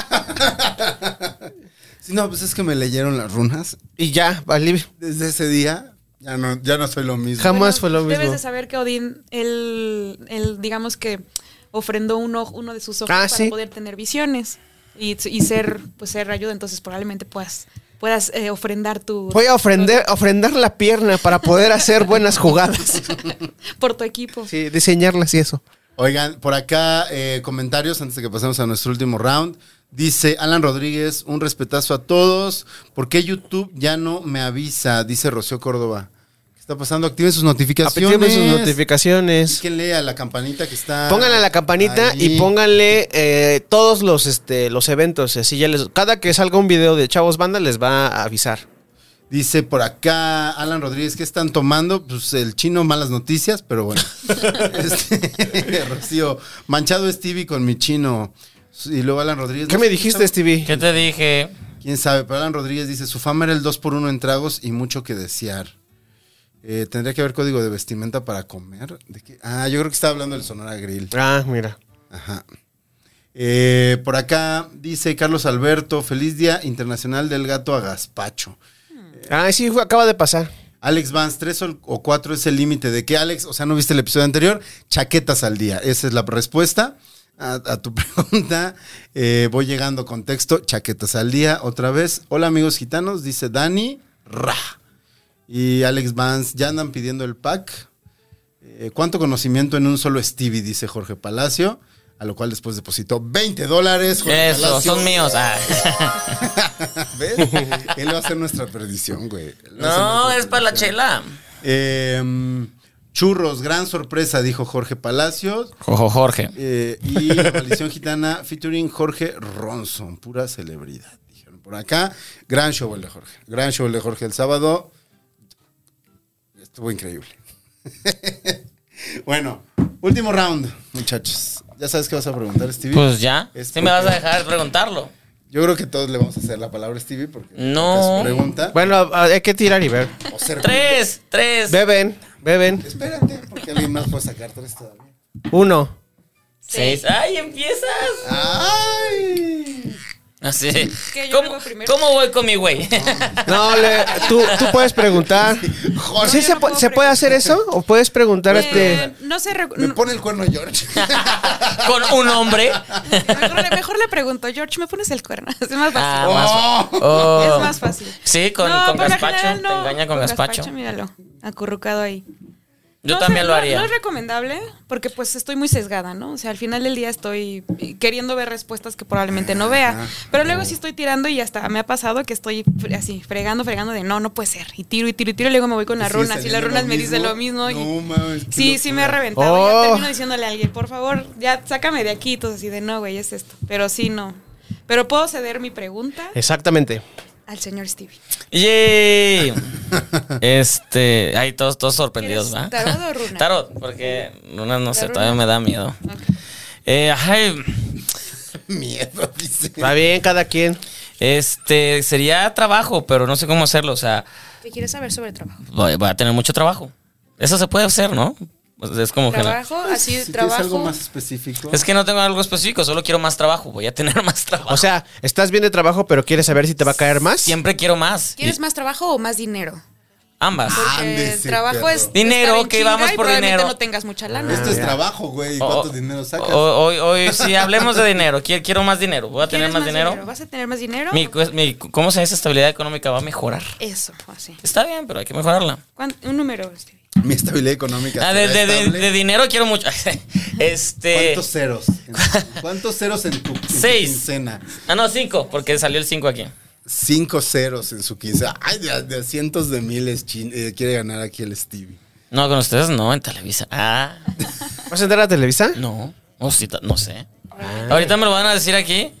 Speaker 2: lástima. Sí, no, pues es que me leyeron las runas.
Speaker 1: Y ya, alivio.
Speaker 2: Desde ese día ya no, ya no soy lo mismo.
Speaker 1: Jamás.
Speaker 4: Bueno,
Speaker 1: fue lo mismo.
Speaker 4: Debes de saber que Odín, él, él, digamos que ofrendó un ojo- uno de sus ojos
Speaker 1: Ah,
Speaker 4: para
Speaker 1: sí.
Speaker 4: poder tener visiones y, y ser, pues ser ayuda, entonces probablemente puedas, puedas eh, ofrendar tu
Speaker 1: Voy a ofrender, ofrendar la pierna para poder hacer buenas jugadas.
Speaker 4: por tu equipo.
Speaker 1: Sí, diseñarlas y eso.
Speaker 2: Oigan, por acá eh, comentarios antes de que pasemos a nuestro último round. Dice Alan Rodríguez, un respetazo a todos. ¿Por qué YouTube ya no me avisa? Dice Rocío Córdoba. ¿Qué está pasando? Activen sus notificaciones.
Speaker 1: Activen sus notificaciones.
Speaker 2: Píquenle a la campanita que está.
Speaker 1: Pónganle la campanita
Speaker 2: ahí.
Speaker 1: y pónganle eh, todos los, este, los eventos. y Así ya les, cada que salga un video de Chavos Banda les va a avisar.
Speaker 2: Dice por acá Alan Rodríguez, ¿qué están tomando? Pues el chino, malas noticias, pero bueno. Este, Rocío, manchado Stevie con mi chino. Y luego Alan Rodríguez.
Speaker 1: ¿Qué
Speaker 2: ¿no?
Speaker 1: me dijiste, Stevie?
Speaker 3: ¿Qué te dije?
Speaker 2: ¿Quién sabe? Pero Alan Rodríguez dice, su fama era el 2 por 1 en tragos y mucho que desear. Eh, Tendría que haber código de vestimenta para comer. ¿De qué? Ah, yo creo que estaba hablando del Sonora Grill.
Speaker 1: Ah, mira.
Speaker 2: Ajá. Eh, por acá dice Carlos Alberto, feliz día internacional del gato a gazpacho.
Speaker 1: Ah, sí, fue- acaba de pasar.
Speaker 2: Alex Vance, 3 o 4 es el límite. ¿De qué, Alex? O sea, ¿no viste el episodio anterior? Chaquetas al día. Esa es la respuesta a, a tu pregunta. Eh, voy llegando con texto. Chaquetas al día. Otra vez. Hola, amigos gitanos. Dice Dani. Ra. Y Alex Vance, ya andan pidiendo el pack. Eh, ¿Cuánto conocimiento en un solo Stevie? Dice Jorge Palacio. A lo cual después depositó 20 dólares. Jorge
Speaker 3: Eso,
Speaker 2: Palacio.
Speaker 3: son míos. Ah.
Speaker 2: ¿Ves? Él va a ser nuestra perdición, güey. Él va a ser
Speaker 3: No,
Speaker 2: nuestra
Speaker 3: es para la
Speaker 2: perdición.
Speaker 3: chela.
Speaker 2: Eh, churros, gran sorpresa, dijo Jorge Palacios.
Speaker 3: Jojo Jorge.
Speaker 2: Eh, y la maldición gitana featuring Jorge Ronson, pura celebridad, dijeron por acá. Gran show el de Jorge. Gran show el de Jorge el sábado. Estuvo increíble. bueno, último round, muchachos. Ya sabes qué vas a preguntar, Stevie.
Speaker 3: Pues ya.
Speaker 2: Es
Speaker 3: Sí me vas a
Speaker 2: porque-
Speaker 3: dejar preguntarlo.
Speaker 2: Yo creo que todos le vamos a hacer la palabra a Stevie porque
Speaker 3: No.
Speaker 2: es pregunta.
Speaker 1: Bueno, a- a- hay que tirar y ver.
Speaker 2: o ser-
Speaker 3: Tres, tres,
Speaker 1: Beben, beben.
Speaker 2: Espérate, porque alguien más puede sacar tres todavía.
Speaker 1: Uno.
Speaker 3: seis. ¡Ay, empiezas!
Speaker 2: ¡Ay!
Speaker 3: Así.
Speaker 4: que yo
Speaker 3: ¿Cómo,
Speaker 4: hago primero.
Speaker 3: ¿Cómo voy con mi güey?
Speaker 1: No, le- tú, tú puedes preguntar.
Speaker 2: Jorge,
Speaker 1: ¿Sí se,
Speaker 4: yo no
Speaker 1: pu-
Speaker 4: puedo
Speaker 1: se puede hacer eso? ¿O puedes preguntar
Speaker 4: Eh,
Speaker 1: este?
Speaker 4: no sé, recu-
Speaker 2: me
Speaker 4: no-
Speaker 2: pone el cuerno George.
Speaker 3: con un hombre.
Speaker 4: mejor, le- mejor le pregunto, George, ¿me pones el cuerno? Es más fácil.
Speaker 3: Ah, más
Speaker 2: Oh.
Speaker 3: fa- oh.
Speaker 4: Es más fácil.
Speaker 3: Sí, con,
Speaker 4: No,
Speaker 3: con
Speaker 4: por lo
Speaker 3: gazpacho.
Speaker 4: general no.
Speaker 3: Te engaña con, gazpacho.
Speaker 4: Míralo, acurrucado ahí.
Speaker 3: Yo
Speaker 4: No
Speaker 3: también
Speaker 4: sé,
Speaker 3: lo
Speaker 4: no-
Speaker 3: haría.
Speaker 4: No, es recomendable porque pues estoy muy sesgada, ¿no? O sea, al final del día estoy queriendo ver respuestas que probablemente no vea. Pero luego sí estoy tirando y hasta me ha pasado que estoy fre- así, fregando, fregando de no, no puede ser. Y tiro y tiro y tiro y luego me voy con las
Speaker 2: sigue
Speaker 4: runas y las
Speaker 2: saliendo
Speaker 4: runas
Speaker 2: lo
Speaker 4: me dicen
Speaker 2: mismo.
Speaker 4: lo mismo. y-
Speaker 2: No mames, qué
Speaker 4: Sí, sí me ha
Speaker 2: locura.
Speaker 4: reventado.
Speaker 1: Oh.
Speaker 4: Ya termino diciéndole a alguien, por favor, ya sácame de
Speaker 2: Eh.
Speaker 4: aquí. Entonces así de no, güey, es esto. Pero sí, no. Pero puedo ceder mi pregunta.
Speaker 1: Exactamente.
Speaker 4: Al señor Stevie.
Speaker 3: ¡Yay! Este, ahí todos, todos sorprendidos,
Speaker 4: ¿Quieres
Speaker 3: ¿va?
Speaker 4: tarot o runa?
Speaker 3: Tarot, porque runa no sé,
Speaker 4: La
Speaker 3: todavía
Speaker 4: runa.
Speaker 3: me da miedo. Eh, ay,
Speaker 2: Miedo, dice.
Speaker 1: Está bien, cada quien.
Speaker 3: este, sería trabajo, pero no sé cómo hacerlo, o sea,
Speaker 4: ¿Qué quieres saber sobre el trabajo?
Speaker 3: voy, voy a tener mucho trabajo. Eso se puede hacer, ¿no? Pues Es como que... la-
Speaker 4: Trabajo, así
Speaker 2: Si quieres
Speaker 4: trabajo.
Speaker 2: algo más específico.
Speaker 3: es que no tengo algo específico, solo quiero más trabajo, voy a tener más trabajo.
Speaker 1: O sea, estás bien de trabajo, pero quieres saber si te va a caer más.
Speaker 3: Siempre quiero más.
Speaker 4: ¿Quieres
Speaker 3: Y-
Speaker 4: más trabajo o más dinero?
Speaker 3: Ambas.
Speaker 4: Porque
Speaker 2: Ándese,
Speaker 4: el trabajo
Speaker 2: perro.
Speaker 4: es
Speaker 3: Dinero,
Speaker 4: estar en
Speaker 3: ok,
Speaker 4: chinga
Speaker 3: vamos por
Speaker 4: y probablemente
Speaker 3: dinero. Este
Speaker 4: no tengas mucha lana.
Speaker 2: Esto es trabajo, güey.
Speaker 3: Ah, Oh,
Speaker 2: ¿Cuánto
Speaker 3: oh,
Speaker 2: dinero sacas?
Speaker 3: Hoy, hoy, hoy sí, hablemos de dinero. Quiero, quiero más dinero. Voy a tener
Speaker 4: ¿Quieres
Speaker 3: más, dinero.
Speaker 4: ¿Vas a tener más dinero?
Speaker 3: Mi, cu- mi- ¿Cómo se dice estabilidad económica? Va a mejorar.
Speaker 4: Eso, así.
Speaker 3: Está bien, pero hay que mejorarla.
Speaker 4: ¿Cuán- Un número, este. Stevie.
Speaker 2: Mi estabilidad económica.
Speaker 3: Ah, de,
Speaker 2: ¿será
Speaker 3: de- de-
Speaker 2: estable?
Speaker 3: de dinero quiero mucho. este.
Speaker 2: ¿Cuántos ceros? ¿Cuántos ceros en tu, en tu
Speaker 3: Seis.
Speaker 2: quincena?
Speaker 3: Ah, no, cinco, porque salió el cinco aquí.
Speaker 2: Cinco ceros en su quincena. Ay, de, de cientos de miles chin- eh, quiere ganar aquí el Stevie.
Speaker 3: No, con ustedes no, en Televisa. Ah,
Speaker 1: ¿Vas a entrar a Televisa?
Speaker 3: no. No, sí, ta- no sé. Ahorita me lo van a decir aquí.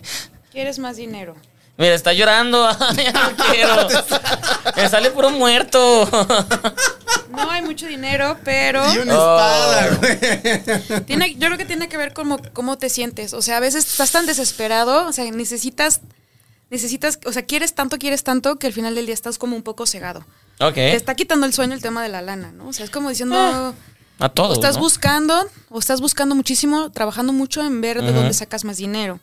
Speaker 4: ¿Quieres más dinero?
Speaker 3: Mira, está llorando. Ay, ya no quiero. Me sale puro muerto.
Speaker 4: No hay mucho dinero, pero
Speaker 2: Y una
Speaker 3: Oh.
Speaker 2: espada, güey.
Speaker 4: tiene, yo creo que tiene que ver como cómo te sientes. O sea, a veces estás tan desesperado, o sea, necesitas, necesitas, o sea, quieres tanto, quieres tanto que al final del día estás como un poco cegado.
Speaker 3: ok.
Speaker 4: Te está quitando el sueño el tema de la lana, ¿no? O sea, es como diciendo,
Speaker 3: Ah. A
Speaker 4: o
Speaker 3: todos.
Speaker 4: estás
Speaker 3: ¿no?
Speaker 4: buscando, o estás buscando muchísimo, trabajando mucho en ver de
Speaker 3: Ujú.
Speaker 4: dónde sacas más dinero.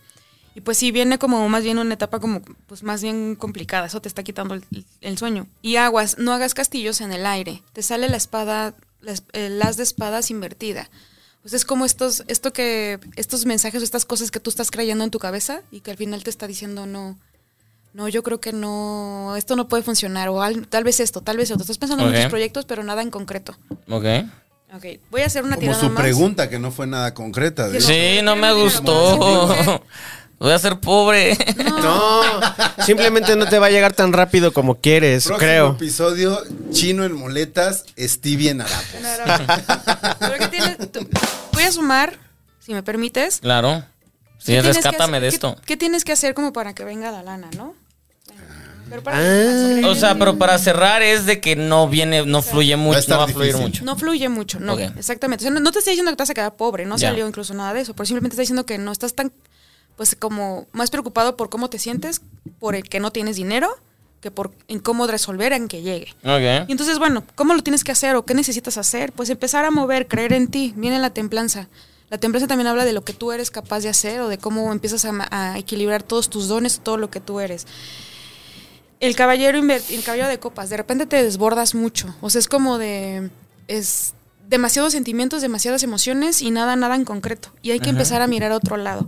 Speaker 4: Y pues sí, viene como más bien una etapa como, pues más bien complicada, eso te está quitando el, el sueño. Y aguas, no hagas castillos en el aire, te sale la espada, la, es- el as de espadas invertida. Pues es como estos, esto que, estos mensajes o estas cosas que tú estás creyendo en tu cabeza y que al final te está diciendo no. No, yo creo que no, esto no puede funcionar, o al- tal vez esto, tal vez otro. Estás pensando
Speaker 3: Ok.
Speaker 4: en muchos proyectos, pero nada en concreto.
Speaker 3: Ok.
Speaker 4: Ok, voy a hacer una
Speaker 2: Como
Speaker 4: tirada
Speaker 2: su
Speaker 4: más.
Speaker 2: pregunta, que no fue nada concreta. de
Speaker 4: Sí,
Speaker 2: hecho.
Speaker 3: Sí, no me
Speaker 4: Pero,
Speaker 3: gustó. Voy a ser pobre.
Speaker 1: No. Simplemente no te va a llegar tan rápido como quieres,
Speaker 2: Próximo
Speaker 1: creo.
Speaker 2: episodio, Chino en muletas, Stevie en harapos.
Speaker 4: Pero ¿qué tienes? Tú- voy a sumar, si me permites.
Speaker 3: Claro. Sí,
Speaker 4: ¿Qué tienes que
Speaker 3: rescátame
Speaker 4: hacer-
Speaker 3: de
Speaker 4: qué-
Speaker 3: esto.
Speaker 4: ¿Qué tienes que hacer como para que venga la lana, no? Pero para
Speaker 1: Ah.
Speaker 3: O sea, pero para cerrar es de que no viene, no fluye
Speaker 2: Va a
Speaker 3: mucho,
Speaker 2: estar
Speaker 3: no va a fluir
Speaker 2: difícil.
Speaker 3: mucho.
Speaker 4: no fluye mucho, no,
Speaker 3: Ok.
Speaker 4: exactamente. O sea, no, no te estoy diciendo que te vas a quedar pobre, no
Speaker 3: Ya.
Speaker 4: salió incluso nada de eso, pero simplemente está diciendo que no estás tan, pues como más preocupado por cómo te sientes, por el que no tienes dinero, que por en cómo resolver en que llegue. Y
Speaker 3: Ok.
Speaker 4: entonces, bueno, ¿cómo lo tienes que hacer o qué necesitas hacer? Pues empezar a mover, creer en ti. Viene la templanza. La templanza también habla de lo que tú eres capaz de hacer o de cómo empiezas a, ma- a equilibrar todos tus dones, todo lo que tú eres. El caballero, inver- el caballero de copas, de repente te desbordas mucho. O sea, es como de... Es demasiados sentimientos, demasiadas emociones y nada, nada en concreto. Y hay que empezar a mirar a otro lado.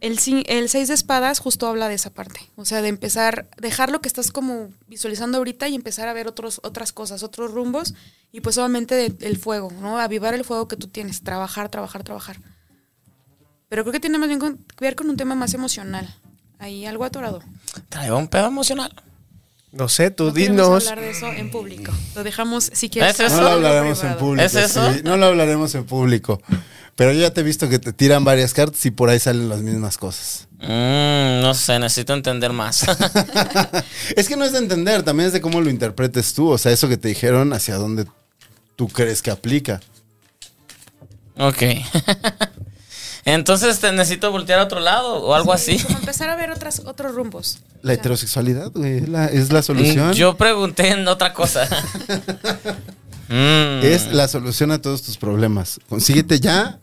Speaker 4: El, ci- el seis de espadas justo habla de esa parte, o sea, de empezar, dejar lo que estás como visualizando ahorita y empezar a ver otros, otras cosas, otros rumbos y pues obviamente de- el fuego, ¿no? Avivar el fuego que tú tienes, trabajar, trabajar, trabajar. Pero creo que tiene más bien con- que ver con un tema más emocional, ahí algo atorado.
Speaker 3: Traigo un pedo emocional.
Speaker 1: No sé, tú
Speaker 4: No queremos
Speaker 1: dinos.
Speaker 4: hablar de eso en público, lo dejamos si
Speaker 3: ¿Es
Speaker 4: quieres.
Speaker 3: eso?
Speaker 2: No lo hablaremos en
Speaker 4: privado.
Speaker 2: público.
Speaker 3: ¿Es eso?
Speaker 2: sí, no lo hablaremos en público. Pero yo ya te he visto que te tiran varias cartas y por ahí salen las mismas cosas.
Speaker 3: Mm, no sé, necesito entender más.
Speaker 2: es que no es de entender, también es de cómo lo interpretes tú. O sea, eso que te dijeron, hacia dónde tú crees que aplica.
Speaker 3: ok. Entonces te necesito voltear a otro lado o algo así.
Speaker 4: Como empezar a ver otras, otros rumbos.
Speaker 2: La heterosexualidad, güey, es la, es la solución.
Speaker 3: Yo pregunté en otra cosa. Mm.
Speaker 2: Es la solución a todos tus problemas. Consíguete ya.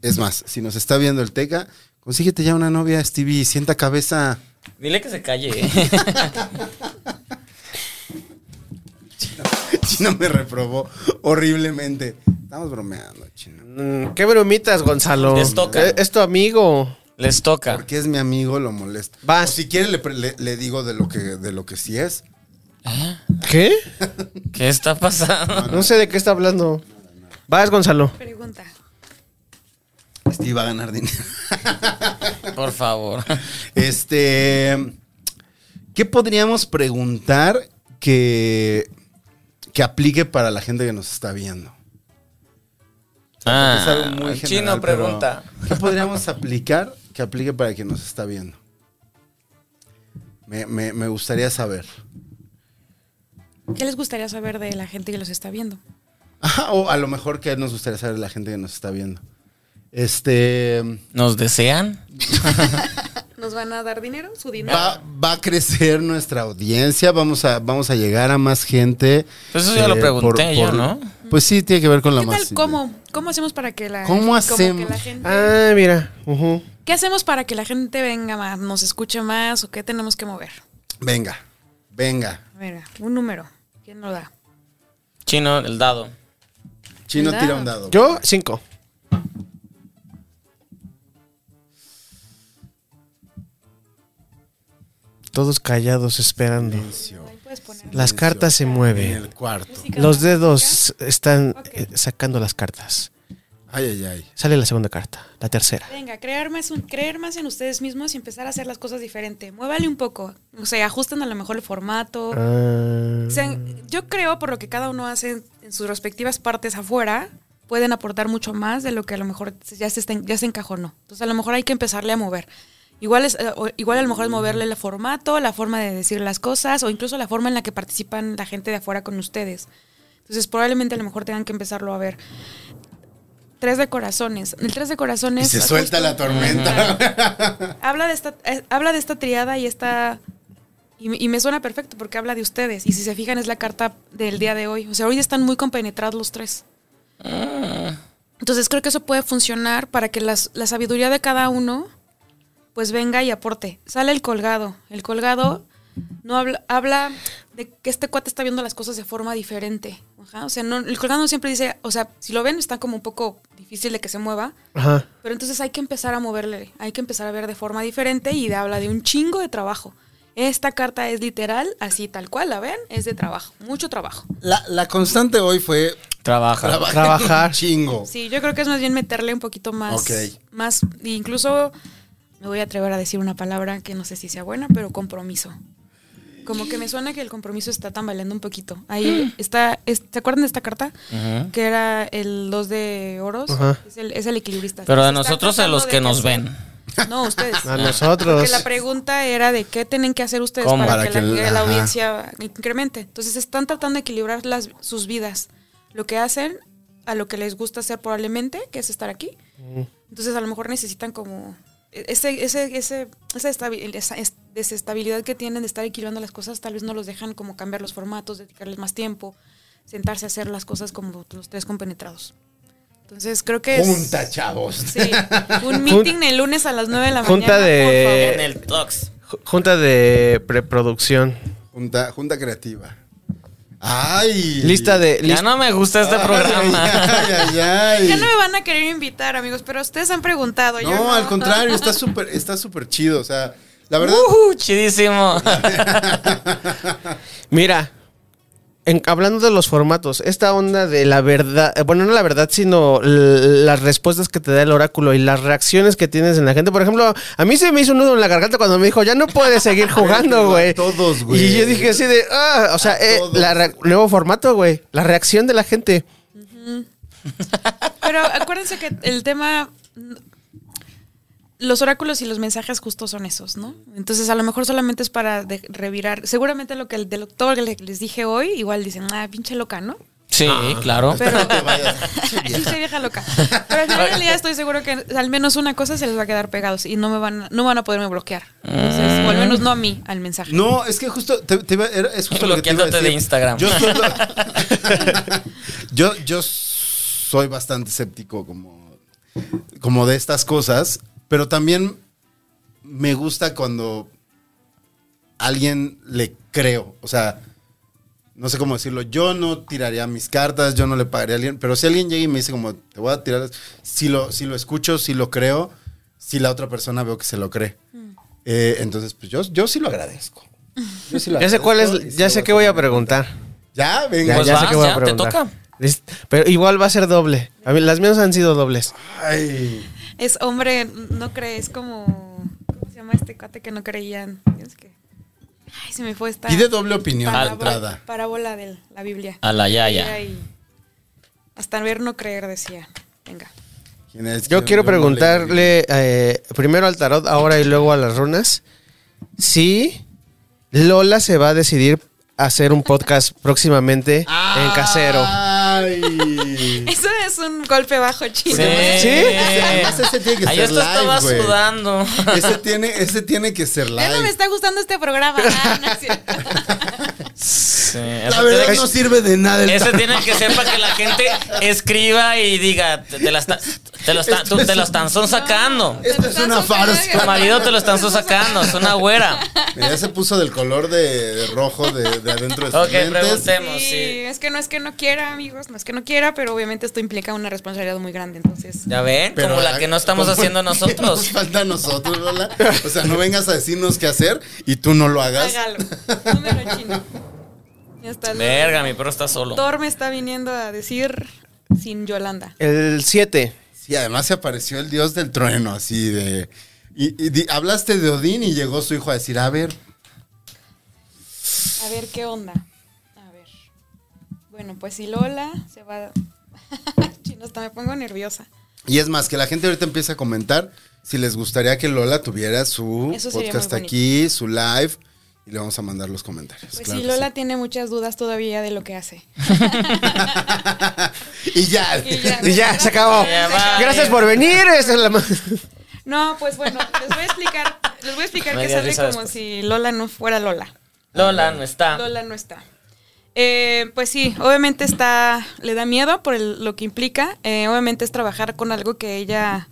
Speaker 2: Es más, si nos está viendo el Teca, consíguete ya una novia, Stevie, sienta cabeza.
Speaker 3: Dile que se calle.
Speaker 2: Chino me reprobó horriblemente. Estamos bromeando, Chino.
Speaker 1: Mm, Qué bromitas, Gonzalo.
Speaker 3: Les toca.
Speaker 1: Eh, Es tu amigo.
Speaker 3: Les toca.
Speaker 2: Porque es mi amigo, lo molesto.
Speaker 1: Vas.
Speaker 2: O si quiere, le, pre- le- le digo de lo, que, de lo que sí es.
Speaker 1: ¿Qué?
Speaker 3: ¿Qué está pasando?
Speaker 1: No sé de qué está hablando. Vas, Gonzalo.
Speaker 4: Pregunta.
Speaker 2: Steve va a ganar dinero.
Speaker 3: Por favor.
Speaker 2: Este. ¿Qué podríamos preguntar que, que aplique para la gente que nos está viendo? Es algo muy general,
Speaker 3: Ah, chino
Speaker 2: pero
Speaker 3: pregunta.
Speaker 2: ¿Qué podríamos aplicar que aplique para quien nos está viendo? Me, me- me gustaría saber.
Speaker 4: ¿Qué les gustaría saber de la gente que los está viendo?
Speaker 2: Ajá, o a lo mejor que nos gustaría saber la gente que nos está viendo. Este
Speaker 3: ¿Nos desean?
Speaker 4: ¿Nos van a dar dinero? ¿Su dinero?
Speaker 2: va, va a crecer nuestra audiencia, vamos a, vamos a llegar a más gente. eh,
Speaker 3: Pues eso ya lo pregunté yo, ¿no?
Speaker 2: Pues sí, tiene que ver con la
Speaker 4: ¿Qué tal?
Speaker 2: masividad.
Speaker 4: ¿Cómo? ¿Cómo hacemos para que la,
Speaker 2: ¿Cómo
Speaker 4: como que
Speaker 2: hacemos?
Speaker 4: la gente-
Speaker 1: Ah, mira. ujú.
Speaker 4: ¿Qué hacemos para que la gente venga más, nos escuche más o qué tenemos que mover?
Speaker 2: Venga, venga.
Speaker 4: Venga, un número. ¿Quién lo da?
Speaker 3: Chino, el dado.
Speaker 2: Chino
Speaker 4: Un
Speaker 2: tira
Speaker 4: dado.
Speaker 2: un dado.
Speaker 1: Yo, cinco. Todos callados esperando.
Speaker 2: Silencio.
Speaker 4: Puedes poner.
Speaker 1: Las cartas se
Speaker 2: En
Speaker 1: mueven.
Speaker 2: el cuarto.
Speaker 1: Los dedos están eh, sacando las cartas.
Speaker 2: Ay, ay, ay.
Speaker 1: Sale la segunda carta, la tercera.
Speaker 4: Venga, creer más, un- creer más en ustedes mismos y empezar a hacer las cosas diferente. Muévale un poco. O sea, ajusten a lo mejor el formato.
Speaker 1: Ah,
Speaker 4: O sea, yo creo, por lo que cada uno hace en- en sus respectivas partes afuera, pueden aportar mucho más de lo que a lo mejor ya se, está en- ya se encajonó. Entonces, a lo mejor hay que empezarle a mover. Igual, es, eh, o- igual a lo mejor es moverle el formato, la forma de decir las cosas, o incluso la forma en la que participan la gente de afuera con ustedes. Entonces, probablemente a lo mejor tengan que empezarlo a ver. Tres de corazones. El tres de
Speaker 2: Y
Speaker 4: corazones.
Speaker 2: se suelta la tormenta.
Speaker 4: Habla de esta, eh, habla de esta triada y esta. Y, me- y me suena perfecto porque habla de ustedes. Y si se fijan, es la carta del día de hoy. O sea, hoy están muy compenetrados los tres. Entonces creo que eso puede funcionar para que las- la sabiduría de cada uno pues venga y aporte. Sale el colgado. El colgado no habla, habla de que este cuate está viendo las cosas de forma diferente. Ajá, O sea, no, el colgado siempre dice, o sea, si lo ven está como un poco difícil de que se mueva,
Speaker 1: Ajá.
Speaker 4: pero entonces hay que empezar a moverle, hay que empezar a ver de forma diferente y de- habla de un chingo de trabajo. Esta carta es literal, así tal cual, ¿la ven? Es de trabajo, mucho trabajo.
Speaker 2: La, la constante hoy fue
Speaker 3: Trabaja.
Speaker 2: trabajar.
Speaker 1: Trabajar.
Speaker 2: un Chingo.
Speaker 4: Sí, yo creo que es más bien meterle un poquito más.
Speaker 2: Ok.
Speaker 4: Más, incluso me voy a atrever a decir una palabra que no sé si sea buena, pero compromiso. Como que me suena que el compromiso está tambaleando un poquito. Ahí está, es- ¿se acuerdan de esta carta?
Speaker 3: Ujú.
Speaker 4: Que era el 2 de oros.
Speaker 1: Ajá.
Speaker 4: Es, el, es el equilibrista.
Speaker 3: Pero
Speaker 4: Se
Speaker 3: de
Speaker 4: está
Speaker 3: nosotros a
Speaker 4: tratando
Speaker 3: los
Speaker 4: de
Speaker 3: que nos
Speaker 4: hacer-
Speaker 3: ven.
Speaker 4: No, ustedes.
Speaker 1: A nosotros.
Speaker 4: Porque la pregunta era de qué tienen que hacer ustedes
Speaker 3: ¿Cómo?
Speaker 4: para,
Speaker 2: Para
Speaker 4: que,
Speaker 2: que
Speaker 4: la,
Speaker 2: el-
Speaker 4: que
Speaker 2: ajá.
Speaker 4: la audiencia incremente. Entonces están tratando de equilibrar las, sus vidas. Lo que hacen a lo que les gusta hacer probablemente, que es estar aquí. Entonces a lo mejor necesitan como ese, ese, ese, esa, estabi- esa es- desestabilidad que tienen de estar equilibrando las cosas, tal vez no los dejan como cambiar los formatos, dedicarles más tiempo, sentarse a hacer las cosas como los tres compenetrados. Entonces creo que es...
Speaker 2: Junta, chavos.
Speaker 4: Pues, Sí, un meeting el lunes a las 9 de la
Speaker 1: Junta
Speaker 4: mañana.
Speaker 1: de-
Speaker 4: por favor.
Speaker 3: En el Tox.
Speaker 1: Ju- Junta de preproducción.
Speaker 2: Junta, junta creativa. Ay.
Speaker 1: Lista de.
Speaker 3: Ya
Speaker 1: lis-
Speaker 3: no me gusta este programa.
Speaker 2: Ay, ay, ay.
Speaker 4: Ya no me van a querer invitar, amigos, pero ustedes han preguntado. yo
Speaker 2: No, al contrario, está súper está súper chido. O sea, la verdad.
Speaker 3: Ujú, chidísimo.
Speaker 1: Mira. en- hablando de los formatos, esta onda de la verdad, eh, bueno, no la verdad, sino l- las respuestas que te da el oráculo y las reacciones que tienes en la gente. Por ejemplo, a mí se me hizo un nudo en la garganta cuando me dijo, ya no puedes seguir jugando, güey.
Speaker 2: todos, güey.
Speaker 1: Y yo dije así de, ah, o sea,
Speaker 2: A
Speaker 1: eh,
Speaker 2: todos.
Speaker 1: la re- nuevo formato, güey. La reacción de la gente.
Speaker 4: Pero acuérdense que el tema. Los oráculos y los mensajes justos son esos, ¿no? Entonces, a lo mejor solamente es para de- revirar. Seguramente lo que el, de lo- todo lo que le- les dije hoy, igual dicen, ah, pinche loca, ¿no?
Speaker 3: Sí,
Speaker 2: Ah.
Speaker 3: claro.
Speaker 4: Pero.
Speaker 2: No te vayas,
Speaker 4: pinche vieja loca. Pero al final del día estoy seguro que al menos una cosa se les va a quedar pegados y no me van, no van a poderme bloquear.
Speaker 1: Ah.
Speaker 4: Entonces, o al menos no a mí, al mensaje.
Speaker 2: No, es que justo te, te iba- era- es justo lo que te iba a
Speaker 3: Bloqueándote
Speaker 2: decir.
Speaker 3: de Instagram.
Speaker 2: Yo, suelto- yo, yo soy bastante escéptico como, como de estas cosas, pero también me gusta cuando alguien le creo. O sea, no sé cómo decirlo. Yo no tiraría mis cartas, yo no le pagaría a alguien, pero si alguien llega y me dice como, te voy a tirar, las-", si lo, si lo escucho, si lo creo, si la otra persona veo que se lo cree.
Speaker 4: Mm.
Speaker 2: Eh, entonces, pues yo, yo sí lo agradezco. Yo sí lo
Speaker 1: Ya sé cuál
Speaker 2: agradezco y
Speaker 1: es,
Speaker 2: sí
Speaker 1: ya
Speaker 2: lo
Speaker 1: sé qué voy a
Speaker 2: tomar en cuenta.
Speaker 1: preguntar.
Speaker 2: Ya, venga.
Speaker 1: Ya,
Speaker 3: Pues
Speaker 1: ya sé
Speaker 3: vas,
Speaker 1: qué voy a
Speaker 3: ya, te
Speaker 1: preguntar.
Speaker 3: toca.
Speaker 1: List- Pero igual va a ser doble. A mí, las mías han sido dobles.
Speaker 2: Ay.
Speaker 4: Es hombre, no crees como. ¿Cómo se llama este cuate que no creían? Dios que. Ay, se me fue esta.
Speaker 2: Pide doble opinión a la
Speaker 4: parábola,
Speaker 2: entrada.
Speaker 4: parábola de la Biblia.
Speaker 3: A la
Speaker 4: Era
Speaker 3: Yaya.
Speaker 4: y- Hasta ver no creer, decía. Venga.
Speaker 2: ¿Quién es?
Speaker 1: Yo quiero
Speaker 2: no leí.
Speaker 1: preguntarle eh, primero al tarot, ahora y luego a las runas, si Lola se va a decidir a hacer un podcast próximamente en casero.
Speaker 2: Ah. Ay.
Speaker 4: Eso es un golpe bajo,
Speaker 3: Sí.
Speaker 4: chino.
Speaker 2: Además, ese tiene que
Speaker 3: Ahí
Speaker 2: ser
Speaker 3: esto estaba
Speaker 2: live, güey.
Speaker 3: sudando.
Speaker 2: Ese tiene, ese tiene que ser
Speaker 4: Ya no me
Speaker 2: live.
Speaker 4: está gustando este programa. Ah, no es cierto.
Speaker 3: Sí,
Speaker 2: La
Speaker 3: eso
Speaker 2: verdad
Speaker 3: tiene-
Speaker 2: no sirve de nada el
Speaker 3: Ese tiene que ser para que la gente escriba y diga, te, te la está- te lo, está- tú- te lo están son sacando.
Speaker 2: Esto es una farsa.
Speaker 3: Tu marido te lo están son sacando, es una güera.
Speaker 2: Mira, se puso del color de, de rojo de, de adentro de sus
Speaker 3: Ok,
Speaker 2: lentes.
Speaker 3: preguntemos.
Speaker 4: Sí,
Speaker 3: Sí.
Speaker 4: es que no es que no quiera, amigos, no es que no quiera, pero obviamente esto implica una responsabilidad muy grande, entonces.
Speaker 3: ¿Ya ven?
Speaker 2: Pero,
Speaker 3: Como la que no estamos
Speaker 2: ¿cómo
Speaker 3: haciendo
Speaker 2: que Nos
Speaker 3: nosotros.
Speaker 2: falta a nosotros, Lola. O sea, no vengas a decirnos qué hacer y tú no lo hagas.
Speaker 4: Hágalo. Número chino. Ya está.
Speaker 3: Verga, mi perro está solo.
Speaker 4: Thor me está viniendo a decir sin Yolanda.
Speaker 1: El 7.
Speaker 2: Sí, además se apareció el dios del trueno, así de. Y, y di- hablaste de Odín y llegó su hijo a decir: A ver,
Speaker 4: A ver qué onda. A ver. Bueno, pues si Lola se va. chino, hasta me pongo nerviosa.
Speaker 2: Y es más, que la gente ahorita empieza a comentar si les gustaría que Lola tuviera su
Speaker 4: Eso sería
Speaker 2: podcast
Speaker 4: muy bonito.
Speaker 2: aquí, su live, y le vamos a mandar los comentarios.
Speaker 4: Pues
Speaker 2: claro
Speaker 4: sí,
Speaker 2: que
Speaker 4: Lola tiene muchas dudas todavía de lo que hace.
Speaker 2: sí. y ya.
Speaker 4: Y ya.
Speaker 1: Y ya, se acabó.
Speaker 3: Ya
Speaker 2: Ah,
Speaker 3: va.
Speaker 1: Gracias por venir. esa es la ma-
Speaker 4: No, pues bueno, les voy a explicar, les voy a explicar
Speaker 3: Me
Speaker 4: que
Speaker 3: dio
Speaker 4: sale
Speaker 3: risa
Speaker 4: como
Speaker 3: después.
Speaker 4: si Lola no fuera Lola.
Speaker 3: Lola no está.
Speaker 4: Lola no está. Eh, pues sí, obviamente está, le da miedo por el- lo que implica. Eh, obviamente es trabajar con algo que ella,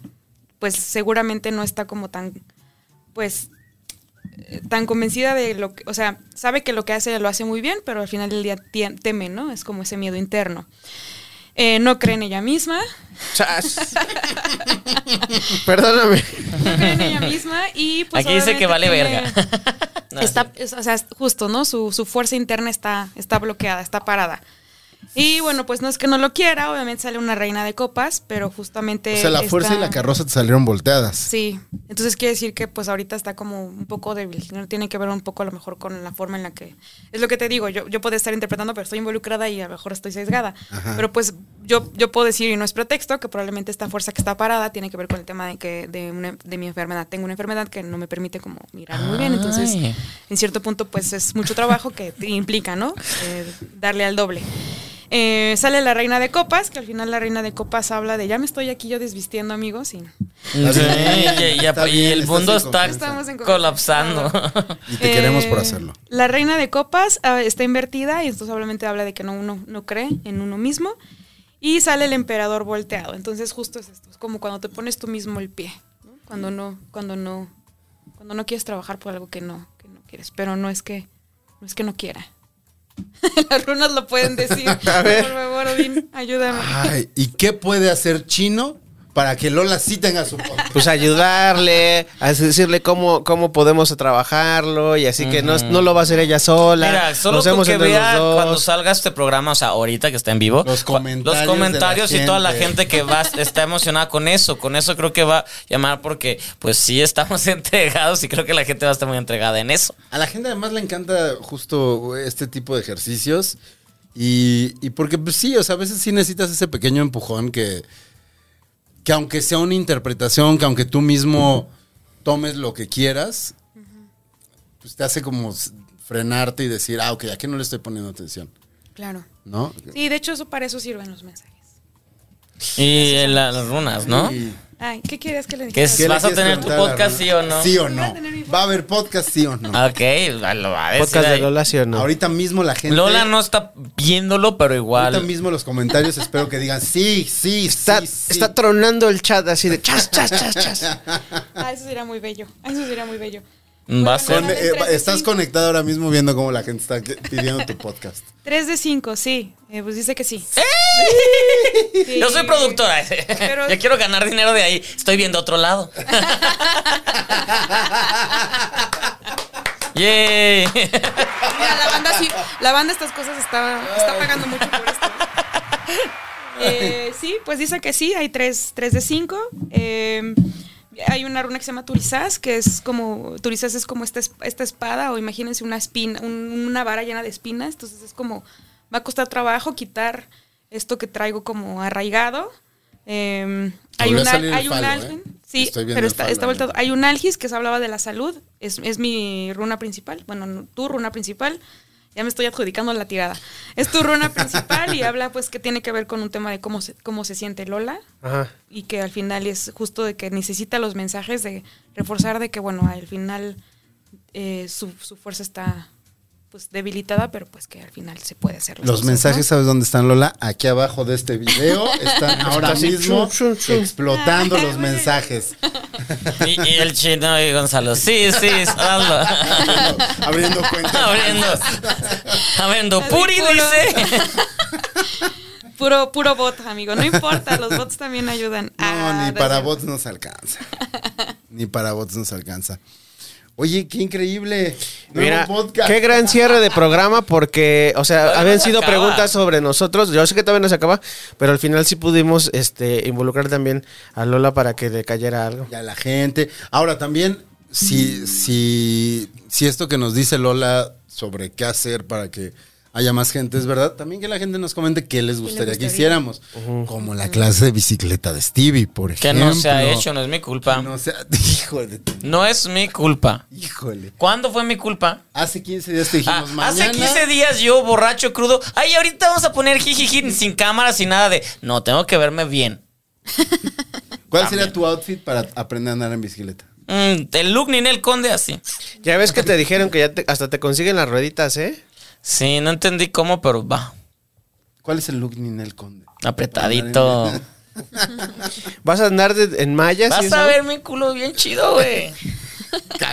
Speaker 4: pues seguramente no está como tan, pues, eh, tan convencida de lo que, o sea, sabe que lo que hace lo hace muy bien, pero al final del día tie- teme, ¿no? Es como ese miedo interno. Eh, no cree en ella misma,
Speaker 1: Chas. Perdóname.
Speaker 4: no cree en ella misma y pues...
Speaker 3: Aquí dice que vale
Speaker 4: obviamente
Speaker 3: verga.
Speaker 4: tiene-
Speaker 3: No,
Speaker 4: está, es- o sea, es justo, ¿no? Su, su fuerza interna está, está bloqueada, está parada. Y bueno, pues no es que no lo quiera, obviamente sale una reina de copas, pero justamente.
Speaker 2: O sea, la
Speaker 4: está-
Speaker 2: fuerza y la carroza te salieron volteadas.
Speaker 4: Sí, entonces quiere decir que pues ahorita está como un poco débil, ¿no? tiene que ver un poco a lo mejor con la forma en la que... Es lo que te digo, yo, yo puedo estar interpretando, pero estoy involucrada y a lo mejor estoy sesgada.
Speaker 2: Ajá.
Speaker 4: Pero pues yo, yo puedo decir, y no es pretexto, que probablemente esta fuerza que está parada tiene que ver con el tema de que de, una- de mi enfermedad. Tengo una enfermedad que no me permite como mirar muy bien, entonces
Speaker 3: Ay.
Speaker 4: en cierto punto pues es mucho trabajo que te implica, ¿no? Eh, darle al doble. Eh, sale la reina de copas, que al final la reina de copas habla de ya me estoy aquí yo desvistiendo amigos y
Speaker 2: Está
Speaker 3: Sí,
Speaker 2: bien,
Speaker 3: y- y-
Speaker 2: está
Speaker 3: y
Speaker 2: bien,
Speaker 3: el
Speaker 2: estás
Speaker 3: mundo
Speaker 2: en
Speaker 3: está
Speaker 2: confianza.
Speaker 4: Estamos en confianza.
Speaker 3: colapsando.
Speaker 2: Y te queremos por
Speaker 4: Eh,
Speaker 2: hacerlo.
Speaker 4: La reina de copas ah, está invertida y esto solamente habla de que no, uno no cree en uno mismo. Y sale el emperador volteado. Entonces justo es esto. Es como cuando te pones tú mismo el pie. ¿no? Cuando no, cuando no, cuando no quieres trabajar por algo que no, que no quieres. Pero no es que, no es que no quiera. Las runas lo pueden decir.
Speaker 1: ver.
Speaker 4: Por favor, Odín, ayúdame.
Speaker 2: Ay, ¿y qué puede hacer Chino para que Lola sí tenga su podcast?
Speaker 1: Pues ayudarle, a decirle cómo, cómo podemos trabajarlo y así que no, no lo va a hacer ella sola.
Speaker 3: Mira, solo
Speaker 1: Nos
Speaker 3: con
Speaker 1: vemos
Speaker 3: que
Speaker 1: entre los
Speaker 3: vea
Speaker 1: dos.
Speaker 3: cuando salga este programa, o sea, ahorita que está en vivo,
Speaker 2: Los
Speaker 3: cua-
Speaker 2: comentarios
Speaker 3: los comentarios
Speaker 2: de la
Speaker 3: y toda la
Speaker 2: gente.
Speaker 3: gente que va está emocionada con eso, con eso creo que va a llamar porque pues sí estamos entregados y creo que la gente va a estar muy entregada en eso.
Speaker 2: A la gente además le encanta justo este tipo de ejercicios. Y, y porque pues, sí, o sea, a veces sí necesitas ese pequeño empujón que, que aunque sea una interpretación, que aunque tú mismo tomes lo que quieras, pues te hace como s- frenarte y decir, ah, ok, ¿a qué no le estoy poniendo atención?
Speaker 4: Claro.
Speaker 2: ¿No?
Speaker 4: Sí, de hecho, eso para eso sirven los mensajes.
Speaker 3: Y en la- las runas, ¿no?
Speaker 2: Y-
Speaker 4: Ay, ¿qué quieres que le diga?
Speaker 3: ¿Qué es?
Speaker 2: ¿qué le
Speaker 3: ¿Vas a
Speaker 2: quieres
Speaker 3: tener tu
Speaker 2: preguntar a la
Speaker 3: podcast,
Speaker 2: Rola?
Speaker 3: sí o no? Ah,
Speaker 2: Sí o
Speaker 4: Voy a
Speaker 2: no.
Speaker 4: tener mi
Speaker 2: Va a haber podcast, sí o no.
Speaker 3: Ok, va- lo va a decir
Speaker 1: Podcast de
Speaker 3: ahí.
Speaker 1: Lola, ¿sí o no?
Speaker 2: Ahorita mismo la gente...
Speaker 3: Lola no está viéndolo, pero
Speaker 2: Ahorita
Speaker 3: igual.
Speaker 2: mismo los comentarios espero que digan, sí, sí,
Speaker 1: Está,
Speaker 2: sí, sí.
Speaker 1: está tronando el chat así de chas, chas, chas, chas.
Speaker 4: Ah, eso sería muy bello. Eso sería muy bello.
Speaker 3: Va a ser.
Speaker 2: Con-
Speaker 4: Bueno,
Speaker 2: eh,
Speaker 4: tres de
Speaker 2: estás
Speaker 4: cinco.
Speaker 2: conectada ahora mismo viendo cómo la gente está que- pidiendo tu podcast.
Speaker 4: Tres de cinco, sí. Eh, pues dice que sí. Sí.
Speaker 3: ¡Eh! Yo soy productora.
Speaker 4: Pero-
Speaker 3: Yo quiero ganar dinero de ahí. Estoy viendo otro lado. Yay.
Speaker 4: Mira, la banda sí, la banda estas cosas está, está pagando mucho por esto. Eh, sí, pues dice que sí, hay tres, tres de cinco. Eh, hay una runa que se llama Turizás, que es como, Turizás es como esta, es- esta espada, o imagínense una espina, un- una vara llena de espinas, entonces es como, va a costar trabajo quitar esto que traigo como arraigado, Eh, hay
Speaker 2: Volvió
Speaker 4: un,
Speaker 2: a salir
Speaker 4: al-
Speaker 2: el
Speaker 4: hay un
Speaker 2: falo, ¿eh?
Speaker 4: algin, sí,
Speaker 2: Estoy viendo
Speaker 4: pero
Speaker 2: el
Speaker 4: está,
Speaker 2: falo
Speaker 4: está
Speaker 2: ahí.
Speaker 4: volteado. Hay un algis que se hablaba de la salud, es, es mi runa principal, bueno, no, tu runa principal, ya me estoy adjudicando la tirada. Es tu runa principal y habla pues que tiene que ver con un tema de cómo se, cómo se siente Lola
Speaker 1: Ajá.
Speaker 4: y que al final es justo de que necesita los mensajes de reforzar de que, bueno, al final eh, su, su fuerza está pues debilitada, pero pues que al final se puede hacer. las
Speaker 2: Los
Speaker 4: cosas,
Speaker 2: mensajes,
Speaker 4: ¿no?
Speaker 2: ¿sabes dónde están, Lola? Aquí abajo de este video están ahora
Speaker 1: así,
Speaker 2: mismo
Speaker 1: chum, chum, chum.
Speaker 2: explotando
Speaker 4: Ah,
Speaker 2: los mensajes.
Speaker 3: Y, y el chino y Gonzalo. Sí, sí, hazlo.
Speaker 2: Abriendo cuentas.
Speaker 3: Abriendo. Abriendo. Puri
Speaker 4: Ridículo.
Speaker 3: dice.
Speaker 4: Puro, puro bot, amigo. No importa, los bots también ayudan.
Speaker 2: No,
Speaker 4: Ah,
Speaker 2: ni para
Speaker 4: cierto.
Speaker 2: bots nos alcanza. Ni para bots nos alcanza. Oye, qué increíble. Nuevo
Speaker 1: Mira,
Speaker 2: podcast.
Speaker 1: qué gran cierre de programa porque, o sea,
Speaker 3: Todavía no
Speaker 1: habían
Speaker 3: se
Speaker 1: sido
Speaker 3: acaba.
Speaker 1: preguntas sobre nosotros. Yo sé que todavía no se acaba, pero al final sí pudimos este, involucrar también a Lola para que le cayera algo.
Speaker 2: Y a la gente. Ahora también, si, si, si esto que nos dice Lola sobre qué hacer para que haya más gente es verdad, también que la gente nos comente qué les gustaría, que
Speaker 4: gustaría?
Speaker 2: hiciéramos. Como la clase de bicicleta de Stevie, por
Speaker 3: Que
Speaker 2: ejemplo.
Speaker 3: no se ha hecho, no es mi culpa.
Speaker 2: No se ha- híjole,
Speaker 3: No es mi culpa.
Speaker 2: híjole.
Speaker 3: ¿Cuándo fue mi culpa?
Speaker 2: Hace 15 días te
Speaker 3: Ah,
Speaker 2: dijimos mañana.
Speaker 3: hace 15 días yo, borracho, crudo. Ay, ahorita vamos a poner jijiji sin cámara, sin nada de. No, tengo que verme bien.
Speaker 2: ¿Cuál sería tu outfit para aprender a andar en bicicleta?
Speaker 3: Mm, el look Ninel Conde así.
Speaker 1: Ya ves que te dijeron que ya te- hasta te consiguen las rueditas, ¿eh?
Speaker 3: Sí, no entendí cómo, pero va.
Speaker 2: ¿Cuál es el look Ninel Conde?
Speaker 3: Apretadito.
Speaker 1: Vas a andar de- en mallas. y
Speaker 3: Vas
Speaker 1: eso?
Speaker 3: a ver mi culo bien chido, güey.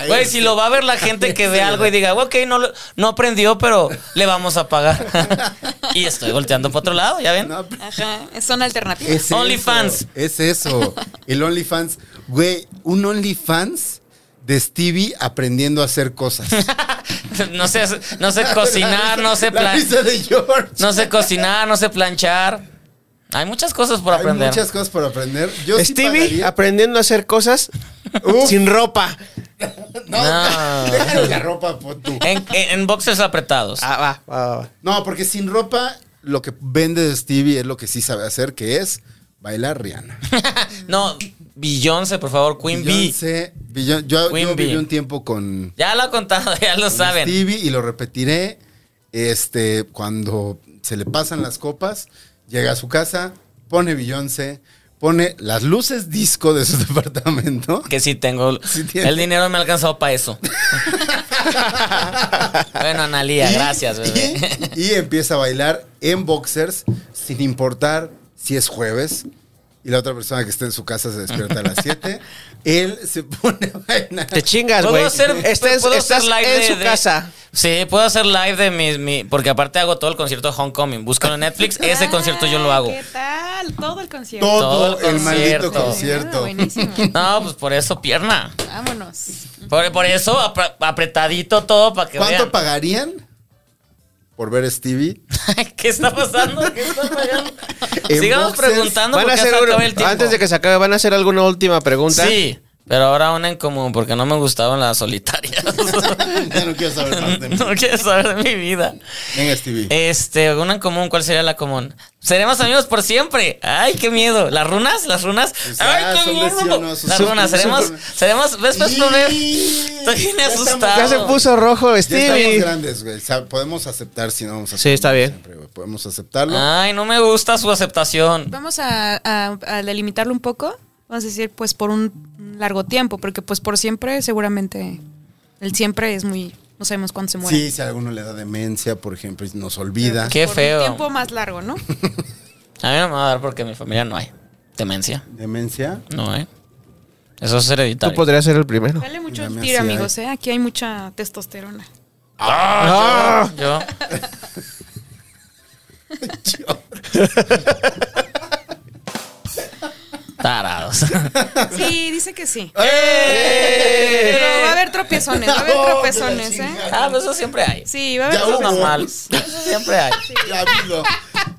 Speaker 3: Güey, si lo va a ver la gente que ve algo y diga, ok, no, lo- no aprendió, pero le vamos a pagar. y estoy volteando para otro lado, ¿ya ven?
Speaker 2: No, pero-
Speaker 4: Ajá, son alternativas.
Speaker 2: Es
Speaker 3: OnlyFans.
Speaker 2: eso, Es eso. El OnlyFans. Güey, un OnlyFans de Stevie aprendiendo a hacer cosas.
Speaker 3: no, sé, no sé cocinar, no sé,
Speaker 2: La
Speaker 3: plan-
Speaker 2: risa de George.
Speaker 3: no sé cocinar, no sé planchar. Hay muchas cosas por aprender.
Speaker 2: Hay muchas cosas por aprender. Yo sí
Speaker 1: Stevie
Speaker 2: pagaría-
Speaker 1: aprendiendo a hacer cosas
Speaker 2: Uf.
Speaker 1: sin ropa.
Speaker 2: No,
Speaker 3: No.
Speaker 2: déjale la ropa, po, tú.
Speaker 3: En, en- en boxers apretados.
Speaker 1: Ah, va, va, va, va.
Speaker 2: No, porque sin ropa, lo que vende de Stevie es lo que sí sabe hacer, que es bailar Rihanna.
Speaker 3: no, Beyoncé, por favor, Queen Bee.
Speaker 2: Beyoncé, Beyon- yo, yo
Speaker 3: Queen
Speaker 2: viví
Speaker 3: B.
Speaker 2: un tiempo con,
Speaker 3: Ya lo he contado, ya lo
Speaker 2: con
Speaker 3: saben.
Speaker 2: Stevie y lo repetiré. Este, cuando se le pasan las copas, llega a su casa, pone Beyoncé, pone las luces disco de su departamento.
Speaker 3: Que sí tengo.
Speaker 2: Sí tiene.
Speaker 3: el dinero me ha alcanzado para eso. bueno, Analía,
Speaker 2: Y-
Speaker 3: gracias, bebé.
Speaker 2: Y, y empieza a bailar en boxers, sin importar si es jueves. Y la otra persona que está en su casa se despierta a las 7. Él se pone a bailar.
Speaker 1: Te chingas,
Speaker 3: Puedo
Speaker 1: güey.
Speaker 3: hacer-
Speaker 1: Está en-
Speaker 3: puedo
Speaker 1: estás
Speaker 3: hacer live
Speaker 1: en
Speaker 3: de-
Speaker 1: su
Speaker 3: de-
Speaker 1: casa.
Speaker 3: Sí, puedo hacer live de mis. mi- porque aparte hago todo el concierto de Homecoming. Búscalo en Netflix. Ese
Speaker 4: Ah,
Speaker 3: concierto yo lo hago.
Speaker 4: ¿Qué tal? Todo el concierto.
Speaker 2: Todo,
Speaker 3: Todo el
Speaker 2: el maldito
Speaker 3: concierto.
Speaker 4: Ah,
Speaker 2: concierto.
Speaker 4: buenísimo.
Speaker 3: No, pues por eso pierna.
Speaker 4: Vámonos.
Speaker 3: Por, por eso apra- apretadito todo para que
Speaker 2: ¿Cuánto
Speaker 3: vean.
Speaker 2: pagarían por ver a Stevie?
Speaker 3: ¿Qué está pasando? ¿Qué está pasando?
Speaker 2: En
Speaker 3: Sigamos
Speaker 2: boxers.
Speaker 3: preguntando
Speaker 1: Van a
Speaker 3: porque
Speaker 1: hacer
Speaker 3: hasta
Speaker 1: una-
Speaker 3: acaba el tiempo.
Speaker 1: antes de que se acabe, van a hacer alguna última pregunta.
Speaker 3: Sí, pero ahora una en común porque no me gustaban las solitarias.
Speaker 2: Ya no quiero saber más de mí.
Speaker 3: No quiero saber de mi vida.
Speaker 2: Venga, Stevie.
Speaker 3: Este, una en común, ¿cuál sería la común? Seremos amigos por siempre. Ay, qué miedo. Las runas, las runas.
Speaker 2: Pues, ah,
Speaker 3: Ay, qué
Speaker 2: son
Speaker 3: miedo.
Speaker 2: lesionosos.
Speaker 3: Las
Speaker 2: Son-
Speaker 3: runas,
Speaker 2: son-
Speaker 3: seremos,
Speaker 2: son-
Speaker 3: seremos, ves, ves, Florel?
Speaker 2: Y-
Speaker 3: Estoy bien
Speaker 2: Ya estamos-
Speaker 3: asustado.
Speaker 1: Ya se puso rojo,
Speaker 2: Ya estamos
Speaker 1: Stevie.
Speaker 2: grandes, güey. O sea, podemos aceptar si no vamos a
Speaker 1: Sí, está bien.
Speaker 2: siempre, güey. podemos aceptarlo.
Speaker 3: Ay, no me gusta su aceptación.
Speaker 4: Vamos a, a- a delimitarlo un poco. Vamos a decir, pues por un largo tiempo, porque pues por siempre seguramente el siempre es muy... No sabemos cuándo se muere.
Speaker 2: Sí, si a alguno le da demencia, por ejemplo, y nos olvida.
Speaker 3: Qué
Speaker 4: por
Speaker 3: feo.
Speaker 4: Un tiempo más largo, ¿no?
Speaker 3: A mí no me va a dar porque en mi familia no hay demencia.
Speaker 2: ¿Demencia?
Speaker 3: No hay. Eso es
Speaker 1: Tú
Speaker 3: hereditario.
Speaker 1: podrías ser el primero.
Speaker 4: Dale mucho
Speaker 2: Ya me
Speaker 4: tiro,
Speaker 2: hacía-
Speaker 4: amigos, ¿eh? Aquí hay mucha testosterona.
Speaker 3: Ah, yo- yo. Tarados.
Speaker 4: Sí, dice que sí. Pero va a
Speaker 3: ¡Eh!
Speaker 4: haber tropiezones, va a haber
Speaker 2: No,
Speaker 4: tropezones,
Speaker 2: que la
Speaker 4: ¿eh?
Speaker 2: chingada.
Speaker 3: Ah, pues eso siempre hay.
Speaker 4: Sí, va a haber
Speaker 2: Ya
Speaker 3: Eso es
Speaker 2: hubo.
Speaker 3: normal. Eso siempre hay.
Speaker 2: Ya vino.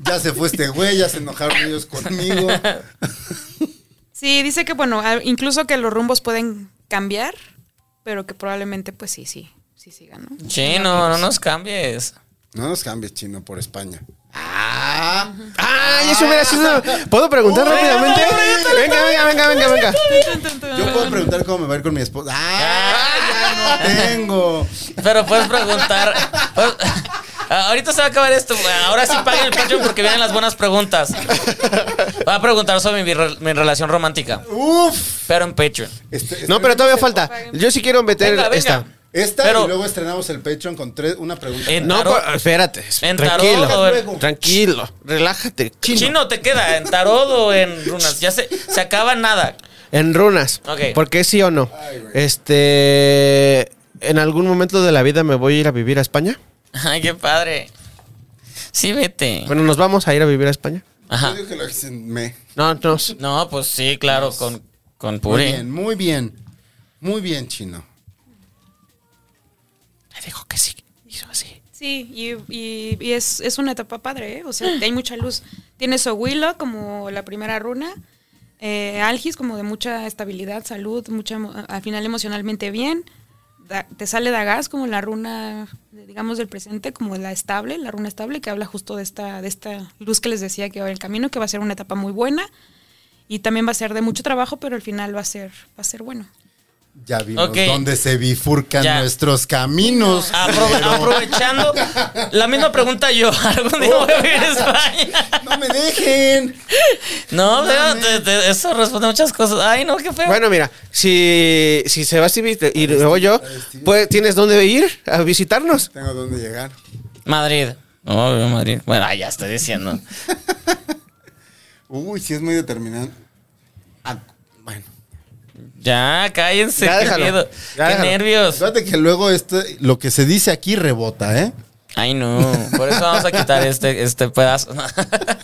Speaker 2: Ya se fue este güey, ya se enojaron ellos conmigo.
Speaker 4: Sí, dice que bueno, a- incluso que los rumbos pueden cambiar, pero que probablemente pues sí, sí, sí sigan, ¿no?
Speaker 3: Chino, no nos cambies.
Speaker 2: No nos cambies, chino, por España.
Speaker 1: Ah, ay, eso hubiera sido. ¿Puedo preguntar rápidamente? Venga, venga, venga, venga, venga.
Speaker 2: Yo puedo preguntar cómo me va a ir con mi esposa. ¡Ah! Ya no tengo.
Speaker 3: Pero puedes preguntar. pues, ahorita se va a acabar esto. Ahora sí paguen el Patreon porque vienen las buenas preguntas. Va a preguntar sobre mi, re- mi relación romántica.
Speaker 2: Uf.
Speaker 3: Pero en Patreon.
Speaker 2: Este- este-
Speaker 1: No, pero todavía falta. Yo sí quiero meter
Speaker 3: Venga, venga.
Speaker 1: esta.
Speaker 2: Esta
Speaker 3: Pero-
Speaker 2: y luego estrenamos el Patreon con tres, una pregunta.
Speaker 3: En
Speaker 1: No,
Speaker 3: tarot.
Speaker 1: pero- espérate.
Speaker 3: En
Speaker 1: tranquilo.
Speaker 3: tarot.
Speaker 2: Luego.
Speaker 1: Tranquilo. Relájate. Chino.
Speaker 3: Chino te queda en tarot o en runas. Ya se, se acaba nada.
Speaker 1: En runas.
Speaker 3: Ok.
Speaker 1: ¿Por qué sí o no? Este. ¿En algún momento de la vida me voy a ir a vivir a España?
Speaker 3: Ay, qué padre. Sí, vete.
Speaker 1: Bueno, ¿nos vamos a ir a vivir a España?
Speaker 2: Yo
Speaker 3: Ajá.
Speaker 2: digo que lo dicen me.
Speaker 1: No, nos.
Speaker 3: No, pues sí, claro, con, con
Speaker 2: Muy
Speaker 3: Puri.
Speaker 2: bien, muy bien. Muy bien, chino.
Speaker 3: Me dijo que sí. Hizo así.
Speaker 4: Sí, y, y- y es, es una etapa padre, ¿eh? O sea, hay mucha luz. Tienes Ohuilo como la primera runa, eh, Algis como de mucha estabilidad, salud, mucha emo- al final emocionalmente bien. Da- te sale Dagas como la runa, digamos, del presente, como la estable, la runa estable, que habla justo de esta, de esta luz que les decía que va en el camino, que va a ser una etapa muy buena. Y también va a ser de mucho trabajo, pero al final va a ser, va a ser bueno.
Speaker 2: Ya vimos
Speaker 3: Ok.
Speaker 2: dónde se bifurcan
Speaker 3: Ya.
Speaker 2: nuestros caminos.
Speaker 3: Apro-
Speaker 2: pero-
Speaker 3: aprovechando, la misma pregunta yo. ¿Algún día voy a vivir a España?
Speaker 2: No me dejen.
Speaker 3: No, pero te- te- eso responde muchas cosas. Ay, no, qué feo.
Speaker 1: Bueno, mira, si, si se va a Stevie y luego yo, pues, ¿tienes dónde ir a visitarnos?
Speaker 2: Tengo dónde llegar.
Speaker 3: Madrid. No, yo Madrid. Bueno, ay, ya estoy diciendo.
Speaker 2: Uy, sí es muy determinante. Ah, bueno.
Speaker 3: Ya, cállense.
Speaker 1: Ya
Speaker 3: qué
Speaker 1: déjalo.
Speaker 3: miedo.
Speaker 1: Ya
Speaker 3: qué
Speaker 1: déjalo.
Speaker 3: nervios.
Speaker 2: Fíjate que luego este, lo que se dice aquí rebota, ¿eh?
Speaker 3: Ay, no. Por eso vamos a quitar este, este pedazo.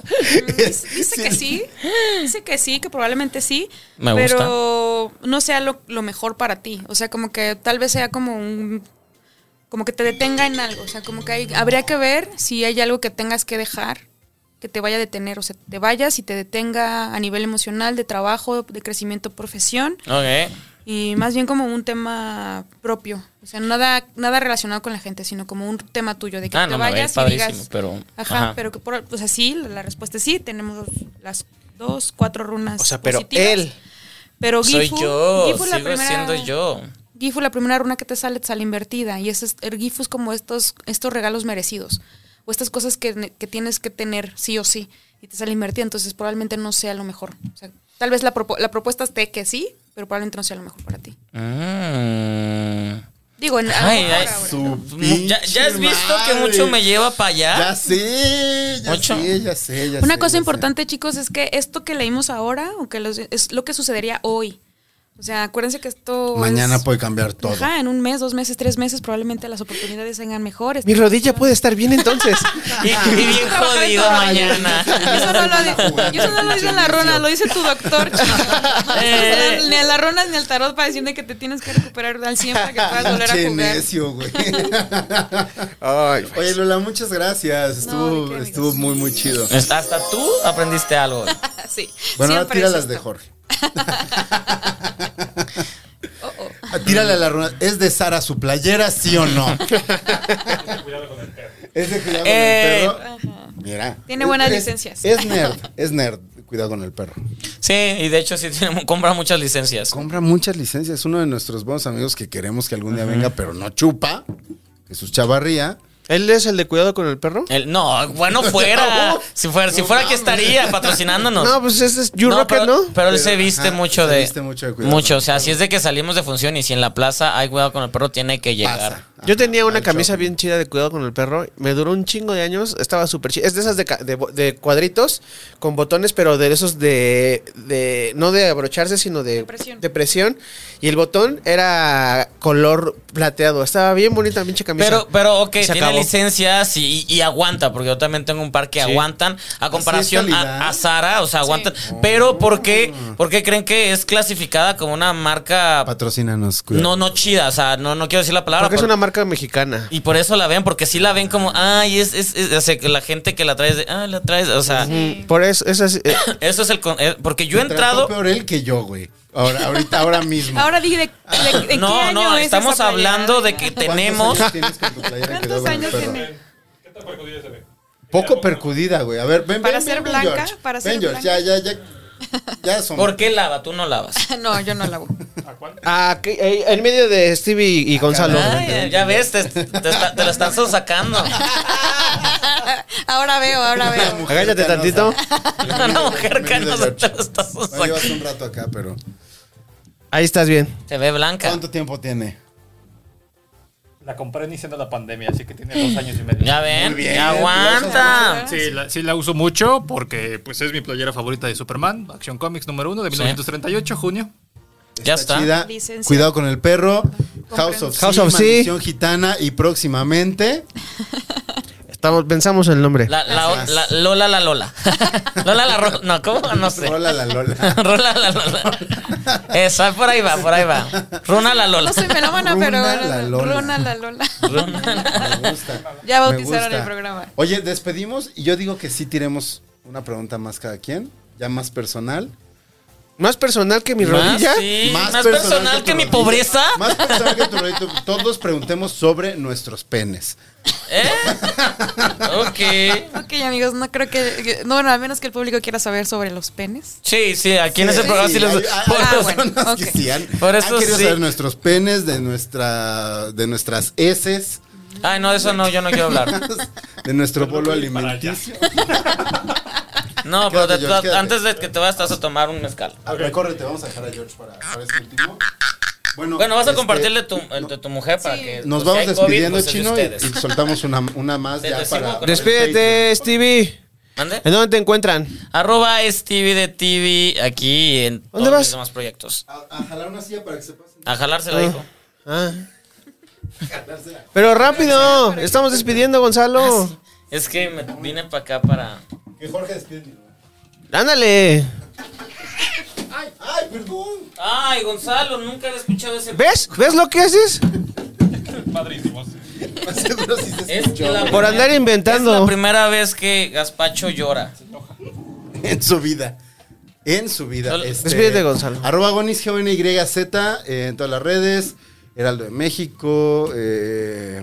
Speaker 3: Mm,
Speaker 4: Dice dice que sí, dice que sí, que probablemente sí,
Speaker 3: Me
Speaker 4: pero no sea lo, lo mejor para ti. O sea, como que tal vez sea como un... Como que te detenga en algo. O sea, como que hay- habría que ver si hay algo que tengas que dejar que te vaya a detener. O sea, te vayas y te detenga a nivel emocional, de trabajo, de crecimiento, profesión
Speaker 3: ok.
Speaker 4: y más bien como un tema propio. O sea, nada, nada relacionado con la gente, sino como un tema tuyo, de que
Speaker 3: Ah,
Speaker 4: te
Speaker 3: no, me va a ir
Speaker 4: vayas y
Speaker 3: padrísimo,
Speaker 4: digas.
Speaker 3: pero-
Speaker 4: Ajá,
Speaker 3: ajá.
Speaker 4: pero que por, o sea, sí, la la respuesta es sí, tenemos las dos, cuatro runas.
Speaker 1: O sea, pero
Speaker 4: positivas.
Speaker 1: él.
Speaker 4: Pero Gifu,
Speaker 3: Soy yo.
Speaker 4: Gifu la
Speaker 3: sigo
Speaker 4: primera-
Speaker 3: siendo yo.
Speaker 4: Gifu, la primera runa que te sale, te sale invertida. Y ese es, el Gifu es como estos, estos regalos merecidos. O estas cosas que, ne- que tienes que tener sí o sí. Y te sale invertida. Entonces probablemente no sea lo mejor. O sea, tal vez la, propo- la propuesta esté que sí, pero probablemente no sea lo mejor para ti.
Speaker 3: Mm.
Speaker 4: Digo, en, a lo
Speaker 3: Ay,
Speaker 4: mejor
Speaker 3: ay,
Speaker 4: ahora.
Speaker 2: Su
Speaker 3: Ya,
Speaker 2: pinche
Speaker 3: ya has visto que
Speaker 2: madre.
Speaker 3: mucho me lleva para allá.
Speaker 2: Ya sé, ya
Speaker 3: Ocho.
Speaker 2: sé, ya sé, ya
Speaker 4: Una
Speaker 2: sé,
Speaker 4: cosa
Speaker 2: ya
Speaker 4: importante, chicos, es que esto que leímos ahora, o que los- es lo que sucedería hoy. O sea, acuérdense que esto.
Speaker 2: sé. Mañana
Speaker 4: es-
Speaker 2: puede cambiar todo.
Speaker 4: pues, Ajá, en un mes, dos meses, tres meses, probablemente las oportunidades sean mejores.
Speaker 1: Mi rodilla puede estar bien entonces.
Speaker 3: Y, y bien jodido mañana.
Speaker 4: Eso no lo, di- y eso no lo dice la rona, lo dice tu doctor. chico.
Speaker 3: Eh.
Speaker 4: Ni a la rona ni al tarot para decirte que te tienes que recuperar al 100 para que puedas volver a
Speaker 2: Che
Speaker 4: jugar.
Speaker 2: necio, güey.
Speaker 1: Ay,
Speaker 2: Oye, Lola, muchas gracias. Estuvo,
Speaker 4: No, ¿de qué, amigos?
Speaker 2: estuvo muy, muy chido.
Speaker 3: Hasta tú aprendiste algo.
Speaker 4: Sí,
Speaker 2: Bueno, ahora
Speaker 4: siempre
Speaker 2: tira
Speaker 4: es
Speaker 2: las
Speaker 4: esto.
Speaker 2: de Jorge.
Speaker 4: Oh,
Speaker 2: Ah, Tírale a la runa. ¿Es de Sara su playera, sí o no? Es de cuidado con
Speaker 3: Eh.
Speaker 2: el perro. Mira.
Speaker 4: Tiene buenas
Speaker 2: Es-
Speaker 4: licencias.
Speaker 2: Es nerd, es nerd. Cuidado con el perro.
Speaker 3: Sí, y de hecho sí tiene- compra muchas licencias.
Speaker 2: Compra muchas licencias. Uno de nuestros buenos amigos que queremos que algún día venga, pero no chupa. Jesús Chavarría.
Speaker 1: ¿Él es el de cuidado con el perro?
Speaker 3: El- no, bueno fuera. Si fuera, si fuera que estaría patrocinándonos.
Speaker 1: No, pues ese es You
Speaker 3: No,
Speaker 1: Rocket,
Speaker 3: pero,
Speaker 1: ¿no?
Speaker 3: pero él
Speaker 2: Pero,
Speaker 3: se viste
Speaker 2: ajá,
Speaker 3: mucho
Speaker 2: se
Speaker 3: de.
Speaker 2: viste mucho de cuidado
Speaker 3: mucho.
Speaker 2: con
Speaker 3: O sea, si es de que salimos de función y si en la plaza hay cuidado con el perro, tiene que llegar.
Speaker 2: Pasa.
Speaker 1: Yo tenía una
Speaker 2: al
Speaker 1: camisa
Speaker 2: shopping.
Speaker 1: bien chida de cuidado con el perro. Me duró un chingo de años. Estaba súper chida. Es de esas de, ca- de bo- de cuadritos con botones, pero de esos de, de- No de abrocharse, sino de.
Speaker 4: De presión.
Speaker 1: de presión. Y el botón era color plateado. Estaba bien bonita la pinche camisa.
Speaker 3: Pero, pero, ok,
Speaker 1: Se
Speaker 3: tiene
Speaker 1: acabó.
Speaker 3: licencias y, y aguanta, porque yo también tengo un par que aguantan, a comparación
Speaker 2: calidad. Oh.
Speaker 3: a, a Sara, o sea, aguantan. Pero, ¿por qué, ¿por qué creen que es clasificada como una marca
Speaker 2: Patrocínanos,
Speaker 3: no,
Speaker 2: cuidado.
Speaker 3: no chida? O sea, no, no quiero decir la palabra.
Speaker 1: Porque es
Speaker 3: pero-
Speaker 1: una marca mexicana.
Speaker 3: Y por eso la ven, porque sí la ven como, ay, es, es, es- o sea, que la gente que la traes de, ah, la traes, o sea,
Speaker 1: Por eso, esas. eh,
Speaker 3: eso es el, con- eh, porque yo he
Speaker 2: Me trató
Speaker 3: entrado,
Speaker 2: peor él que yo, güey. Ahora, ahorita, ahora mismo.
Speaker 4: Ahora di de, de- de qué
Speaker 3: no,
Speaker 4: año
Speaker 3: no,
Speaker 4: es
Speaker 3: estamos
Speaker 4: esa playera.
Speaker 3: hablando de que
Speaker 2: ¿Cuántos
Speaker 3: tenemos,
Speaker 2: años tienes con tu playera de
Speaker 4: ¿Cuántos
Speaker 2: cuidado con el
Speaker 4: años
Speaker 2: perro?
Speaker 4: tiene?
Speaker 2: Poco percudida, güey. A ver, ven,
Speaker 4: Para
Speaker 2: ven,
Speaker 4: ser
Speaker 2: ven,
Speaker 4: blanca,
Speaker 2: George.
Speaker 4: para
Speaker 2: Ven,
Speaker 4: ser
Speaker 2: George,
Speaker 4: blanca.
Speaker 2: ya, ya, ya. Ya son.
Speaker 3: ¿Por qué lava? Tú no lavas.
Speaker 4: no, yo no la hago.
Speaker 1: Ah, que- eh, en medio de Stevie
Speaker 3: Ah,
Speaker 1: y Gonzalo.
Speaker 3: Ay, ya ves, te, te está- te lo están sacando.
Speaker 4: ahora veo, ahora veo.
Speaker 1: Agáchate tantito.
Speaker 3: Una mujer
Speaker 2: Bienvenido,
Speaker 3: canosa te
Speaker 2: George.
Speaker 3: lo estás
Speaker 2: Bueno, llevas
Speaker 3: sacando.
Speaker 2: un rato acá, pero.
Speaker 1: Ahí estás bien.
Speaker 3: Se ve blanca.
Speaker 2: ¿Cuánto tiempo tiene?
Speaker 5: La compré iniciando la pandemia, así que tiene dos años y medio.
Speaker 3: Ya ven,
Speaker 2: Muy bien,
Speaker 3: ya aguanta.
Speaker 5: Ah, Sí la, sí la uso mucho porque pues es mi playera favorita de Superman, Action Comics número uno de 1938, junio.
Speaker 3: Ya está.
Speaker 2: chida.
Speaker 4: Licencia.
Speaker 2: Cuidado con el perro. House of
Speaker 1: House of Sea.
Speaker 2: Maldición Gitana y próximamente.
Speaker 1: Estamos, pensamos el nombre.
Speaker 3: La, la, la- Lola la Lola. Lola la Rola. No, ¿cómo? No sé.
Speaker 2: Rola la Lola.
Speaker 3: Rola la Lola. Esa, por ahí va, por ahí va. Runa la Lola.
Speaker 4: No soy melómana, pero
Speaker 2: Runa
Speaker 4: bueno,
Speaker 2: la Lola.
Speaker 4: Runa la Lola.
Speaker 2: Me gusta.
Speaker 4: Ya
Speaker 2: me
Speaker 4: bautizaron
Speaker 2: gusta.
Speaker 4: el programa.
Speaker 2: Oye, despedimos y yo digo que sí tiremos una pregunta más cada quien, ya más personal.
Speaker 1: Más personal que mi
Speaker 3: Más,
Speaker 1: rodilla.
Speaker 3: sí, más, personal que,
Speaker 2: tu
Speaker 3: mi
Speaker 2: rodilla.
Speaker 3: pobreza.
Speaker 2: Más personal que tu rodilla. Todos preguntemos sobre nuestros penes.
Speaker 3: ¿Eh? Ok.
Speaker 4: Ok, amigos, no creo que. que- No, bueno, al menos que el público quiera saber sobre los penes.
Speaker 3: Sí, sí, aquí en ese
Speaker 2: Sí,
Speaker 3: programa sí, los.
Speaker 2: hay- hay-
Speaker 3: por
Speaker 2: hay
Speaker 3: los-
Speaker 4: bueno.
Speaker 2: personas
Speaker 4: ok.
Speaker 2: que sí han,
Speaker 3: Por eso
Speaker 2: han querido
Speaker 3: sí.
Speaker 2: saber nuestros penes, de, nuestra, de nuestras heces,
Speaker 3: Ay, no, de eso no, yo no quiero hablar.
Speaker 2: de nuestro bolo
Speaker 5: voy para
Speaker 2: alimenticio.
Speaker 3: No, pero
Speaker 2: Quédate,
Speaker 3: de
Speaker 2: George,
Speaker 3: todas-
Speaker 2: quédate.
Speaker 3: antes de que te vayas, te vas a tomar un mezcal.
Speaker 2: A ver, córrete, vamos a dejar a George para, para este último. Bueno,
Speaker 3: Bueno, vas a
Speaker 2: este,
Speaker 3: compartirle tu, el de tu mujer para que.
Speaker 2: Nos
Speaker 3: pues,
Speaker 2: vamos
Speaker 3: si hay COVID,
Speaker 2: despidiendo,
Speaker 3: pues, es de
Speaker 2: chino, y,
Speaker 3: ustedes.
Speaker 2: y soltamos una, una más
Speaker 3: Te
Speaker 2: ya
Speaker 3: recibo
Speaker 2: para...
Speaker 3: con-
Speaker 1: Despídete, Stevie.
Speaker 3: ¿Mande?
Speaker 1: ¿En dónde te encuentran?
Speaker 3: Arroba es TV de TV aquí en todos
Speaker 1: vas?
Speaker 3: mis demás proyectos.
Speaker 2: A, a jalar una silla para que se pasen.
Speaker 3: A jalársela, hijo.
Speaker 1: Ah. Pero rápido. Estamos despidiendo,
Speaker 3: Ah,
Speaker 1: Gonzalo.
Speaker 3: Es que me vine para acá para.
Speaker 2: Que Jorge despide mi lugar.
Speaker 1: Ándale.
Speaker 2: ¡Ay, perdón!
Speaker 3: Ay, Gonzalo, nunca había escuchado ese.
Speaker 1: ¿Ves? ¿Ves lo que haces?
Speaker 2: Seguro sí se
Speaker 3: Es
Speaker 2: escuchó
Speaker 3: la-
Speaker 1: Por andar
Speaker 3: Es la
Speaker 1: inventando.
Speaker 3: primera vez que Gaspacho llora.
Speaker 2: en su vida. En su vida.
Speaker 3: Sol-
Speaker 2: este,
Speaker 1: Despídete, Gonzalo.
Speaker 2: Arroba Gonis, GONYZ, eh, en todas las redes. Heraldo de México. eh,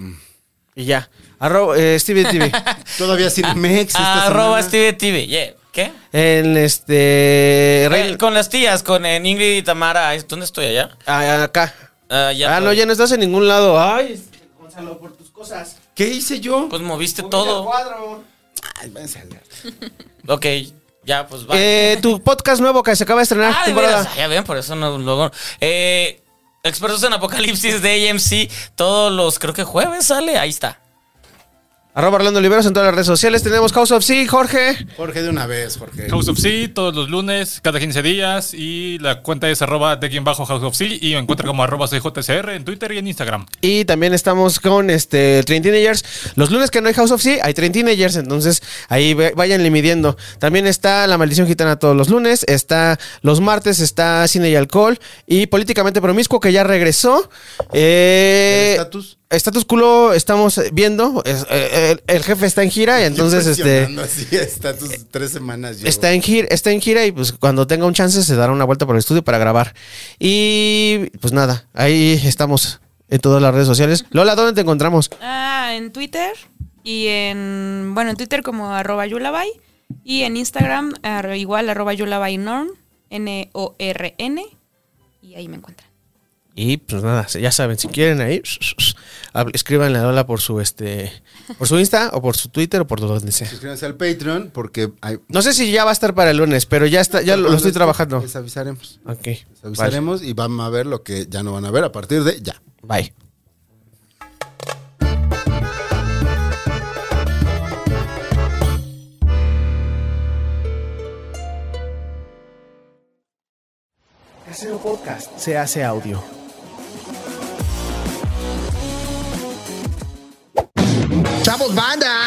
Speaker 1: Y ya. Arroba, eh, Stevie TV.
Speaker 2: todavía Cinemex. esta
Speaker 3: Ah, Arroba es
Speaker 2: semana.
Speaker 3: TV de TV. Yeah. ¿Qué?
Speaker 1: En este.
Speaker 3: Eh,
Speaker 1: Rey-
Speaker 3: con las tías, con eh, Ingrid y Tamara. Ay, ¿Dónde estoy allá?
Speaker 1: Ah, acá.
Speaker 3: Ah, ya
Speaker 1: ah,
Speaker 3: estoy.
Speaker 1: no, ya no estás en ningún lado. Ay, este, Gonzalo, por tus cosas.
Speaker 2: ¿Qué hice yo?
Speaker 3: Pues moviste todo.
Speaker 1: Cuadro.
Speaker 2: Ay, váyanse a la-
Speaker 3: Ok, ya, pues va.
Speaker 1: Eh, tu podcast nuevo que se acaba de estrenar.
Speaker 3: Ah, de
Speaker 1: temporada.
Speaker 3: veras. Ah, ya ven, por eso no luego. Eh, Expertos en Apocalipsis de AMC. Todos los, creo que jueves sale. Ahí está.
Speaker 1: Arroba Orlando Oliveros en todas las redes sociales. Tenemos House of Sea, Jorge.
Speaker 2: Jorge, de una vez, Jorge.
Speaker 5: House of Sea, todos los lunes, cada 15 días. Y la cuenta es arroba de quien bajo House of Sea. Y me encuentra como arroba soy JCR en Twitter y en Instagram.
Speaker 1: Y también estamos con este Train Teenagers. Los lunes que no hay House of Sea, hay Train Teenagers. Entonces ahí ve- váyanle midiendo. También está La Maldición Gitana todos los lunes. Está los martes, está Cine y Alcohol. Y Políticamente Promiscuo que ya regresó. Eh,
Speaker 2: ¿El estatus?
Speaker 1: Status culo estamos llevando. Es- eh, el, el jefe está en gira. Y entonces
Speaker 2: Estoy
Speaker 1: este.
Speaker 2: presionando así, está tus tres semanas. yo.
Speaker 1: Está en, gira, está en gira y pues cuando tenga un chance se dará una vuelta por el estudio para grabar. Y pues nada, ahí estamos en todas las redes sociales. Lola, ¿dónde te encontramos?
Speaker 4: Ah, en Twitter y en. Bueno, en Twitter como arroba yulabay y en Instagram ar- igual arroba yulabaynorm, N-O-R-N, y ahí me encuentran.
Speaker 1: Y pues nada, ya saben, si quieren ahí, hab- escríbanle a Lola por su este por su Insta o por su Twitter o por donde sea.
Speaker 2: Suscríbanse al Patreon porque hay,
Speaker 1: No sé si ya va a estar para el lunes, pero ya está, ya lo, lo estoy trabajando.
Speaker 2: Les avisaremos.
Speaker 1: Ok.
Speaker 2: Les avisaremos y van a ver lo que ya no van a ver a partir de ya.
Speaker 1: Bye. Bye.
Speaker 6: Casero Podcast se hace audio.
Speaker 7: Chavos, banda.